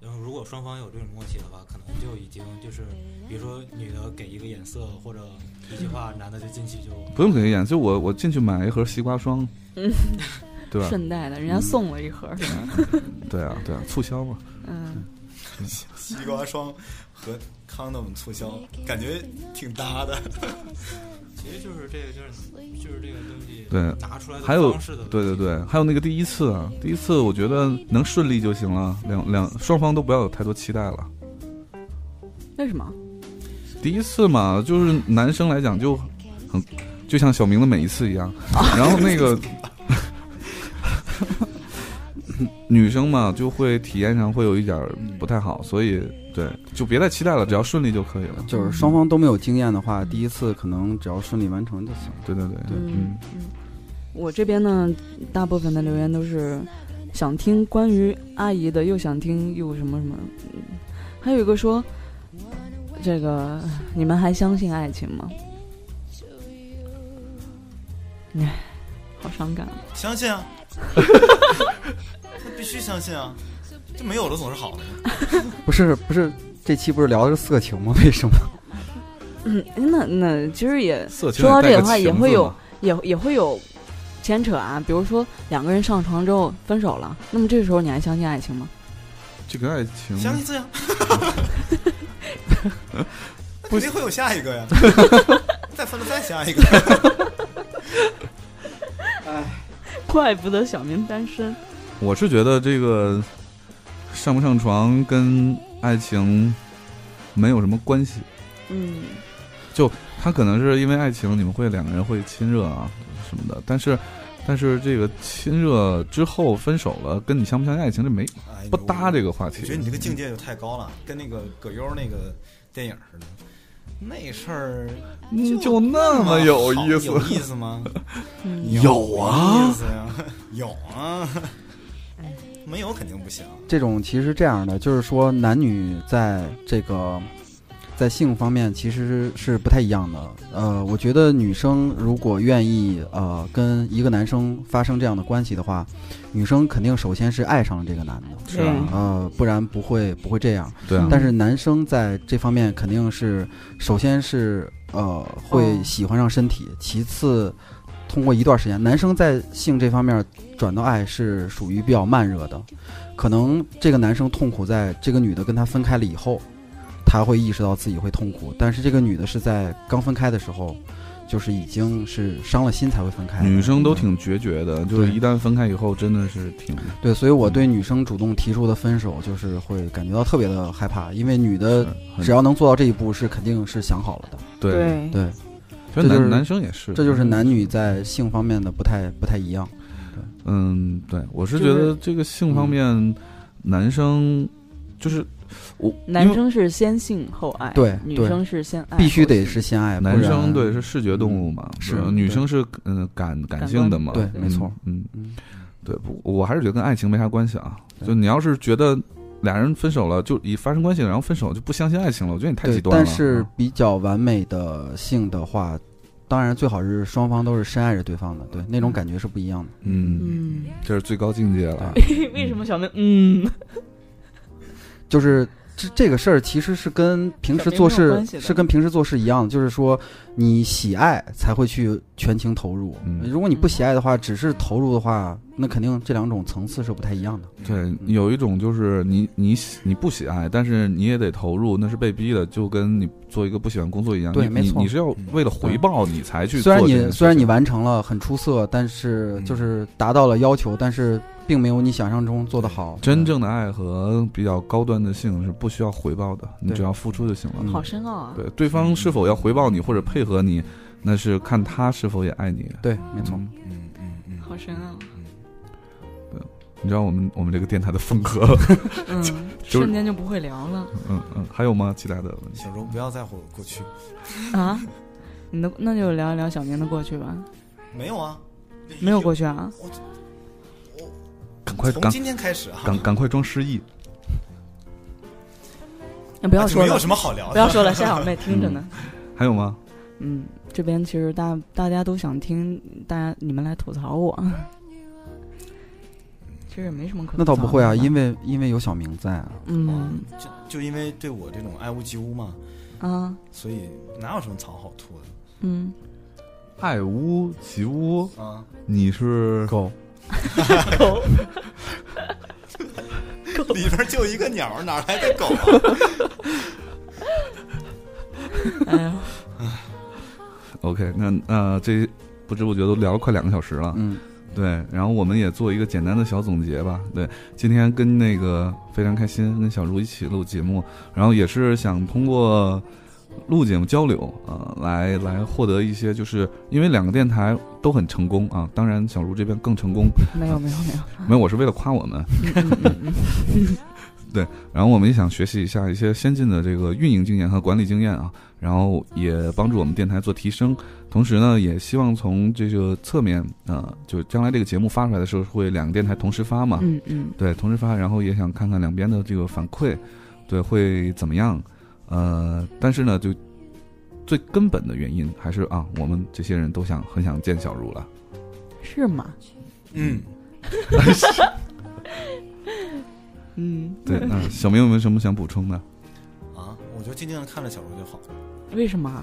[SPEAKER 4] 然后如果双方有这种默契的话，可能就已经就是，比如说女的给一个眼色或者一句话，男的就进去就
[SPEAKER 1] 不用给人演，就我我进去买一盒西瓜霜， 对吧？
[SPEAKER 3] 顺带的，人家送了一盒，
[SPEAKER 1] 对啊，对啊，促销嘛。
[SPEAKER 3] 嗯，
[SPEAKER 2] 西瓜霜和康 o 促销，感觉挺搭的。
[SPEAKER 4] 其实就是这个，就是就是这个东西
[SPEAKER 1] 对
[SPEAKER 4] 拿出来的
[SPEAKER 1] 还有
[SPEAKER 4] 方式的，
[SPEAKER 1] 对对，对，还有那个第一次，啊，第一次我觉得能顺利就行了，两两双方都不要有太多期待了。
[SPEAKER 3] 为什么？
[SPEAKER 1] 第一次嘛，就是男生来讲就很，就像小明的每一次一样，然后那个。 女生嘛，就会体验上会有一点儿不太好，所以对，就别再期待了，只要顺利就可以
[SPEAKER 3] 嗯
[SPEAKER 1] 了。
[SPEAKER 5] 就是双方都没有经验的话，第一次可能只要顺利完成就行。
[SPEAKER 1] 对对对，
[SPEAKER 3] 嗯嗯，我这边呢，大部分的留言都是想听关于阿姨的，又想听又什么什么，嗯还有一个说，这个你们还相信爱情吗？唉，好伤感啊。
[SPEAKER 2] 相信啊，那必须相信啊，这没有的总是好的嘛。
[SPEAKER 5] 不是不是，这期不是聊的是色情吗？为什么？
[SPEAKER 3] 嗯，那那其实也
[SPEAKER 1] 色情也
[SPEAKER 3] 说到
[SPEAKER 1] 带
[SPEAKER 3] 这
[SPEAKER 1] 个
[SPEAKER 3] 的话也
[SPEAKER 1] 情字
[SPEAKER 3] 会有
[SPEAKER 1] 嘛
[SPEAKER 3] 也也会有牵扯啊，比如说两个人上床之后分手了，那么这时候你还相信爱情吗？
[SPEAKER 1] 这个爱情，
[SPEAKER 2] 相信这 样，那肯定会有下一个呀。再分了再下一个，
[SPEAKER 3] 怪不得小明单身。
[SPEAKER 1] 我是觉得这个上不上床跟爱情没有什么关系，
[SPEAKER 3] 嗯
[SPEAKER 1] 他可能是因为爱情你们会两个人会亲热啊什么的，但是但是这个亲热之后分手了，跟你相不相信爱情这没
[SPEAKER 2] 哎
[SPEAKER 1] 不搭这
[SPEAKER 2] 个。
[SPEAKER 1] 个话
[SPEAKER 2] 我
[SPEAKER 1] 题。
[SPEAKER 2] 觉得你这个境界就太高了，跟那个葛优那个电影似的。那事儿
[SPEAKER 1] 嗯就那么有意
[SPEAKER 2] 有
[SPEAKER 1] 思，
[SPEAKER 2] 意思吗？
[SPEAKER 3] 嗯
[SPEAKER 1] 有啊
[SPEAKER 2] 意思呀， 有啊，没有肯定不行。
[SPEAKER 5] 这种其实是这样的，就是说男女在这个在性方面其实是不太一样的。呃，我觉得女生如果愿意呃跟一个男生发生这样的关系的话，女生肯定首先是爱上了这个男的，
[SPEAKER 1] 是啊，
[SPEAKER 5] 呃，不然不会不会这样。
[SPEAKER 1] 对啊
[SPEAKER 3] 嗯，
[SPEAKER 5] 但是男生在这方面肯定是，首先是呃会喜欢上身体，其次通过一段时间，男生在性这方面转到爱是属于比较慢热的，可能这个男生痛苦在这个女的跟他分开了以后，他会意识到自己会痛苦，但是这个女的是在刚分开的时候，就是已经是伤了心才会分开的。
[SPEAKER 1] 女生都挺决绝的，就是一旦分开以后，真的是挺
[SPEAKER 5] 对，所以我对女生主动提出的分手，就是会感觉到特别的害怕，因为女的
[SPEAKER 1] 很
[SPEAKER 5] 呃只要能做到这一步，是肯定是想好了的。
[SPEAKER 1] 对，
[SPEAKER 3] 对
[SPEAKER 5] 对，
[SPEAKER 1] 其实
[SPEAKER 5] 这就是
[SPEAKER 1] 男男生也是，
[SPEAKER 5] 这就是男女在性方面的不太不太一样。
[SPEAKER 1] 嗯，对，我是
[SPEAKER 3] 就
[SPEAKER 1] 觉
[SPEAKER 3] 是
[SPEAKER 1] 得这个性方
[SPEAKER 5] 嗯
[SPEAKER 1] 面，男生就是我
[SPEAKER 3] 男生是先性后爱，
[SPEAKER 5] 对
[SPEAKER 3] 哎女
[SPEAKER 5] 对
[SPEAKER 3] 生是先爱，
[SPEAKER 5] 必须得是。先爱，哎不
[SPEAKER 1] 男
[SPEAKER 5] 然
[SPEAKER 1] 生对是视觉动物嘛，
[SPEAKER 5] 是
[SPEAKER 1] 吧
[SPEAKER 5] 对
[SPEAKER 1] 女生是嗯感感
[SPEAKER 3] 感
[SPEAKER 1] 性的
[SPEAKER 3] 官
[SPEAKER 1] 嘛，
[SPEAKER 5] 对
[SPEAKER 1] 嗯
[SPEAKER 5] 没错，
[SPEAKER 1] 嗯
[SPEAKER 5] 嗯，
[SPEAKER 1] 对，不，我还是觉得跟爱情没啥关系啊。
[SPEAKER 5] 对
[SPEAKER 1] 就你要是觉得俩人分手了，就已发生关系了，然后分手就不相信爱情了，我觉得你太
[SPEAKER 5] 对
[SPEAKER 1] 极，端了。
[SPEAKER 5] 但是
[SPEAKER 1] 啊
[SPEAKER 5] 比较完美的性的话，当然最好是双方都是深爱着对方的，对那种感觉是不一样的。
[SPEAKER 1] 嗯，
[SPEAKER 3] 嗯，
[SPEAKER 1] 这是最高境界了。
[SPEAKER 3] 为什么小明？嗯，
[SPEAKER 5] 就是这这个事儿其实是跟平时做
[SPEAKER 3] 小明没有
[SPEAKER 5] 事
[SPEAKER 3] 关系的
[SPEAKER 5] 是跟平时做事一样的，就是说你喜爱才会去全情投入
[SPEAKER 1] 嗯，
[SPEAKER 5] 如果你不喜爱的话，只是投入的话，那肯定这两种层次是不太一样的。
[SPEAKER 1] 对，有一种就是你你喜你不喜爱，但是你也得投入，那是被逼的，就跟你做一个不喜欢工作一样。
[SPEAKER 5] 对
[SPEAKER 1] 你
[SPEAKER 5] 没
[SPEAKER 1] 你
[SPEAKER 5] 错嗯
[SPEAKER 1] 你是要为了回报你才去
[SPEAKER 5] 虽
[SPEAKER 1] 做
[SPEAKER 5] 然
[SPEAKER 1] 这件事情。
[SPEAKER 5] 你虽然你完成了很出色，但是
[SPEAKER 2] 嗯
[SPEAKER 5] 就是达到了要求，但是并没有你想象中做得好。
[SPEAKER 1] 真正的爱和比较高端的性是不需要回报的，你
[SPEAKER 5] 对
[SPEAKER 1] 只要付出就行了。
[SPEAKER 5] 嗯
[SPEAKER 3] 好深奥啊！
[SPEAKER 1] 对，对方是否要回报你或者配合你，那是看他是否也爱你。
[SPEAKER 5] 对，没错。
[SPEAKER 1] 嗯
[SPEAKER 2] 嗯嗯嗯
[SPEAKER 3] 好深奥。
[SPEAKER 1] 你知道我们我们这个电台的风 格，
[SPEAKER 3] 嗯，
[SPEAKER 1] 就是
[SPEAKER 3] 瞬间就不会聊了
[SPEAKER 1] 嗯嗯，还有吗？其他的问题？
[SPEAKER 2] 小荣不要在乎过去，
[SPEAKER 3] 啊。你的那就聊一聊小明的过去吧，
[SPEAKER 2] 没有啊，
[SPEAKER 3] 没有过去啊？
[SPEAKER 1] 赶快
[SPEAKER 2] 从
[SPEAKER 1] 赶
[SPEAKER 2] 今天开始啊，
[SPEAKER 1] 赶赶快装失忆，
[SPEAKER 3] 那
[SPEAKER 2] 不
[SPEAKER 3] 不要说
[SPEAKER 2] 没有
[SPEAKER 3] 了，
[SPEAKER 2] 什么好聊的，
[SPEAKER 3] 啊不要说了，夏小妹听着呢。
[SPEAKER 1] 还有吗？
[SPEAKER 3] 嗯，这边其实大大家都想听，大家你们来吐槽我， 其实也没什么可
[SPEAKER 5] 那倒不会啊，
[SPEAKER 3] 吐槽的
[SPEAKER 5] 因为因为有小明在啊。
[SPEAKER 3] 嗯
[SPEAKER 2] 就就因为对我这种爱屋及乌嘛，
[SPEAKER 3] 啊
[SPEAKER 2] 所以哪有什么藏好吐
[SPEAKER 3] 嗯，
[SPEAKER 1] 爱屋及乌，
[SPEAKER 2] 的啊？
[SPEAKER 1] 你是
[SPEAKER 5] 狗，
[SPEAKER 3] 狗
[SPEAKER 2] 里边就一个鸟，哪来的狗啊？
[SPEAKER 3] 哎呀，
[SPEAKER 1] OK？那那这不知不觉都聊了快两个小时了，
[SPEAKER 5] 嗯，
[SPEAKER 1] 对，然后我们也做一个简单的小总结吧。对，今天跟那个非常开心，跟小茹一起录节目，然后也是想通过录节目交流啊、来来获得一些，就是因为两个电台都很成功啊，当然小茹这边更成功，
[SPEAKER 3] 没有没有没有，嗯
[SPEAKER 1] 没有，我是为了夸我们。对，然后我们也想学习一下一些先进的这个运营经验和管理经验啊，然后也帮助我们电台做提升。同时呢，也希望从这个侧面啊、呃就将来这个节目发出来的时候，会两个电台同时发
[SPEAKER 5] 啊
[SPEAKER 1] 嘛，
[SPEAKER 3] 嗯嗯，
[SPEAKER 1] 对，同时发，然后也想看看两边的这个反馈，对，会怎么样？呃，但是呢，就最根本的原因还是啊，我们这些人都想很想见小茹了。
[SPEAKER 3] 是吗？
[SPEAKER 2] 嗯，
[SPEAKER 3] 嗯，
[SPEAKER 1] 对，那小明有没有什么想补充的？
[SPEAKER 2] 啊，我就静静的看着小茹就好了。
[SPEAKER 3] 为什么？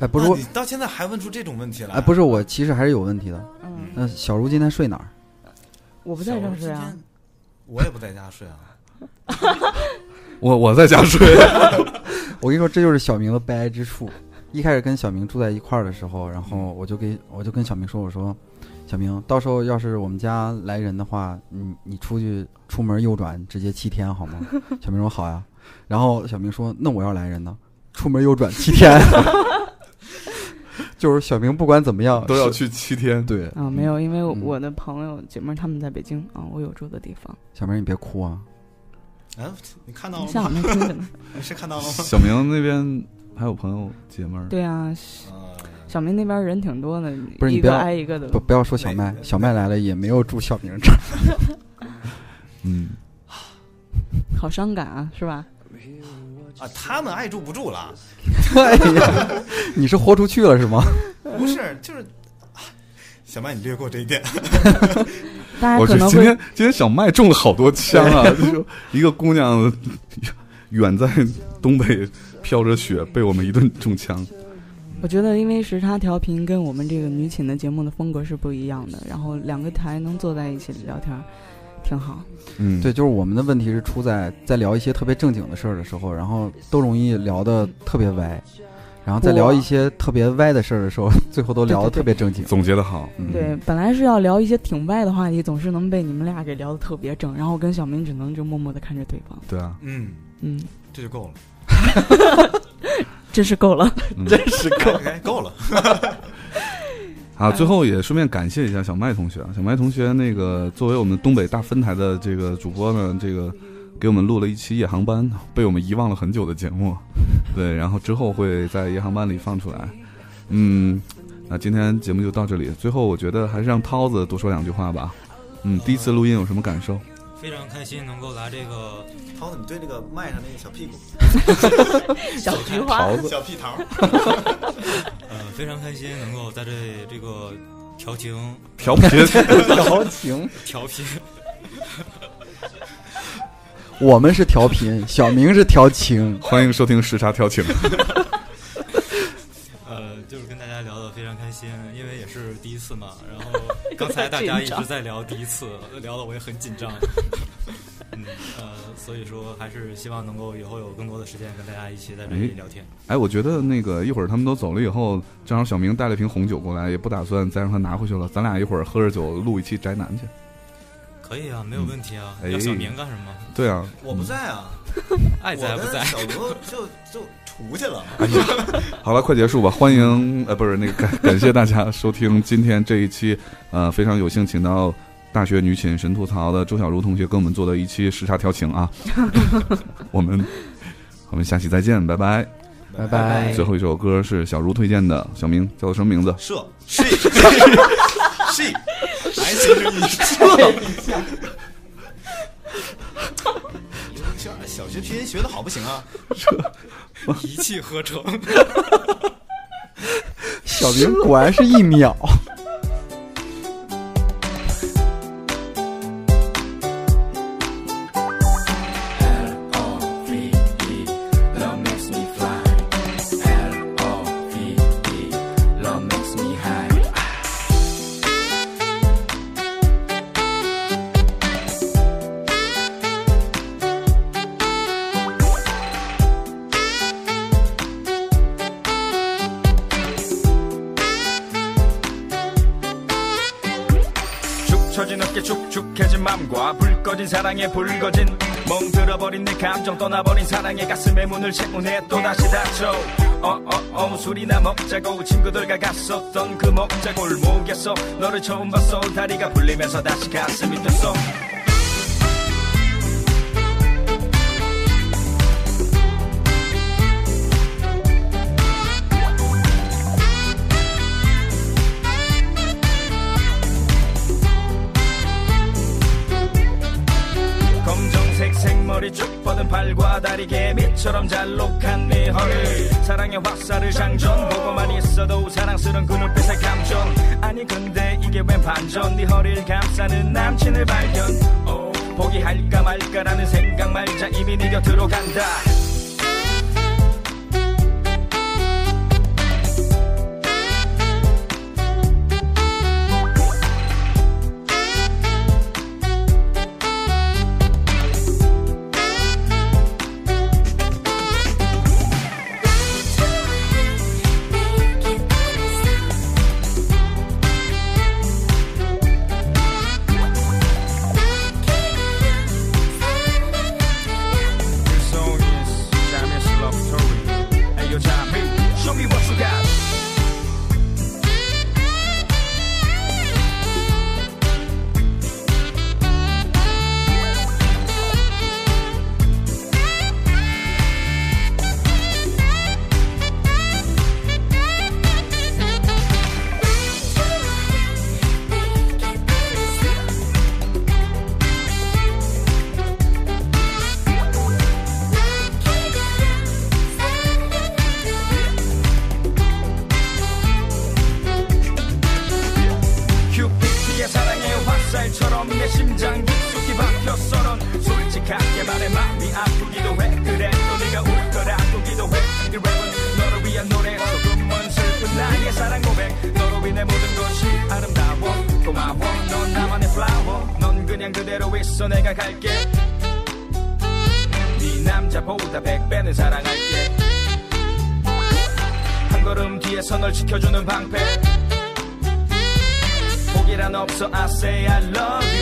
[SPEAKER 5] 哎，不是
[SPEAKER 2] 啊
[SPEAKER 5] 我，
[SPEAKER 2] 你到现在还问出这种问题来？
[SPEAKER 5] 哎，不是我，其实还是有问题的。
[SPEAKER 3] 嗯，
[SPEAKER 5] 那小茹今天睡哪儿？
[SPEAKER 3] 我不
[SPEAKER 2] 小
[SPEAKER 3] 在
[SPEAKER 2] 茹
[SPEAKER 3] 这是
[SPEAKER 2] 今
[SPEAKER 3] 啊
[SPEAKER 2] 天，我也不在家睡啊。
[SPEAKER 1] 我我在家睡。
[SPEAKER 5] 我跟你说，这就是小明的悲哀之处。一开始跟小明住在一块儿的时候，然
[SPEAKER 1] 嗯
[SPEAKER 5] 后我就给我就跟小明说，我说，小明，到时候要是我们家来人的话，你你出去出门右转直接七 天好吗？小明说好呀。然后小明说，那我要来人呢，出门右转七 天。就是小明不管怎么样
[SPEAKER 1] 都要
[SPEAKER 5] 是
[SPEAKER 1] 去七天。
[SPEAKER 5] 对
[SPEAKER 3] 啊，没。有，因为我
[SPEAKER 5] 嗯
[SPEAKER 3] 我的朋友姐妹儿她们在北京啊，我有住的地方，
[SPEAKER 5] 小明你别哭啊，
[SPEAKER 2] 哎，你看到了
[SPEAKER 3] 像我
[SPEAKER 2] 吗？
[SPEAKER 3] 没听着 呢。
[SPEAKER 2] 你是看到了吗？
[SPEAKER 1] 小明那边还有朋友姐们儿，
[SPEAKER 3] 对啊，
[SPEAKER 2] 啊，
[SPEAKER 3] 小明那边人挺多的，
[SPEAKER 5] 不是你
[SPEAKER 3] 一
[SPEAKER 5] 不
[SPEAKER 3] 个
[SPEAKER 5] 要
[SPEAKER 3] 挨一个的。
[SPEAKER 5] 不不要说小
[SPEAKER 2] 哪，
[SPEAKER 5] 麦
[SPEAKER 2] 个
[SPEAKER 5] 小麦来了也没有住小明这儿。
[SPEAKER 1] 嗯，
[SPEAKER 3] 好伤感啊，是吧？
[SPEAKER 2] 啊，他们爱住不住 了，
[SPEAKER 5] 哎呀，你是豁出去了是吗？
[SPEAKER 2] 不是，就是。啊小麦，你略过这一点。
[SPEAKER 3] 大家
[SPEAKER 1] 我
[SPEAKER 3] 可
[SPEAKER 1] 去，
[SPEAKER 3] 能
[SPEAKER 1] 今
[SPEAKER 3] 会
[SPEAKER 1] 天今天小麦中了好多枪啊！就是一个姑娘远在东北飘着雪，被我们一顿中枪。
[SPEAKER 3] 我觉得，因为时差调频跟我们这个女寝的节目的风格是不一样的，然后两个台能坐在一起聊天儿，挺好。
[SPEAKER 1] 嗯
[SPEAKER 5] 对，，就是我们的问题是出在在聊一些特别正经的事儿的时候，然后都容易聊的特别歪，然后在聊一些特别歪的事儿的时候， 最后都聊的特别 正经。
[SPEAKER 1] 总结的好，
[SPEAKER 5] 嗯
[SPEAKER 3] 对，，本来是要聊一些挺歪的话题，总是能被你们俩给聊得特别正，然后我跟小明只能就默默的看着对方，
[SPEAKER 1] 对啊，
[SPEAKER 2] 嗯，
[SPEAKER 3] 嗯，
[SPEAKER 2] 这就 够了，
[SPEAKER 3] 真是够了。
[SPEAKER 2] 是够，哎，够了。
[SPEAKER 1] 啊，最后也顺便感谢一下小麦同学啊，小麦同学那个作为我们东北大分台的这个主播呢，这个给我们录了一期夜航班，被我们遗忘了很久的节目， 对，然后之后会在夜航班里放出来，嗯，那今天节目就到这里，最后我觉得还是让涛子多说两句话吧，嗯，第一次录音有什么感受？
[SPEAKER 4] 非常开心能够来这个
[SPEAKER 2] 涛子，你对那个麦上那个小屁股、
[SPEAKER 3] 小菊花，
[SPEAKER 2] 小屁桃，
[SPEAKER 4] 呃，非常开心能够在这这个调情
[SPEAKER 1] 调皮，
[SPEAKER 5] 调情，
[SPEAKER 4] 调频，
[SPEAKER 5] 我们是调频，小明是调情。
[SPEAKER 1] 欢迎收听时差调情，
[SPEAKER 4] 呃，就是跟大家聊的非常开心，因为也是第一次嘛。然后刚才大家一直在聊第一次，聊的我也很紧张。嗯呃，所以说还是希望能够以后有更多的时间跟大家一起在这里
[SPEAKER 1] 哎
[SPEAKER 4] 聊天。
[SPEAKER 1] 哎，我觉得那个一会儿他们都走了以后，正好小明带了瓶红酒过来，也不打算再让他拿回去了，咱俩一会儿喝着酒录一期宅男去。
[SPEAKER 4] 可以啊，没有问题啊。
[SPEAKER 1] 哎
[SPEAKER 4] 要小明干什么？
[SPEAKER 1] 对啊，
[SPEAKER 2] 我不在啊，
[SPEAKER 4] 爱在不在？啊
[SPEAKER 2] 我跟小罗就就出去了。
[SPEAKER 1] 好了，快结束吧！欢迎呃，不是那个感感谢大家收听今天这一期，呃，非常有幸请到大学女寝神吐槽的周小茹同学跟我们做的一期时差调情啊， 我们我们下期再见，拜拜！
[SPEAKER 5] 拜拜
[SPEAKER 1] 最后一首歌是小茹推荐的，小明叫做什么名字？
[SPEAKER 2] 射 she she，来就是 你射一下。这 小学拼音学的好不行啊！
[SPEAKER 4] 一气呵成。
[SPEAKER 5] 小明果然是一秒。
[SPEAKER 8] 축 처진 어깨 축축해진 맘과 불 꺼진 사랑에 불 꺼진 멍들어버린 내 감정 떠나버린 사랑의 가슴에 문을 채우네 또다시 닫혀 어어어 술이나 먹자고 친구들과 갔었던 그 먹자 골목에서 너를 처음 봤어 다리가 풀리면서 다시 가슴이 뛰었어 검정색 생머리 쭉 뻗은 팔과 다리 개미처럼 잘록한 네 허리 사랑의 화살을 장전 보고만 있어도 사랑스런 그 눈빛의 감정 아니 근데 이게 웬 반전 네 허리를 감싸는 남친을 발견 오, 포기할까 말까라는 생각 말자 이미 네 곁으로 간다 Your song is Jamis Love Story. Hey, yo, Jami, show me what you got. 큐피트의 사랑의 화살처럼 내 심장 깊숙이 박혔어 넌 솔직하게 말해 마음이 아프기도 해 그래 또 네가 울 거라고 기도해 이 랩은 너를 위한 노래 조금은 슬픈 나의 사랑 고백 너로 인해 모든 것이 아름다워 고마워 넌 나만의 플라워 넌 그냥 그대로 있어 내가 갈게 네 남자보다 백 배는 사랑할게 한 걸음 뒤에서 널 지켜주는 방패 포기란 없어 I say I love you